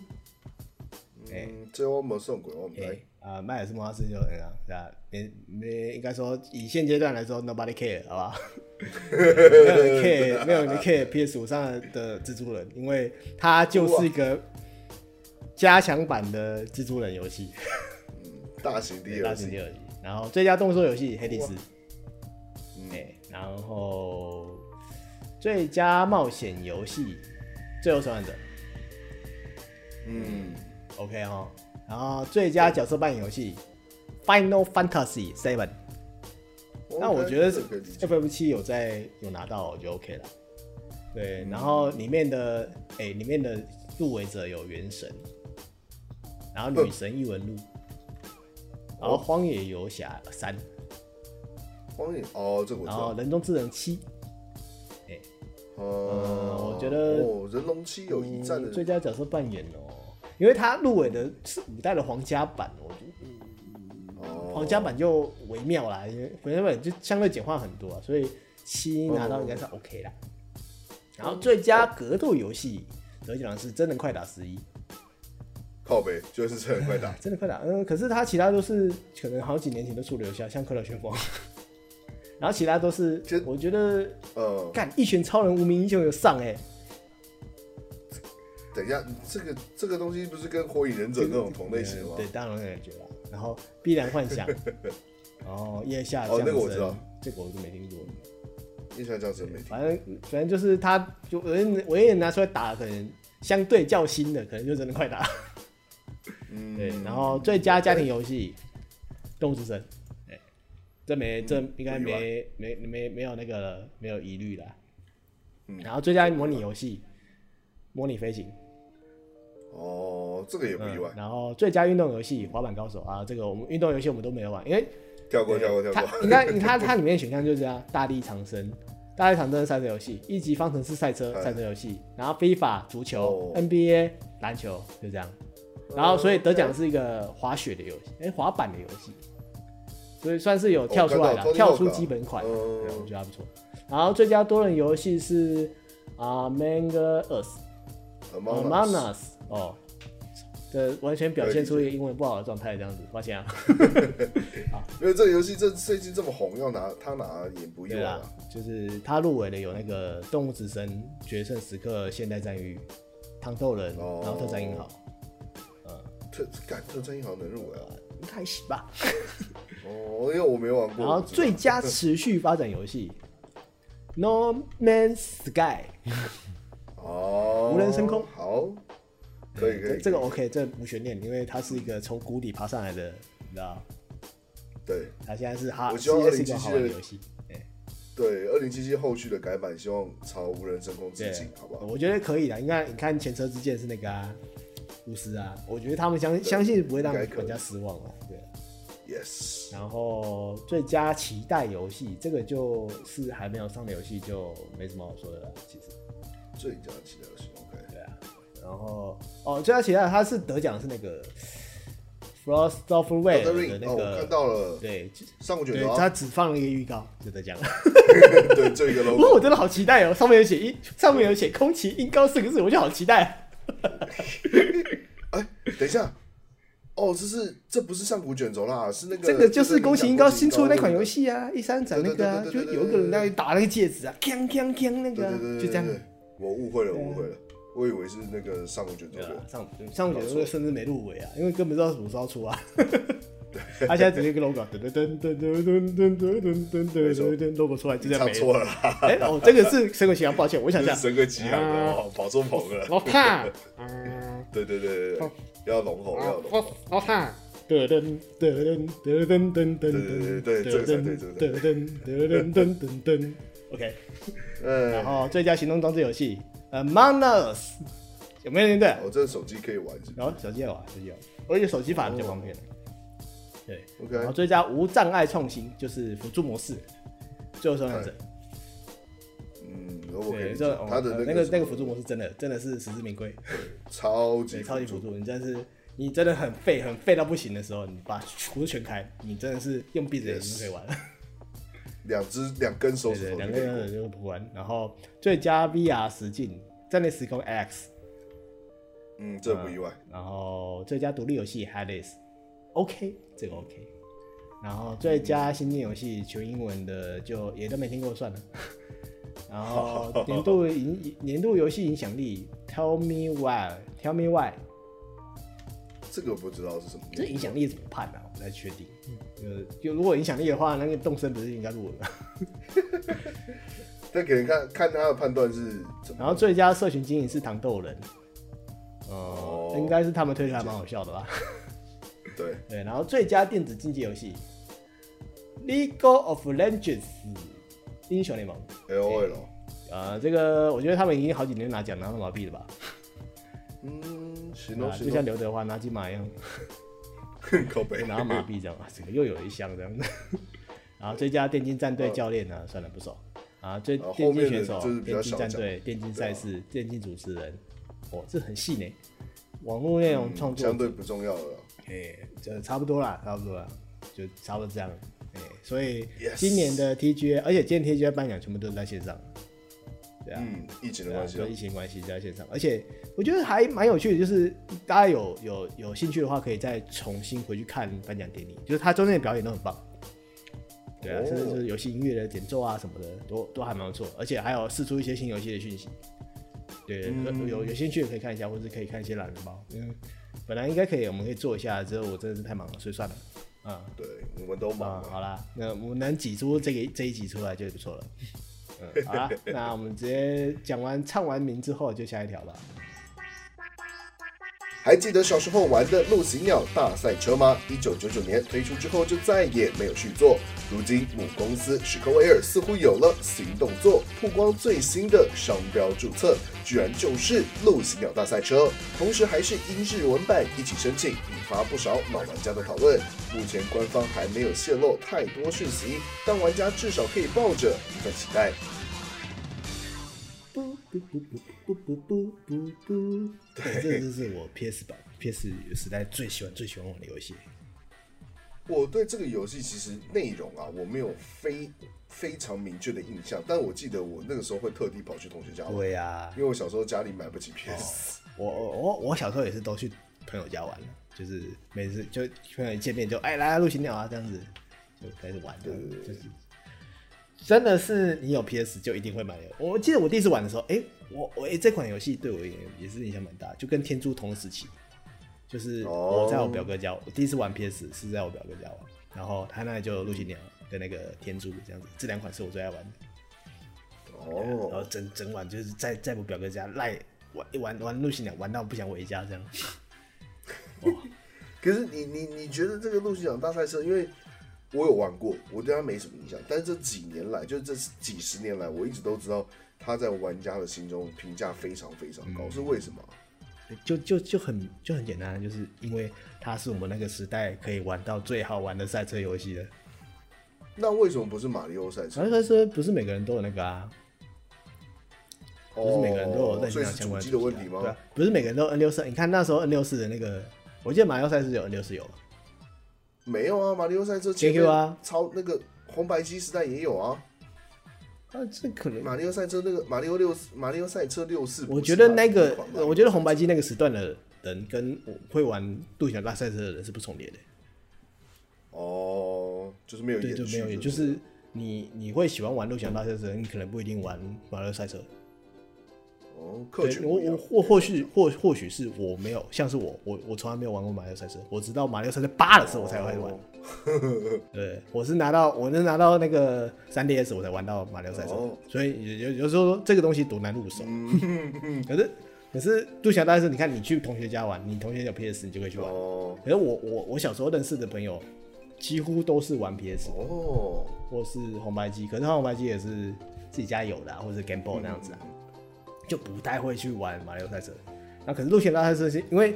[SPEAKER 3] 哎、
[SPEAKER 1] 嗯，这我们送鬼，我们
[SPEAKER 3] 哎、
[SPEAKER 1] 来，
[SPEAKER 3] 啊，迈尔斯摩拉斯就那样，对吧？没没，应该说以现阶段来说，nobody care，好吧？没有人 care，没有人 care PS 五上的蜘蛛人，因为它就是一个加强版的蜘蛛人游戏。
[SPEAKER 1] 大型
[SPEAKER 3] 对
[SPEAKER 1] D
[SPEAKER 3] 大
[SPEAKER 1] L
[SPEAKER 3] 型
[SPEAKER 1] C，
[SPEAKER 3] DLC。然后最佳动作游戏《黑帝斯》，
[SPEAKER 1] 嗯
[SPEAKER 3] 对，然后最佳冒险游戏《最后生还者
[SPEAKER 1] 嗯，》
[SPEAKER 3] ，OK 哦。然后最佳角色扮演游戏《Final Fantasy Seven》，那我觉得
[SPEAKER 1] OK，这个可以理解
[SPEAKER 3] F F 七有在有拿到，我就 OK 了。对，然后里面的哎、里面的入围者有《原神》，然后《
[SPEAKER 1] 嗯
[SPEAKER 3] 女神异闻录》，然后
[SPEAKER 1] 哦
[SPEAKER 3] 《荒野游侠三》，
[SPEAKER 1] 荒野哦，这个我知
[SPEAKER 3] 然后
[SPEAKER 1] 道
[SPEAKER 3] 《人中之人七》。
[SPEAKER 1] 哦，
[SPEAKER 3] 嗯我觉得
[SPEAKER 1] 哦，人龙七有一战
[SPEAKER 3] 嗯最
[SPEAKER 1] 的，
[SPEAKER 3] 佳角色扮演哦，因为他入围的是五代的皇家版，我觉得
[SPEAKER 1] 哦
[SPEAKER 3] 皇家版就微妙啦，因为皇家版就相对简化很多啊，所以七拿到应该
[SPEAKER 1] 哦
[SPEAKER 3] 是 OK 啦。然后最佳格斗游戏得奖的是《真人快打十一》，
[SPEAKER 1] 靠北就是这很啊快打
[SPEAKER 3] 《真人快打》嗯，可是它其他都是可能好几年前都出留下，像《快乐旋风》， 然后其他都是
[SPEAKER 1] 其实
[SPEAKER 3] 我觉得
[SPEAKER 1] 呃，
[SPEAKER 3] 干一拳超人、无名英雄有上哎、
[SPEAKER 1] 等一下，这个这个东西不是跟火影忍者那种同类型的吗
[SPEAKER 3] 对，？当然感觉啦。然后《必然幻 想》，然后《夜下降
[SPEAKER 1] 哦
[SPEAKER 3] 生》
[SPEAKER 1] 那个我知道，
[SPEAKER 3] 这个我就没听过。
[SPEAKER 1] 印象降生没听
[SPEAKER 3] 反正反正就是他，就我我也拿出来打，可能相对较新的，可能就真的快打。
[SPEAKER 1] 嗯，
[SPEAKER 3] 对， 然后最佳家庭游戏《动物之声》，哎，这没这应该
[SPEAKER 1] 嗯不
[SPEAKER 3] 没没没没有那个了，没有疑虑啦。
[SPEAKER 1] 嗯
[SPEAKER 3] 然后最佳模拟游戏《模拟飞行》
[SPEAKER 1] 哦，这个也不意外
[SPEAKER 3] 嗯，，然后最佳运动游戏《滑板高手》啊，这个我们运动游戏我们都没有玩，因为
[SPEAKER 1] 跳过跳过跳
[SPEAKER 3] 它
[SPEAKER 1] 过，
[SPEAKER 3] 应该它它里面选项就是这样：大力长生、大力长征赛车游戏、一级方程式赛车
[SPEAKER 1] 嗯
[SPEAKER 3] 赛车游戏，然后非法足球、
[SPEAKER 1] 哦嗯
[SPEAKER 3] NBA 篮球就这样。然后所以得奖是一个滑雪的游戏，哎、滑板的游戏，所以算是有跳出来了，
[SPEAKER 1] 哦我看到
[SPEAKER 3] 跳
[SPEAKER 1] Tony
[SPEAKER 3] 出
[SPEAKER 1] Hawk
[SPEAKER 3] 基本款，
[SPEAKER 1] 嗯
[SPEAKER 3] 对我觉得还不错。然后最佳多人游戏是啊、m a n g e Us
[SPEAKER 1] Among Us
[SPEAKER 3] Among Us 哦。这完全表现出一个英文不好的状态，这样子，抱歉啊。
[SPEAKER 1] 因为这个游戏这最近这么红，要拿他拿也不意
[SPEAKER 3] 对
[SPEAKER 1] 外
[SPEAKER 3] 啦
[SPEAKER 1] 啊。，
[SPEAKER 3] 就是他入围的有那个《动物之声》《决胜时刻》《现代战役》《糖豆人》
[SPEAKER 1] 哦
[SPEAKER 3] 然后《特战英豪》，
[SPEAKER 1] 特感特战银行能入围啊？
[SPEAKER 3] 应该是吧。
[SPEAKER 1] 哦，因为我没玩过。
[SPEAKER 3] 然后
[SPEAKER 1] 我不知道
[SPEAKER 3] 最佳持续发展游戏《No Man's Sky
[SPEAKER 1] 哦，
[SPEAKER 3] 无人升空嗯
[SPEAKER 1] 好，可》以可
[SPEAKER 3] 这
[SPEAKER 1] 以，
[SPEAKER 3] 这个 OK，这无悬念，因为它是一个从谷底爬上来的，你知道，
[SPEAKER 1] 对
[SPEAKER 3] 它现在是哈，
[SPEAKER 1] 我希望
[SPEAKER 3] 现在是一
[SPEAKER 1] 2077
[SPEAKER 3] 个好玩的游戏。哎
[SPEAKER 1] 对，二零七七后续的改版，希望朝无人升空致
[SPEAKER 3] 对
[SPEAKER 1] 敬，，好不好？
[SPEAKER 3] 我觉得可以的。你看，你看前车之鉴是那个啊，巫师啊，我觉得他们相相信不会让
[SPEAKER 1] 应该可以
[SPEAKER 3] 玩家失望了。对。
[SPEAKER 1] Yes，
[SPEAKER 3] 然后最佳期待游戏，这个就是还没有上的游戏，就没什么好说的了，其实。
[SPEAKER 1] 最佳期待游戏，OK，
[SPEAKER 3] 对啊。然后哦，最佳期待它是得奖的是那个 Frost of Way
[SPEAKER 1] 哦
[SPEAKER 3] 的
[SPEAKER 1] ，The Ring，
[SPEAKER 3] 那
[SPEAKER 1] 哦，我
[SPEAKER 3] 个，
[SPEAKER 1] 看到了，
[SPEAKER 3] 对就
[SPEAKER 1] 上古卷
[SPEAKER 3] 对，
[SPEAKER 1] 轴
[SPEAKER 3] 它
[SPEAKER 1] 啊，
[SPEAKER 3] 只放了一个预告就得奖了。
[SPEAKER 1] 对，这个
[SPEAKER 3] 不过
[SPEAKER 1] logo，
[SPEAKER 3] 我真的好期待哦，上面有写一，上面有写空气音高四个字，我就好期待。
[SPEAKER 1] 哎，等一下，哦，这是这不是上古卷轴啦，是那个
[SPEAKER 3] 这个就是宫崎英高新出的那款游
[SPEAKER 1] 戏，
[SPEAKER 3] 戏啊，一三展那个啊，
[SPEAKER 1] 对对
[SPEAKER 3] 就
[SPEAKER 1] 对对对对对
[SPEAKER 3] 有一个人在打那个戒指啊，锵锵锵那
[SPEAKER 1] 对
[SPEAKER 3] 个
[SPEAKER 1] 对
[SPEAKER 3] 啊
[SPEAKER 1] 对，对，
[SPEAKER 3] 就这样
[SPEAKER 1] 对。对我误会了，我误会了，我以为是那个上古卷轴
[SPEAKER 3] 对啊
[SPEAKER 1] 的，
[SPEAKER 3] 上上午九甚至没入围啊，因为根本不知道什么时候出啊。他现在直接一个 logo，噔噔噔噔噔噔噔噔噔噔噔噔 logo 出来就这样
[SPEAKER 1] 唱
[SPEAKER 3] 没了。
[SPEAKER 1] 错了啦，
[SPEAKER 3] 哎，哦，这个是《神鬼奇航》，抱歉， 我想一
[SPEAKER 1] 这
[SPEAKER 3] 下
[SPEAKER 1] 是，神鬼奇航的
[SPEAKER 3] 啊
[SPEAKER 1] 哦，跑错棚了，
[SPEAKER 3] 老怕，嗯，
[SPEAKER 1] 对对对对对，要龙吼，要龙吼。
[SPEAKER 3] 老老怕。噔噔噔噔噔噔噔噔，噔噔噔噔噔噔。OK，然
[SPEAKER 1] 嗯，
[SPEAKER 3] 后最佳行动装置游戏《Among Us》，有没有人对？
[SPEAKER 1] 我这手机可以玩是吧
[SPEAKER 3] 然后手机有啊，手机有，而且手机反而比较方便。对，然
[SPEAKER 1] 哦
[SPEAKER 3] 后
[SPEAKER 1] ？OK，
[SPEAKER 3] 最佳无障碍创新就是辅助模式，最后生还者。
[SPEAKER 1] 嗯，我可以
[SPEAKER 3] 对，
[SPEAKER 1] 理
[SPEAKER 3] 这
[SPEAKER 1] 解
[SPEAKER 3] 哦
[SPEAKER 1] 它的
[SPEAKER 3] 呃那
[SPEAKER 1] 个
[SPEAKER 3] 个
[SPEAKER 1] 什
[SPEAKER 3] 那个
[SPEAKER 1] 么
[SPEAKER 3] 辅助模式真的真的是实至名归，
[SPEAKER 1] 超级
[SPEAKER 3] 对，超级
[SPEAKER 1] 辅
[SPEAKER 3] 辅
[SPEAKER 1] 助
[SPEAKER 3] 助，你真的是你真的很废很废到不行的时候，你把辅助全开，你真的是用闭着眼睛就可以玩了。
[SPEAKER 1] 两只两根手
[SPEAKER 3] 对
[SPEAKER 1] 指
[SPEAKER 3] 对，
[SPEAKER 1] 头
[SPEAKER 3] 两
[SPEAKER 1] 就
[SPEAKER 3] 个
[SPEAKER 1] 可以
[SPEAKER 3] 人
[SPEAKER 1] 过。
[SPEAKER 3] 就不玩。然后最佳 VR 实境《战略时空 X》，
[SPEAKER 1] 嗯，这不意外。
[SPEAKER 3] 然后最佳独立游戏《Hades》，OK，这个 OK。然后最佳新进游戏全英文的就也都没听过算了。 然后年度影年度游戏影响力《Tell Me Why》，《Tell Me Why》
[SPEAKER 1] 这个不知道是什么。
[SPEAKER 3] 这影响力怎么判呢、啊？我不太确定。呃，就如果影响力的话，那个动身不是应该录了吗？
[SPEAKER 1] 但可能看看他的判断是怎么。
[SPEAKER 3] 然后最佳社群经营是糖豆人，呃
[SPEAKER 1] 哦
[SPEAKER 3] 应该是他们推的还蛮好笑的吧？
[SPEAKER 1] 对，
[SPEAKER 3] 对，然后最佳电子竞技游戏《League of Legends》英雄联盟，
[SPEAKER 1] L O L，
[SPEAKER 3] 呃，这个我觉得他们已经好几年拿奖拿到麻痹了吧？
[SPEAKER 1] 嗯，行
[SPEAKER 3] 对
[SPEAKER 1] 哦
[SPEAKER 3] 啊就
[SPEAKER 1] 行
[SPEAKER 3] 像
[SPEAKER 1] 哦，
[SPEAKER 3] 刘德华拿金马 一样，
[SPEAKER 1] 靠背，
[SPEAKER 3] 拿到麻痹这样啊，整个又有一箱这样。然后最佳电竞战队教练呢，算了不熟。啊，最
[SPEAKER 1] 啊
[SPEAKER 3] 电
[SPEAKER 1] 后面
[SPEAKER 3] 竞
[SPEAKER 1] 的啊
[SPEAKER 3] 选手
[SPEAKER 1] 就是、比
[SPEAKER 3] 电
[SPEAKER 1] 较
[SPEAKER 3] 竞
[SPEAKER 1] 少
[SPEAKER 3] 战
[SPEAKER 1] 讲
[SPEAKER 3] 队、电竞赛事、电竞主持人，哦，这很细呢。网络内容创
[SPEAKER 1] 嗯
[SPEAKER 3] 作
[SPEAKER 1] 相对不重要了。
[SPEAKER 3] 哎，这差不多啦，差不多啦，就差不多这样。哎，所以
[SPEAKER 1] Yes
[SPEAKER 3] 今年的 TGA，而且今年 TGA 颁奖全部都是在线上，对啊，
[SPEAKER 1] 嗯，疫情的
[SPEAKER 3] 对啊，
[SPEAKER 1] 关系
[SPEAKER 3] 就
[SPEAKER 1] 啊
[SPEAKER 3] 疫，情关系在线上，而且我觉得还蛮有趣的，就是大家有有有兴趣的话，可以再重新回去看颁奖典礼，就是他中间的表演都很棒。对啊，
[SPEAKER 1] 哦
[SPEAKER 3] 甚至就是游戏音乐的演奏啊什么的，都都还蛮不错，而且还有试出一些新游戏的讯息。对，
[SPEAKER 1] 嗯
[SPEAKER 3] 有有兴趣的可以看一下，或者可以看一些懒人包。嗯，本来应该可以，我们可以做一下，之后我真的是太忙了，所以算了。啊、
[SPEAKER 1] 对，我们都
[SPEAKER 3] 啊
[SPEAKER 1] 忙，了。
[SPEAKER 3] 好啦，那我们能挤出这个这一集出来就不错了。 嗯，好啦，那我们直接讲完唱完名之后就下一条吧。
[SPEAKER 1] 还记得小时候玩的陆行鸟大赛车吗？一九九九年推出之后就再也没有续作。如今母公司史克威尔似乎有了行动座，曝光最新的商标注册，居然就是陆行鸟大赛车，同时还是英日文版一起申请，引发不少老玩家的讨论。目前官方还没有泄露太多讯息，但玩家至少可以抱着一份期待。
[SPEAKER 3] 不不不不不不不不，对，这就是我 PS 版 PS 时代最喜欢最喜欢玩的游戏。
[SPEAKER 1] 我对这个游戏其实内容啊，我没有非非常明确的印象，但我记得我那个时候会特地跑去同学家玩，
[SPEAKER 3] 对啊呀、
[SPEAKER 1] 因为我小时候家里买不起 PS，、
[SPEAKER 3] 我我我我小时候也是都去朋友家玩的，就是每次就朋友一见面就哎来啊陆行鸟啊这样子，就开始玩，对
[SPEAKER 1] 对对
[SPEAKER 3] 就是真的是你有 PS 就一定会买的。我记得我第一次玩的时候，哎、我我哎、这款游戏对我也也是影响蛮大，就跟天珠同时期，就是
[SPEAKER 1] 哦
[SPEAKER 3] 我在我表哥家，我第一次玩 PS 是在我表哥家玩，然后他那里就有陆行鸟跟那个天珠这样子，这两款是我最爱玩的。然后
[SPEAKER 1] 哦，
[SPEAKER 3] 整整晚就是在在我表哥家赖玩玩玩陆行鸟，玩到不想回家这样。
[SPEAKER 1] 可是你你你觉得这个陆行奖大赛车，因为我有玩过，我对它没什么印象，但是这几年来，就是这几十年来，我一直都知道它在玩家的心中评价非常非常高，是为什么？
[SPEAKER 3] 就就就很就很简单，就是因为它是我们那个时代可以玩到最好玩的赛车游戏了。
[SPEAKER 1] 那为什么不是马里奥赛车
[SPEAKER 3] 然？后啊赛车不是每个人都有那个啊，不是每个人都有
[SPEAKER 1] 哦
[SPEAKER 3] 任
[SPEAKER 1] 所
[SPEAKER 3] 天
[SPEAKER 1] 以
[SPEAKER 3] 堂
[SPEAKER 1] 是
[SPEAKER 3] 相
[SPEAKER 1] 主
[SPEAKER 3] 关
[SPEAKER 1] 机的
[SPEAKER 3] 主
[SPEAKER 1] 问
[SPEAKER 3] 啊
[SPEAKER 1] 题吗？
[SPEAKER 3] 对啊，不是每个人都有 N 六四。你看那时候 N 六四的那个，我记得马里奥赛车有 N 六四有吧，啊
[SPEAKER 1] 没有啊，马里奥赛车前
[SPEAKER 3] JQ 啊
[SPEAKER 1] 面超那个红白机时代也有啊。
[SPEAKER 3] 啊，这可能
[SPEAKER 1] 马里奥赛车那个马里奥六四马里奥赛车六四，
[SPEAKER 3] 我觉得那个
[SPEAKER 1] 不是吧，
[SPEAKER 3] 我觉得红白机那个时段的人跟我会玩杜小大赛车的人是不重叠的。
[SPEAKER 1] 哦，就是没有
[SPEAKER 3] 对，
[SPEAKER 1] 延
[SPEAKER 3] 就没
[SPEAKER 1] 续，
[SPEAKER 3] 有，也就是你你会喜欢玩陆翔大赛车，你可能不一定玩马里奥赛车。
[SPEAKER 1] 哦，客
[SPEAKER 3] 对
[SPEAKER 1] 群，
[SPEAKER 3] 我
[SPEAKER 1] 不一样
[SPEAKER 3] 我或或许或或许是我没有，像是我我我从来没有玩过马里奥赛车，我直到马里奥赛车八的时候我才会玩。
[SPEAKER 1] 哦
[SPEAKER 3] 对，我是拿到我是拿到那个三 DS 我才玩到马里奥赛车，
[SPEAKER 1] 哦
[SPEAKER 3] 所以有有有时候这个东西多难入手。
[SPEAKER 1] 嗯
[SPEAKER 3] 可是可是陆翔大赛车，你看你去同学家玩，你同学有 PS 你就可以去玩。
[SPEAKER 1] 哦
[SPEAKER 3] 可是我我我小时候认识的朋友几乎都是玩 PS 的。
[SPEAKER 1] 哦，
[SPEAKER 3] 或是红白机，可是它红白机也是自己家有的、啊，或者是 Game Boy 那样子、啊，
[SPEAKER 1] 嗯
[SPEAKER 3] 就不太会去玩马里奥赛车。那可是路线拉赛车是因为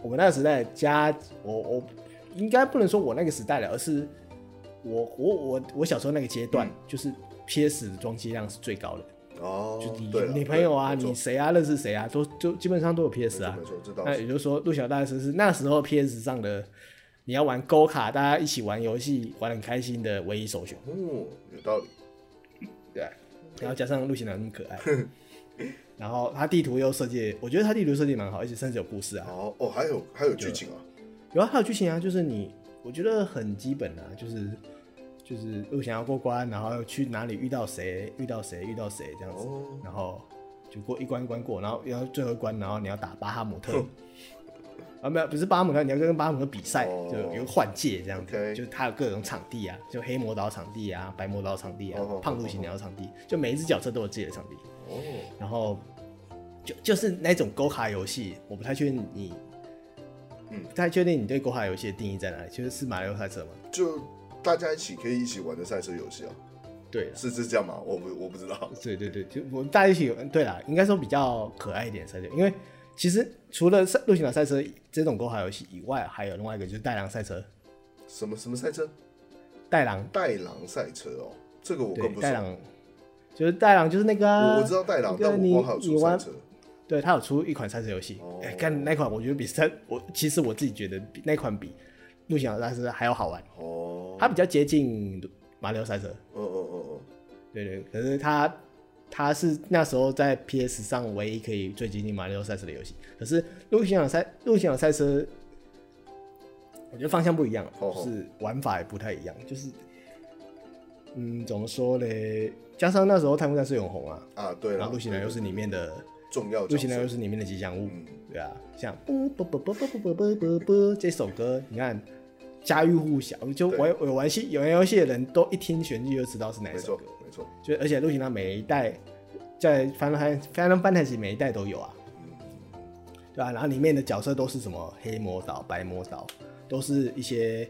[SPEAKER 3] 我们那个时代家，我我应该不能说我那个时代了，而是我我我我小时候那个
[SPEAKER 1] 嗯
[SPEAKER 3] 阶段，就是 PS 的装机量是最高的，
[SPEAKER 1] 哦，
[SPEAKER 3] 就你
[SPEAKER 1] 对了
[SPEAKER 3] 你朋友啊，
[SPEAKER 1] 对
[SPEAKER 3] 你
[SPEAKER 1] 没错
[SPEAKER 3] 谁啊，认识谁啊，都就基本上都有 PS 啊
[SPEAKER 1] 没错没错这。倒是
[SPEAKER 3] 那也就是说，陆小大师是那时候 PS 上的，你要玩勾卡，大家一起玩游戏玩得很开心的唯一首选。
[SPEAKER 1] 哦，有道理，
[SPEAKER 3] 对，然后加上陆行鸟那么可 爱，然后它地图又设计，我觉得它地图设计蛮好，而且甚至有故事啊，
[SPEAKER 1] 哦哦，还有还有剧情啊，
[SPEAKER 3] 然后还有剧情啊，就是你我觉得很基本啊，就是就是陆行要过关，然后去哪里遇到谁，遇到谁，遇到谁这样子
[SPEAKER 1] 哦，
[SPEAKER 3] 然后就过一关一关过，然后然后最后一关，然后你要打巴哈姆特，啊，没有，不是巴姆克，你要跟巴姆克比赛，
[SPEAKER 1] 哦
[SPEAKER 3] 就有一个换届这样子
[SPEAKER 1] OK
[SPEAKER 3] 就是它有各种场地啊，就黑魔导场地啊、白魔导场地啊、
[SPEAKER 1] 哦哦哦
[SPEAKER 3] 胖路型鸟场地，就每一只角色都有自己的场地，
[SPEAKER 1] 哦，
[SPEAKER 3] 然后就就是那种勾卡游戏，我不太确定你，
[SPEAKER 1] 嗯
[SPEAKER 3] 不太确定你对勾卡游戏的定义在哪里，就是是马里奥赛车吗？
[SPEAKER 1] 就大家一起可以一起玩的赛车游戏啊，
[SPEAKER 3] 对啦
[SPEAKER 1] 是是这样吗？我不我不知道。
[SPEAKER 3] 对对对，就我们大家一起有，对啦，应该说比较可爱一点的赛车，因为其实除了赛陆行的赛车这种勾卡游戏以外，还有另外一个就是带狼赛车，
[SPEAKER 1] 什么什么赛车？
[SPEAKER 3] 带狼
[SPEAKER 1] 带狼赛车哦，这个我
[SPEAKER 3] 对
[SPEAKER 1] 更不
[SPEAKER 3] 带
[SPEAKER 1] 熟。
[SPEAKER 3] 狼就是带狼就是那个啊、
[SPEAKER 1] 我我知道带狼，
[SPEAKER 3] 那
[SPEAKER 1] 但
[SPEAKER 3] 个
[SPEAKER 1] 我
[SPEAKER 3] 你
[SPEAKER 1] 光还有
[SPEAKER 3] 你
[SPEAKER 1] 出赛
[SPEAKER 3] 玩，
[SPEAKER 1] 车。
[SPEAKER 3] 对他有出一款赛车游戏
[SPEAKER 1] 哦，
[SPEAKER 3] 哎、干那款我觉得比赛我其实我自己觉得比那款比陆行赛车还要好玩，
[SPEAKER 1] 哦，
[SPEAKER 3] 它比较接近马里奥赛车，
[SPEAKER 1] 嗯嗯嗯
[SPEAKER 3] 对对，可是它它是那时候在 PS 上唯一可以最接近马里奥赛车的游戏。可是陆行鸟赛陆行鸟赛车，我觉得方向不一样，
[SPEAKER 1] 哦
[SPEAKER 3] 就
[SPEAKER 1] 哦
[SPEAKER 3] 是玩法也不太一样，就是嗯，怎么说嘞？加上那时候太空战士永红啊，
[SPEAKER 1] 嗯啊，对
[SPEAKER 3] 然
[SPEAKER 1] 了
[SPEAKER 3] 后陆，行鸟又是里面的
[SPEAKER 1] 重要
[SPEAKER 3] 陆
[SPEAKER 1] 角
[SPEAKER 3] 行鸟又
[SPEAKER 1] 色。
[SPEAKER 3] 是里面的吉祥物，
[SPEAKER 1] 嗯
[SPEAKER 3] 对啊，像啵啵啵啵啵啵啵啵啵啵这首歌，你看。家喻户晓，就
[SPEAKER 1] 对
[SPEAKER 3] 玩有玩游戏有玩游戏的人都一听旋律就知道是哪一
[SPEAKER 1] 没
[SPEAKER 3] 首
[SPEAKER 1] 错
[SPEAKER 3] 歌。
[SPEAKER 1] 没错，
[SPEAKER 3] 就而且陆行它每一代在 Final Final Fantasy 每一代都有啊，对吧、然后里面的角色都是什么黑魔导、白魔导，都是一些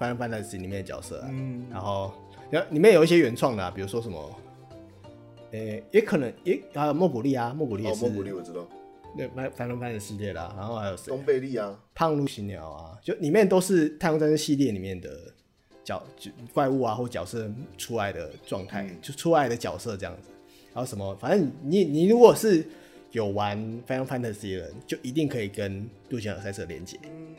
[SPEAKER 3] Final Fantasy 里面的角色、啊。
[SPEAKER 1] 嗯
[SPEAKER 3] 然后然后里面有一些原创的、啊，比如说什么，呃、也可能也还有莫古利啊，莫古利也
[SPEAKER 1] 哦，
[SPEAKER 3] 是、
[SPEAKER 1] 蒙古力我知道，
[SPEAKER 3] 对 Final Final Fantasy 系列的啊、然后还有谁？
[SPEAKER 1] 东贝利啊，
[SPEAKER 3] 胖鹿行鸟啊，就里面都是太空战士系列里面的角就怪物啊或角色出来的状态，
[SPEAKER 1] 嗯
[SPEAKER 3] 就出来的角色这样子。然后什么，反正你你如果是有玩 Final Fantasy 的人，就一定可以跟陆行鸟赛车连接。
[SPEAKER 1] 嗯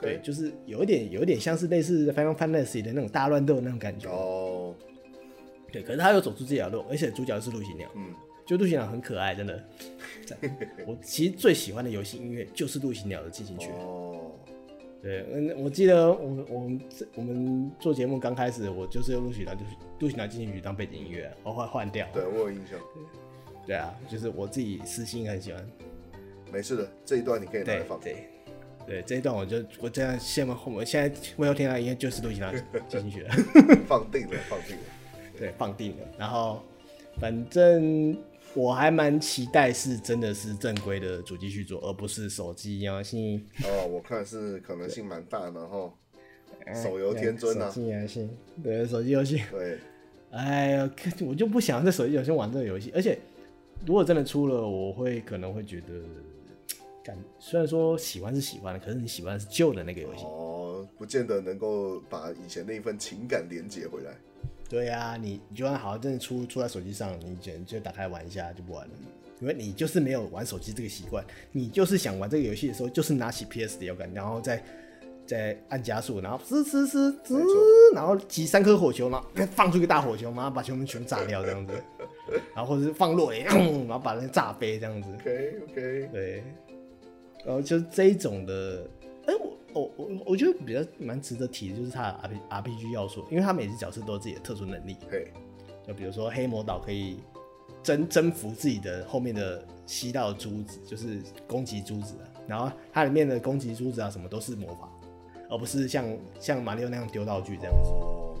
[SPEAKER 3] 对，
[SPEAKER 1] ，OK，
[SPEAKER 3] 就是有一点有一点像是类似 Final Fantasy 的那种大乱斗的那种感觉。
[SPEAKER 1] 哦，
[SPEAKER 3] 对，可是他又走出自己的路，而且主角是陆行鸟，
[SPEAKER 1] 嗯，
[SPEAKER 3] 就陆行鸟很可爱，真的。 赞我其实最喜欢的游戏音乐就是陆行鸟的进行曲。
[SPEAKER 1] 哦，
[SPEAKER 3] 对，嗯，我记得我们我们这我们做节目刚开始，我就是用陆行鸟，就是陆行鸟进行曲当背景音乐，我换换掉。
[SPEAKER 1] 对我有印象。
[SPEAKER 3] 对啊，就是我自己私心很喜欢。
[SPEAKER 1] 没事的，这一段你可以拿来
[SPEAKER 3] 对
[SPEAKER 1] 放。
[SPEAKER 3] 对对，这一段我就我这样现在后面现在我有听到音乐就是陆行鸟进行曲了，
[SPEAKER 1] 放定了，放定了。
[SPEAKER 3] 对，放定了。然后反正我还蛮期待是真的是正规的主机去做，而不是手机啊，新
[SPEAKER 1] 哦，我看是可能性蛮大的哈。手游天尊啊
[SPEAKER 3] 手机游戏，对，手机游戏。
[SPEAKER 1] 对，
[SPEAKER 3] 哎呀，可我就不想在手机游戏玩这个游戏，而且如果真的出了，我会可能会觉得，感虽然说喜欢是喜欢的，可是你喜欢的是旧的那个游戏。
[SPEAKER 1] 哦，不见得能够把以前那一份情感连接回来。
[SPEAKER 3] 对啊，你你就算好真的出出在手机上，你只能就打开玩一下就不玩了，因为你就是没有玩手机这个习惯，你就是想玩这个游戏的时候，就是拿起 PS 的摇杆，然后再再按加速，然后滋滋滋滋
[SPEAKER 1] 没，
[SPEAKER 3] 然后集三颗火球，然后放出一个大火球，然后把球门全炸掉这样子，然后或者是放落雷，然后把人炸飞这样子，
[SPEAKER 1] OK OK，
[SPEAKER 3] 对，然后就是这一种的，哎、我我我我觉得比较蛮值得提的就是它的 R P R P G 要素，因为它每只角色都有自己的特殊能力。
[SPEAKER 1] 嘿，
[SPEAKER 3] 就比如说黑魔导可以征征服自己的后面的吸到的珠子，就是攻击珠子啊，然后它里面的攻击珠子啊什么都是魔法，而不是像像马里奥那样丢道具这样子。
[SPEAKER 1] 哦，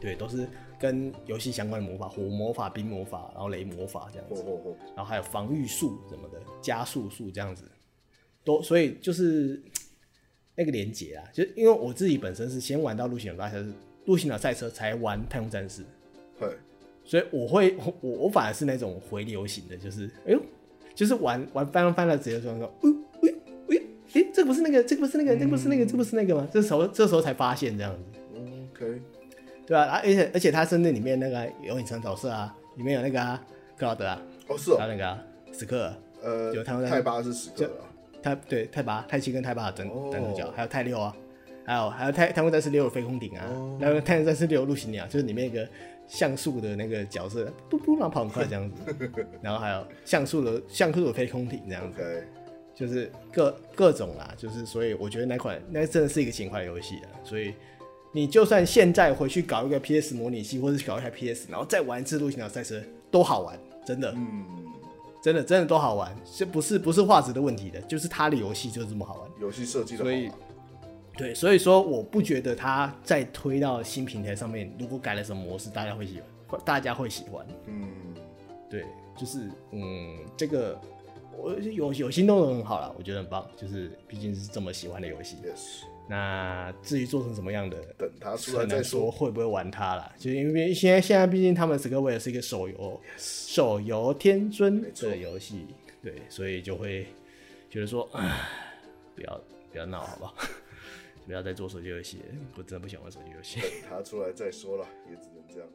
[SPEAKER 3] 对，都是跟游戏相关的魔法，火魔法、冰魔法，然后雷魔法这样
[SPEAKER 1] 嚯
[SPEAKER 3] 子，
[SPEAKER 1] 嚯嚯，
[SPEAKER 3] 然后还有防御术什么的，加速术这样子，都所以就是嘖那个连接啊，就是因为我自己本身是先玩到陆行鸟赛车，陆行鸟赛车才玩太空战士，
[SPEAKER 1] 嘿，
[SPEAKER 3] 所以我会 我我我反而是那种回流型的，就是哎呦，就是玩玩翻了翻了直接说说，呜呜呜，哎，呃这不是那个，这不是那个，这不是那个，这不是那个吗？这时候这时候才发现这样子，
[SPEAKER 1] 嗯 OK，
[SPEAKER 3] 对吧、啊？而且而且他甚至里面那个有隐藏角色啊，里面有那个啊克劳德啊，
[SPEAKER 1] 哦是
[SPEAKER 3] 还
[SPEAKER 1] 哦，
[SPEAKER 3] 有那个、啊、史克尔，有
[SPEAKER 1] 呃，
[SPEAKER 3] 他们在
[SPEAKER 1] 泰巴是十个了，
[SPEAKER 3] 泰对泰巴泰七跟泰巴的男
[SPEAKER 1] 哦
[SPEAKER 3] 男主角，还有泰六啊，还有还有泰太空战士六的飞空艇啊，然后太空战士六的陆行鸟，就是里面一个像素的那个角色，嘟嘟，然后跑很快这样子，然后还有像素的像素的飞空艇这样子，
[SPEAKER 1] OK，
[SPEAKER 3] 就是各各种啦，就是所以我觉得那款那真的是一个情怀游戏啊，所以。你就算现在回去搞一个 PS 模拟器，或者是搞一台 PS，然后再玩《自路行鸟赛车》，都好玩，真的。
[SPEAKER 1] 嗯，
[SPEAKER 3] 真的真的都好玩，这不是不是画质的问题的，就是它的游戏就是这么好玩。
[SPEAKER 1] 游戏设计的
[SPEAKER 3] 所以
[SPEAKER 1] 好啊
[SPEAKER 3] 对，所以说我不觉得它再推到新平台上面，如果改了什么模式，大家会喜欢，会大家会喜欢。
[SPEAKER 1] 嗯，
[SPEAKER 3] 对，就是嗯，这个我有有心动的很好啦，我觉得很棒，就是毕竟是这么喜欢的游戏。
[SPEAKER 1] yes，
[SPEAKER 3] 那至于做成什么样的，
[SPEAKER 1] 等它出来
[SPEAKER 3] 很
[SPEAKER 1] 再
[SPEAKER 3] 难说
[SPEAKER 1] 说。
[SPEAKER 3] 会不会玩它啦，就因为现在现在毕竟他们 Square 是一个手游手游天尊
[SPEAKER 1] 没错
[SPEAKER 3] 的游戏，对，所以就会觉得说，唉不要不要闹好不 好？不要再做手机游戏了，我真的不想玩手机 游戏。
[SPEAKER 1] 等它出来再说了，也只能这样。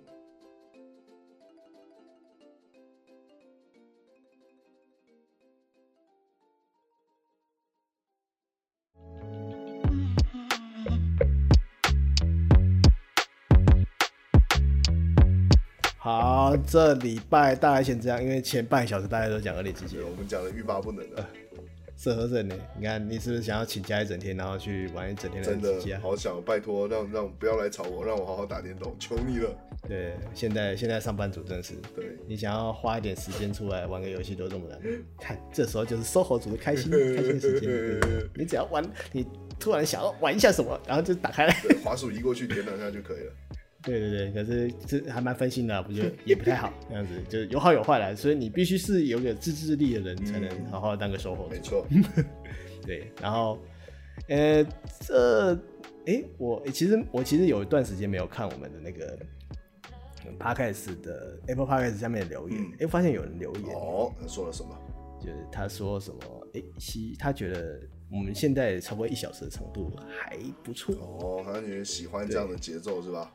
[SPEAKER 3] 好，这礼拜大概先这样，因为前半小时大家都讲二零七七
[SPEAKER 1] 对，，我们讲的欲罢不能啊的，
[SPEAKER 3] 社合整呢。你看你是不是想要请假一整天，然后去玩一整天
[SPEAKER 1] 真
[SPEAKER 3] 的七
[SPEAKER 1] 的
[SPEAKER 3] 啊？
[SPEAKER 1] 好想拜托，让让不要来吵我，让我好好打电动，求你了。
[SPEAKER 3] 对，现在现在上班族真的是，
[SPEAKER 1] 对，
[SPEAKER 3] 你想要花一点时间出来玩个游戏都这么难，看这时候就是收活族的开心开心的时间对不对，你只要玩，你突然想要玩一下什么，然后就打开来。
[SPEAKER 1] 对，哎滑鼠移过去点两下就可以了。
[SPEAKER 3] 对对对，可是这还蛮分心的啊，不就也不太好，这样子就是有好有坏啦，所以你必须是有个自制力的人才能好好地当个收活族
[SPEAKER 1] 嗯没。错，
[SPEAKER 3] 对，然后，呃，这，诶，我、诶其实我其实有一段时间没有看我们的那个嗯 podcast 的 Apple podcast 下面的留言，诶，
[SPEAKER 1] 嗯
[SPEAKER 3] 发现有人留言，
[SPEAKER 1] 哦，他说了什么？
[SPEAKER 3] 就是他说什么，诶，西，他觉得我们现在差不多一小时的长度还不错，
[SPEAKER 1] 哦，好像你喜欢这样的节奏是吧？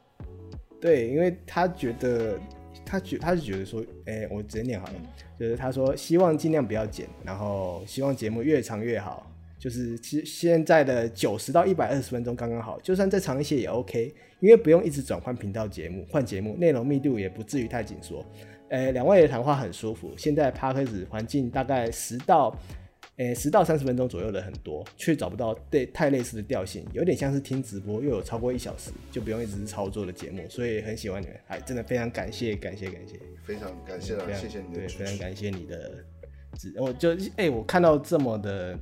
[SPEAKER 3] 对，因为他觉得。他觉他是觉得说，诶，我直接念好了，就是他说希望尽量不要剪，然后希望节目越长越好，就是其实现在的九十到一百二十分钟刚刚好，就算再长一些也 OK，因为不用一直转换频道节目，换节目内容密度也不至于太紧缩。呃，两位的谈话很舒服，现在 p a r k 环境大概十到。诶，十到三十分钟左右的很多，却找不到对太类似的调性，有点像是听直播，又有超过一小时，就不用一直是操作的节目，所以很喜欢你们，哎，真的非常感谢，感谢，感谢。
[SPEAKER 1] 非常感谢
[SPEAKER 3] 非
[SPEAKER 1] 啦，
[SPEAKER 3] 常
[SPEAKER 1] 谢谢你的
[SPEAKER 3] 对，
[SPEAKER 1] 支
[SPEAKER 3] 非常
[SPEAKER 1] 持。
[SPEAKER 3] 感谢你的指，我就哎、我看到这么的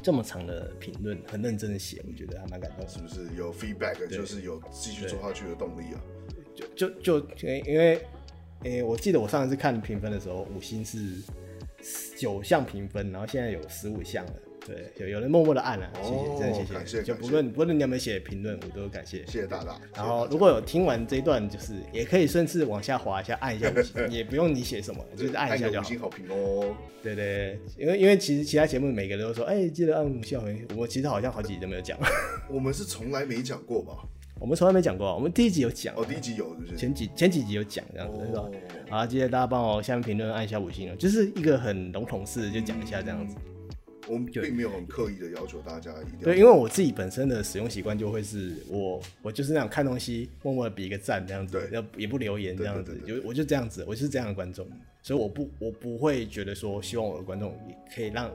[SPEAKER 3] 这么长的评论，很认真的写，我觉得还蛮感动的
[SPEAKER 1] 是。不是有 feedback 就是有继续做下去的动力啊？
[SPEAKER 3] 就就就因为，诶、我记得我上一次看评分的时候，五星是九项评分，然后现在有十五项了。对，有有人默默的按了、谢
[SPEAKER 1] 哦
[SPEAKER 3] 谢，真的谢谢。
[SPEAKER 1] 感谢
[SPEAKER 3] 就
[SPEAKER 1] 感
[SPEAKER 3] 不
[SPEAKER 1] 谢
[SPEAKER 3] 论不论你有没有写评论，我都感谢。
[SPEAKER 1] 谢谢大大。
[SPEAKER 3] 然后，如果有听完这一段，就是也可以顺势往下滑一下，按一下 五星，也不用你写什么，
[SPEAKER 1] 谢
[SPEAKER 3] 就
[SPEAKER 1] 谢
[SPEAKER 3] 是
[SPEAKER 1] 大家
[SPEAKER 3] 按一下
[SPEAKER 1] 按个
[SPEAKER 3] 就
[SPEAKER 1] 五
[SPEAKER 3] 好。
[SPEAKER 1] 星好评哦。
[SPEAKER 3] 对对，对因为因为其实其他节目每个人都说，哎、记得按五星好评。我其实好像好几集都没有讲，
[SPEAKER 1] 我们是从来没讲过吧？
[SPEAKER 3] 我们从来没讲过。我们第一集有讲，
[SPEAKER 1] 哦，第一集有是不是？
[SPEAKER 3] 啊前几前几集有讲这样子，是吧
[SPEAKER 1] 哦？
[SPEAKER 3] 好，记得大家帮我下面评论按一下五星哦，就是一个很笼统式的就讲一下这样子。
[SPEAKER 1] 我们并没有很刻意的要求大家一定要
[SPEAKER 3] 对，因为我自己本身的使用习惯就会是我我就是那种看东西默默的比一个赞这样子，
[SPEAKER 1] 对
[SPEAKER 3] 要也不留言这样子
[SPEAKER 1] 对，对
[SPEAKER 3] 就我就这样子，我就是这样的观众，所以我不我不会觉得说希望我的观众也可以让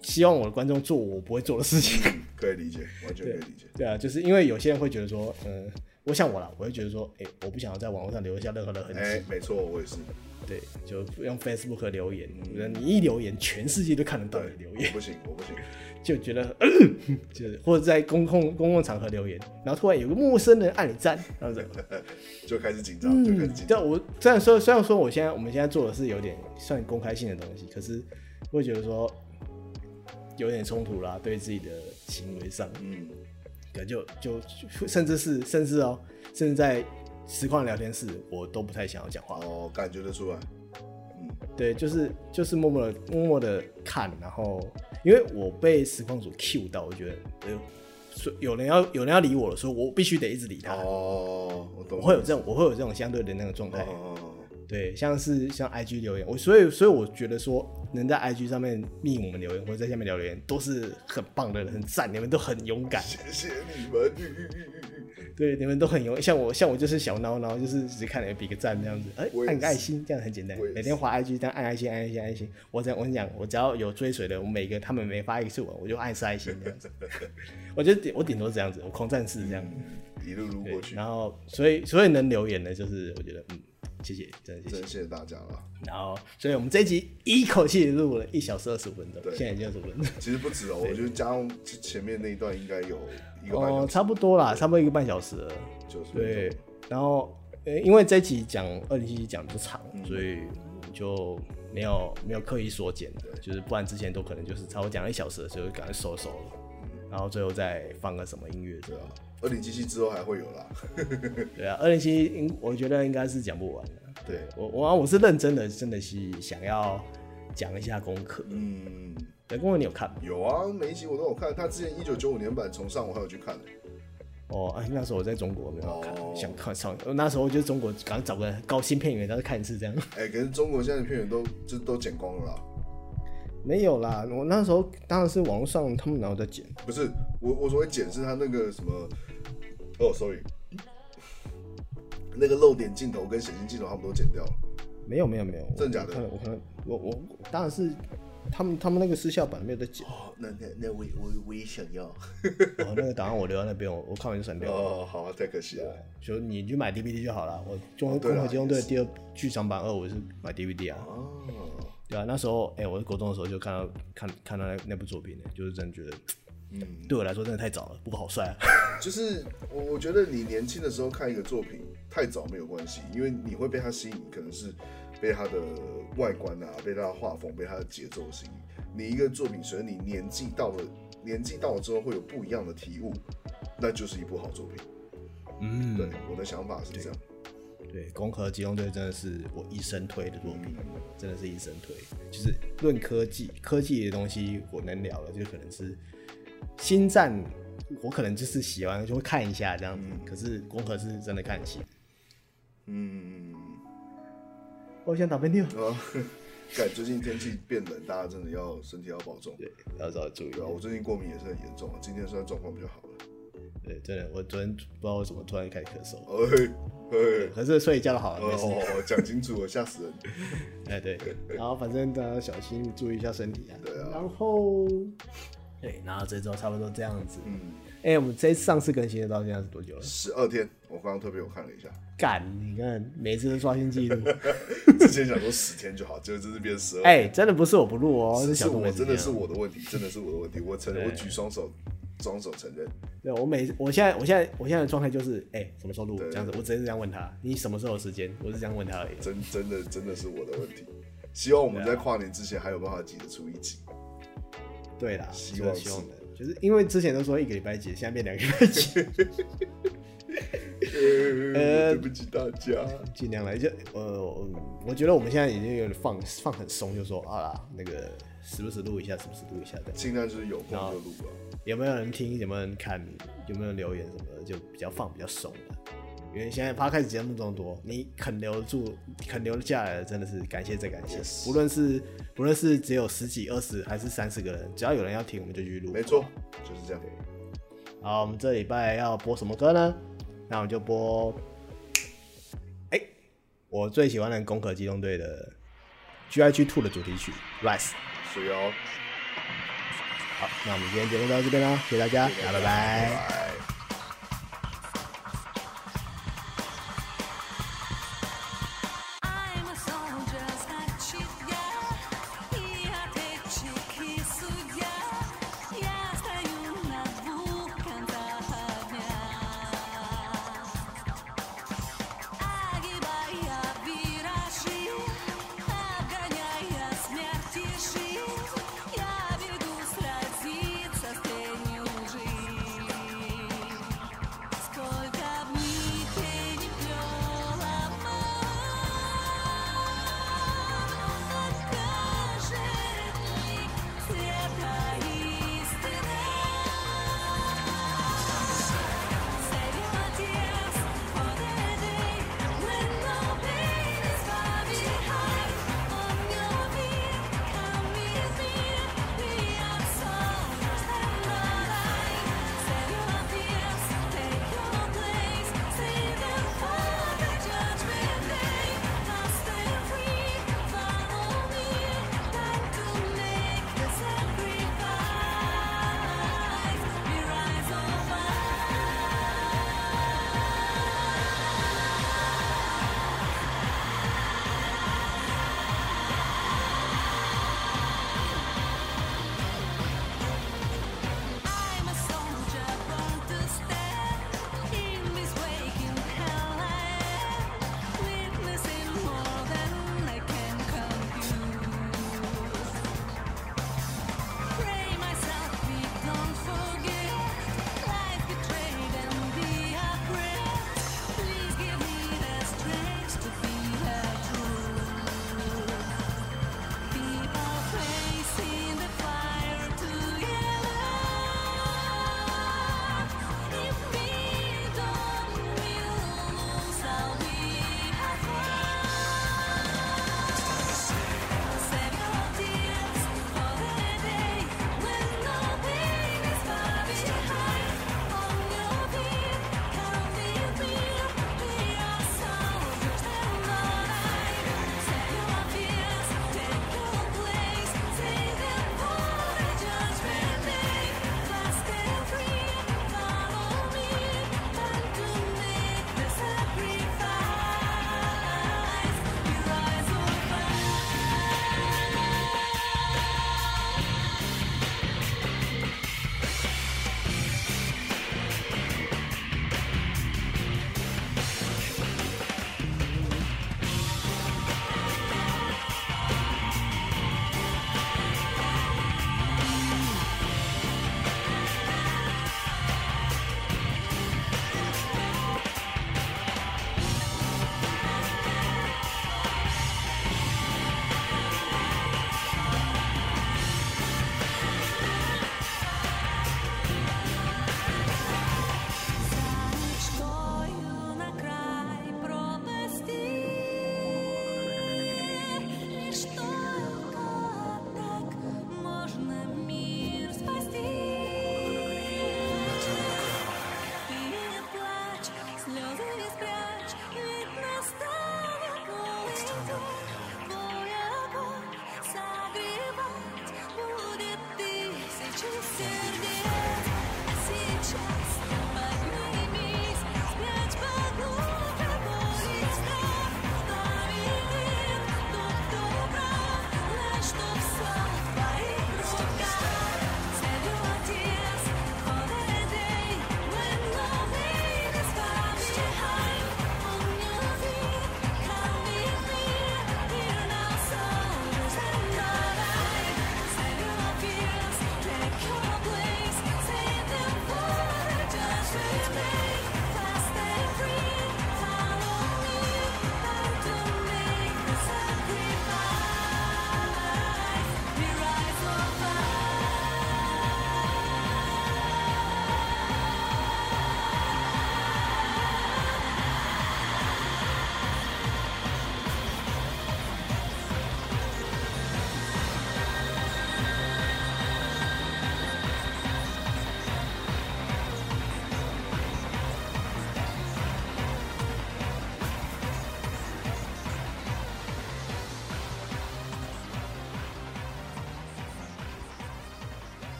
[SPEAKER 3] 希望我的观众做我不会做的事情。
[SPEAKER 1] 嗯可以理解，完全可以理解。
[SPEAKER 3] 对啊，就是因为有些人会觉得说，嗯、我像我啦，我会觉得说，哎、我不想要在网络上留下任何的痕迹，
[SPEAKER 1] 哎，没错，我也是。
[SPEAKER 3] 对，就不用 Facebook 留言，我觉得你一留言，全世界都看得到
[SPEAKER 1] 对
[SPEAKER 3] 你，留
[SPEAKER 1] 我
[SPEAKER 3] 言，
[SPEAKER 1] 不行，我不行。
[SPEAKER 3] 就觉得， 就是或者在公共公共场合留言，然后突然有个陌生人按你赞，然后怎么？
[SPEAKER 1] 就开始紧张，就开始紧
[SPEAKER 3] 但
[SPEAKER 1] 张。
[SPEAKER 3] 嗯我虽然说，虽然说我现在我们现在做的是有点算公开性的东西，可是会觉得说有点冲突啦，对自己的行为上，
[SPEAKER 1] 嗯，
[SPEAKER 3] 可能就就就甚至是甚至哦，甚至在实况聊天室，我都不太想要讲话。
[SPEAKER 1] 哦，感觉得出来。嗯，
[SPEAKER 3] 对，就是就是默默的默默的看，然后因为我被实况组 Q 到，我觉得呃，所以有人要有人要理我了，所以我必须得一直理他。
[SPEAKER 1] 哦，我懂。
[SPEAKER 3] 我会有这种我会有这种相对的那个状态。
[SPEAKER 1] 哦，
[SPEAKER 3] 对，像是像 IG 留言，我所以所以我觉得说能在 IG 上面密我们留言或者在下面留言都是很棒的，很赞，你们都很勇敢。
[SPEAKER 1] 谢谢你们。嗯嗯嗯嗯嗯
[SPEAKER 3] 对，你们都很勇，像我，像我就是小孬孬，就是只是看了比个赞这样子，哎、
[SPEAKER 1] 我也
[SPEAKER 3] 按个
[SPEAKER 1] 是
[SPEAKER 3] 爱心，这样很简单
[SPEAKER 1] 我也是。
[SPEAKER 3] 每天滑 IG，这样按爱心，按爱心，按爱心。我这样，我跟你讲，我只要有追随的，我每个他们每发一次我，我就按一次爱心这样子。 我觉得顶我顶多这样子，我狂战士这样。
[SPEAKER 1] 一路撸嗯
[SPEAKER 3] 对
[SPEAKER 1] 过，去
[SPEAKER 3] 然。后所以所以能留言的，就是我觉得嗯，谢谢，真的
[SPEAKER 1] 真
[SPEAKER 3] 谢谢
[SPEAKER 1] 的。谢谢大家了。
[SPEAKER 3] 然后，所以我们这一集一口气录了一小时二十五分钟
[SPEAKER 1] 对，
[SPEAKER 3] 现在已经二十五分钟。
[SPEAKER 1] 其实不止哦，我觉得加上前面那一段应该有一个半
[SPEAKER 3] 哦
[SPEAKER 1] 小，时，
[SPEAKER 3] 差不多啦，差不多一个半小时了。
[SPEAKER 1] 九十分
[SPEAKER 3] 哦对
[SPEAKER 1] 钟。，
[SPEAKER 3] 然后呃，因为这一集讲二零七七讲的长，
[SPEAKER 1] 嗯
[SPEAKER 3] 所以我们就没有没有刻意缩减的，就是不然之前都可能就是差不多讲一小时的时候就赶快收收了，然后最后再放个什么音乐这
[SPEAKER 1] 对
[SPEAKER 3] 样
[SPEAKER 1] 啊。，二零七七之后还会有啦。
[SPEAKER 3] 对啊，二零七应我觉得应该是讲不完的。
[SPEAKER 1] 对，
[SPEAKER 3] 我我我是认真的，真的是想要讲一下功课。
[SPEAKER 1] 嗯，
[SPEAKER 3] 对，功课你有看吗？
[SPEAKER 1] 有啊，每一集我都有看。他之前一九九五年版重上，我还有去看。
[SPEAKER 3] 哦，哎，那时候我在中国没有看，
[SPEAKER 1] 哦
[SPEAKER 3] 想看上那时候就是中国刚找个高清片源，然后看一次这样。
[SPEAKER 1] 哎、可是中国现在的片源都就都剪光了啦。
[SPEAKER 3] 没有啦，我那时候当然是网络上他们然后在剪。
[SPEAKER 1] 不是，我我所谓剪是他那个什么，哦，sorry，那个露点镜头跟显形镜头他们都剪掉了。
[SPEAKER 3] 没有没有没有，我
[SPEAKER 1] 真的假的
[SPEAKER 3] 我看了我看了我我我当然是他们他们那个私下版没有 在剪，
[SPEAKER 1] 哦，那那那我也我我也想要。
[SPEAKER 3] 哦，那个档案我留在那边，我我看完就删掉了。
[SPEAKER 1] 哦，好啊，太可惜了。
[SPEAKER 3] 就你去买 DVD 就好了。我中
[SPEAKER 1] 哦
[SPEAKER 3] 国
[SPEAKER 1] 对啦
[SPEAKER 3] 共和机动队
[SPEAKER 1] 也
[SPEAKER 3] 的
[SPEAKER 1] 是
[SPEAKER 3] 第二剧场版二，我是买 DVD 啊。
[SPEAKER 1] 哦，
[SPEAKER 3] 对啊，那时候哎、我是国中的时候就看到看看到那那部作品呢，就是真的觉得
[SPEAKER 1] 嗯，
[SPEAKER 3] 对我来说真的太早了。不过好帅啊！
[SPEAKER 1] 就是我我觉得你年轻的时候看一个作品太早没有关系，因为你会被它吸引，可能是被它的外观啊，被它的画风，被它的节奏吸引。你一个作品随着你年纪到了，年纪到了之后会有不一样的体悟，那就是一部好作品。
[SPEAKER 3] 嗯，
[SPEAKER 1] 对，我的想法是这样。
[SPEAKER 3] 对，攻壳机动队真的是我一生推的作品，
[SPEAKER 1] 嗯
[SPEAKER 3] 真的是一生推。就是论科技，科技的东西我能聊的，就可能是星战，我可能就是喜欢就会看一下这样子。
[SPEAKER 1] 嗯
[SPEAKER 3] 可是攻壳是真的看起，
[SPEAKER 1] 嗯，
[SPEAKER 3] 我想打喷嚏了，
[SPEAKER 1] 然后感最近天气变冷，大家真的要身体要保重。
[SPEAKER 3] 对，要稍微注意。
[SPEAKER 1] 对啊，我最近过敏也是很严重啊，今天虽然状况比较好了。
[SPEAKER 3] 对，真的，我昨天不知道为什么突然开始咳嗽，
[SPEAKER 1] 哎哎。
[SPEAKER 3] 可是睡一觉就好了，没 事。
[SPEAKER 1] 哦，讲清楚了，吓死人！
[SPEAKER 3] 哎，对，然后反正大家小心注意一下身体啊。
[SPEAKER 1] 对啊
[SPEAKER 3] 然后，对，然后这周差不多这样子。
[SPEAKER 1] 嗯，
[SPEAKER 3] 哎、我们这上次更新的到现在是多久了？
[SPEAKER 1] 十二天，我刚刚特别有看了一下，
[SPEAKER 3] 干，你看每次都刷新记录。
[SPEAKER 1] 之前想说十天就好，结果这是变十二。
[SPEAKER 3] 哎、真的不是我不录哦，
[SPEAKER 1] 是
[SPEAKER 3] 小杜
[SPEAKER 1] 我
[SPEAKER 3] 没时
[SPEAKER 1] 真的
[SPEAKER 3] 间
[SPEAKER 1] 是
[SPEAKER 3] 啊。
[SPEAKER 1] 我的问题，真的是我的问题，我承认，我
[SPEAKER 3] 对
[SPEAKER 1] 举双手，双手承认。
[SPEAKER 3] 对，我每我现在我现在我现在的状态就是，哎、什么时候录？
[SPEAKER 1] 对
[SPEAKER 3] 这样子，我只是这样问他，你什么时候有时间？我是这样问他而已。
[SPEAKER 1] 真真的真的是我的问题。希望我们
[SPEAKER 3] 对
[SPEAKER 1] 在
[SPEAKER 3] 啊
[SPEAKER 1] 跨年之前还有办法挤得出一集。
[SPEAKER 3] 对啦，
[SPEAKER 1] 希望
[SPEAKER 3] 就是是希望的，就是因为之前都说一个礼拜几，现在变两个礼拜几，
[SPEAKER 1] 呃，对不起大家。
[SPEAKER 3] 尽量来。就呃，我我觉得我们现在已经有点放放很松，就说好啦，那个时不时录一下，时不时录一下这样。
[SPEAKER 1] 尽量就是有空就录啊吧。
[SPEAKER 3] 有没有人听？有没有人看？有没有留言什么的，就比较放比较松的。因为现在 podcast 节目这么多，你肯留住、肯留下来的，真的是感谢再感谢。
[SPEAKER 1] Yes
[SPEAKER 3] 不论是不论是只有十几、二十还是三十个人，只要有人要听，我们就继续录。
[SPEAKER 1] 没错，就是这样。
[SPEAKER 3] 好，我们这礼拜要播什么歌呢？那我们就播，哎、我最喜欢的攻壳机动队的 G I G Two 的主题曲《Rise》。
[SPEAKER 1] 所以哦，
[SPEAKER 3] 好，那我们今天节目就到这边啦，谢谢大家，大家拜拜
[SPEAKER 1] 拜。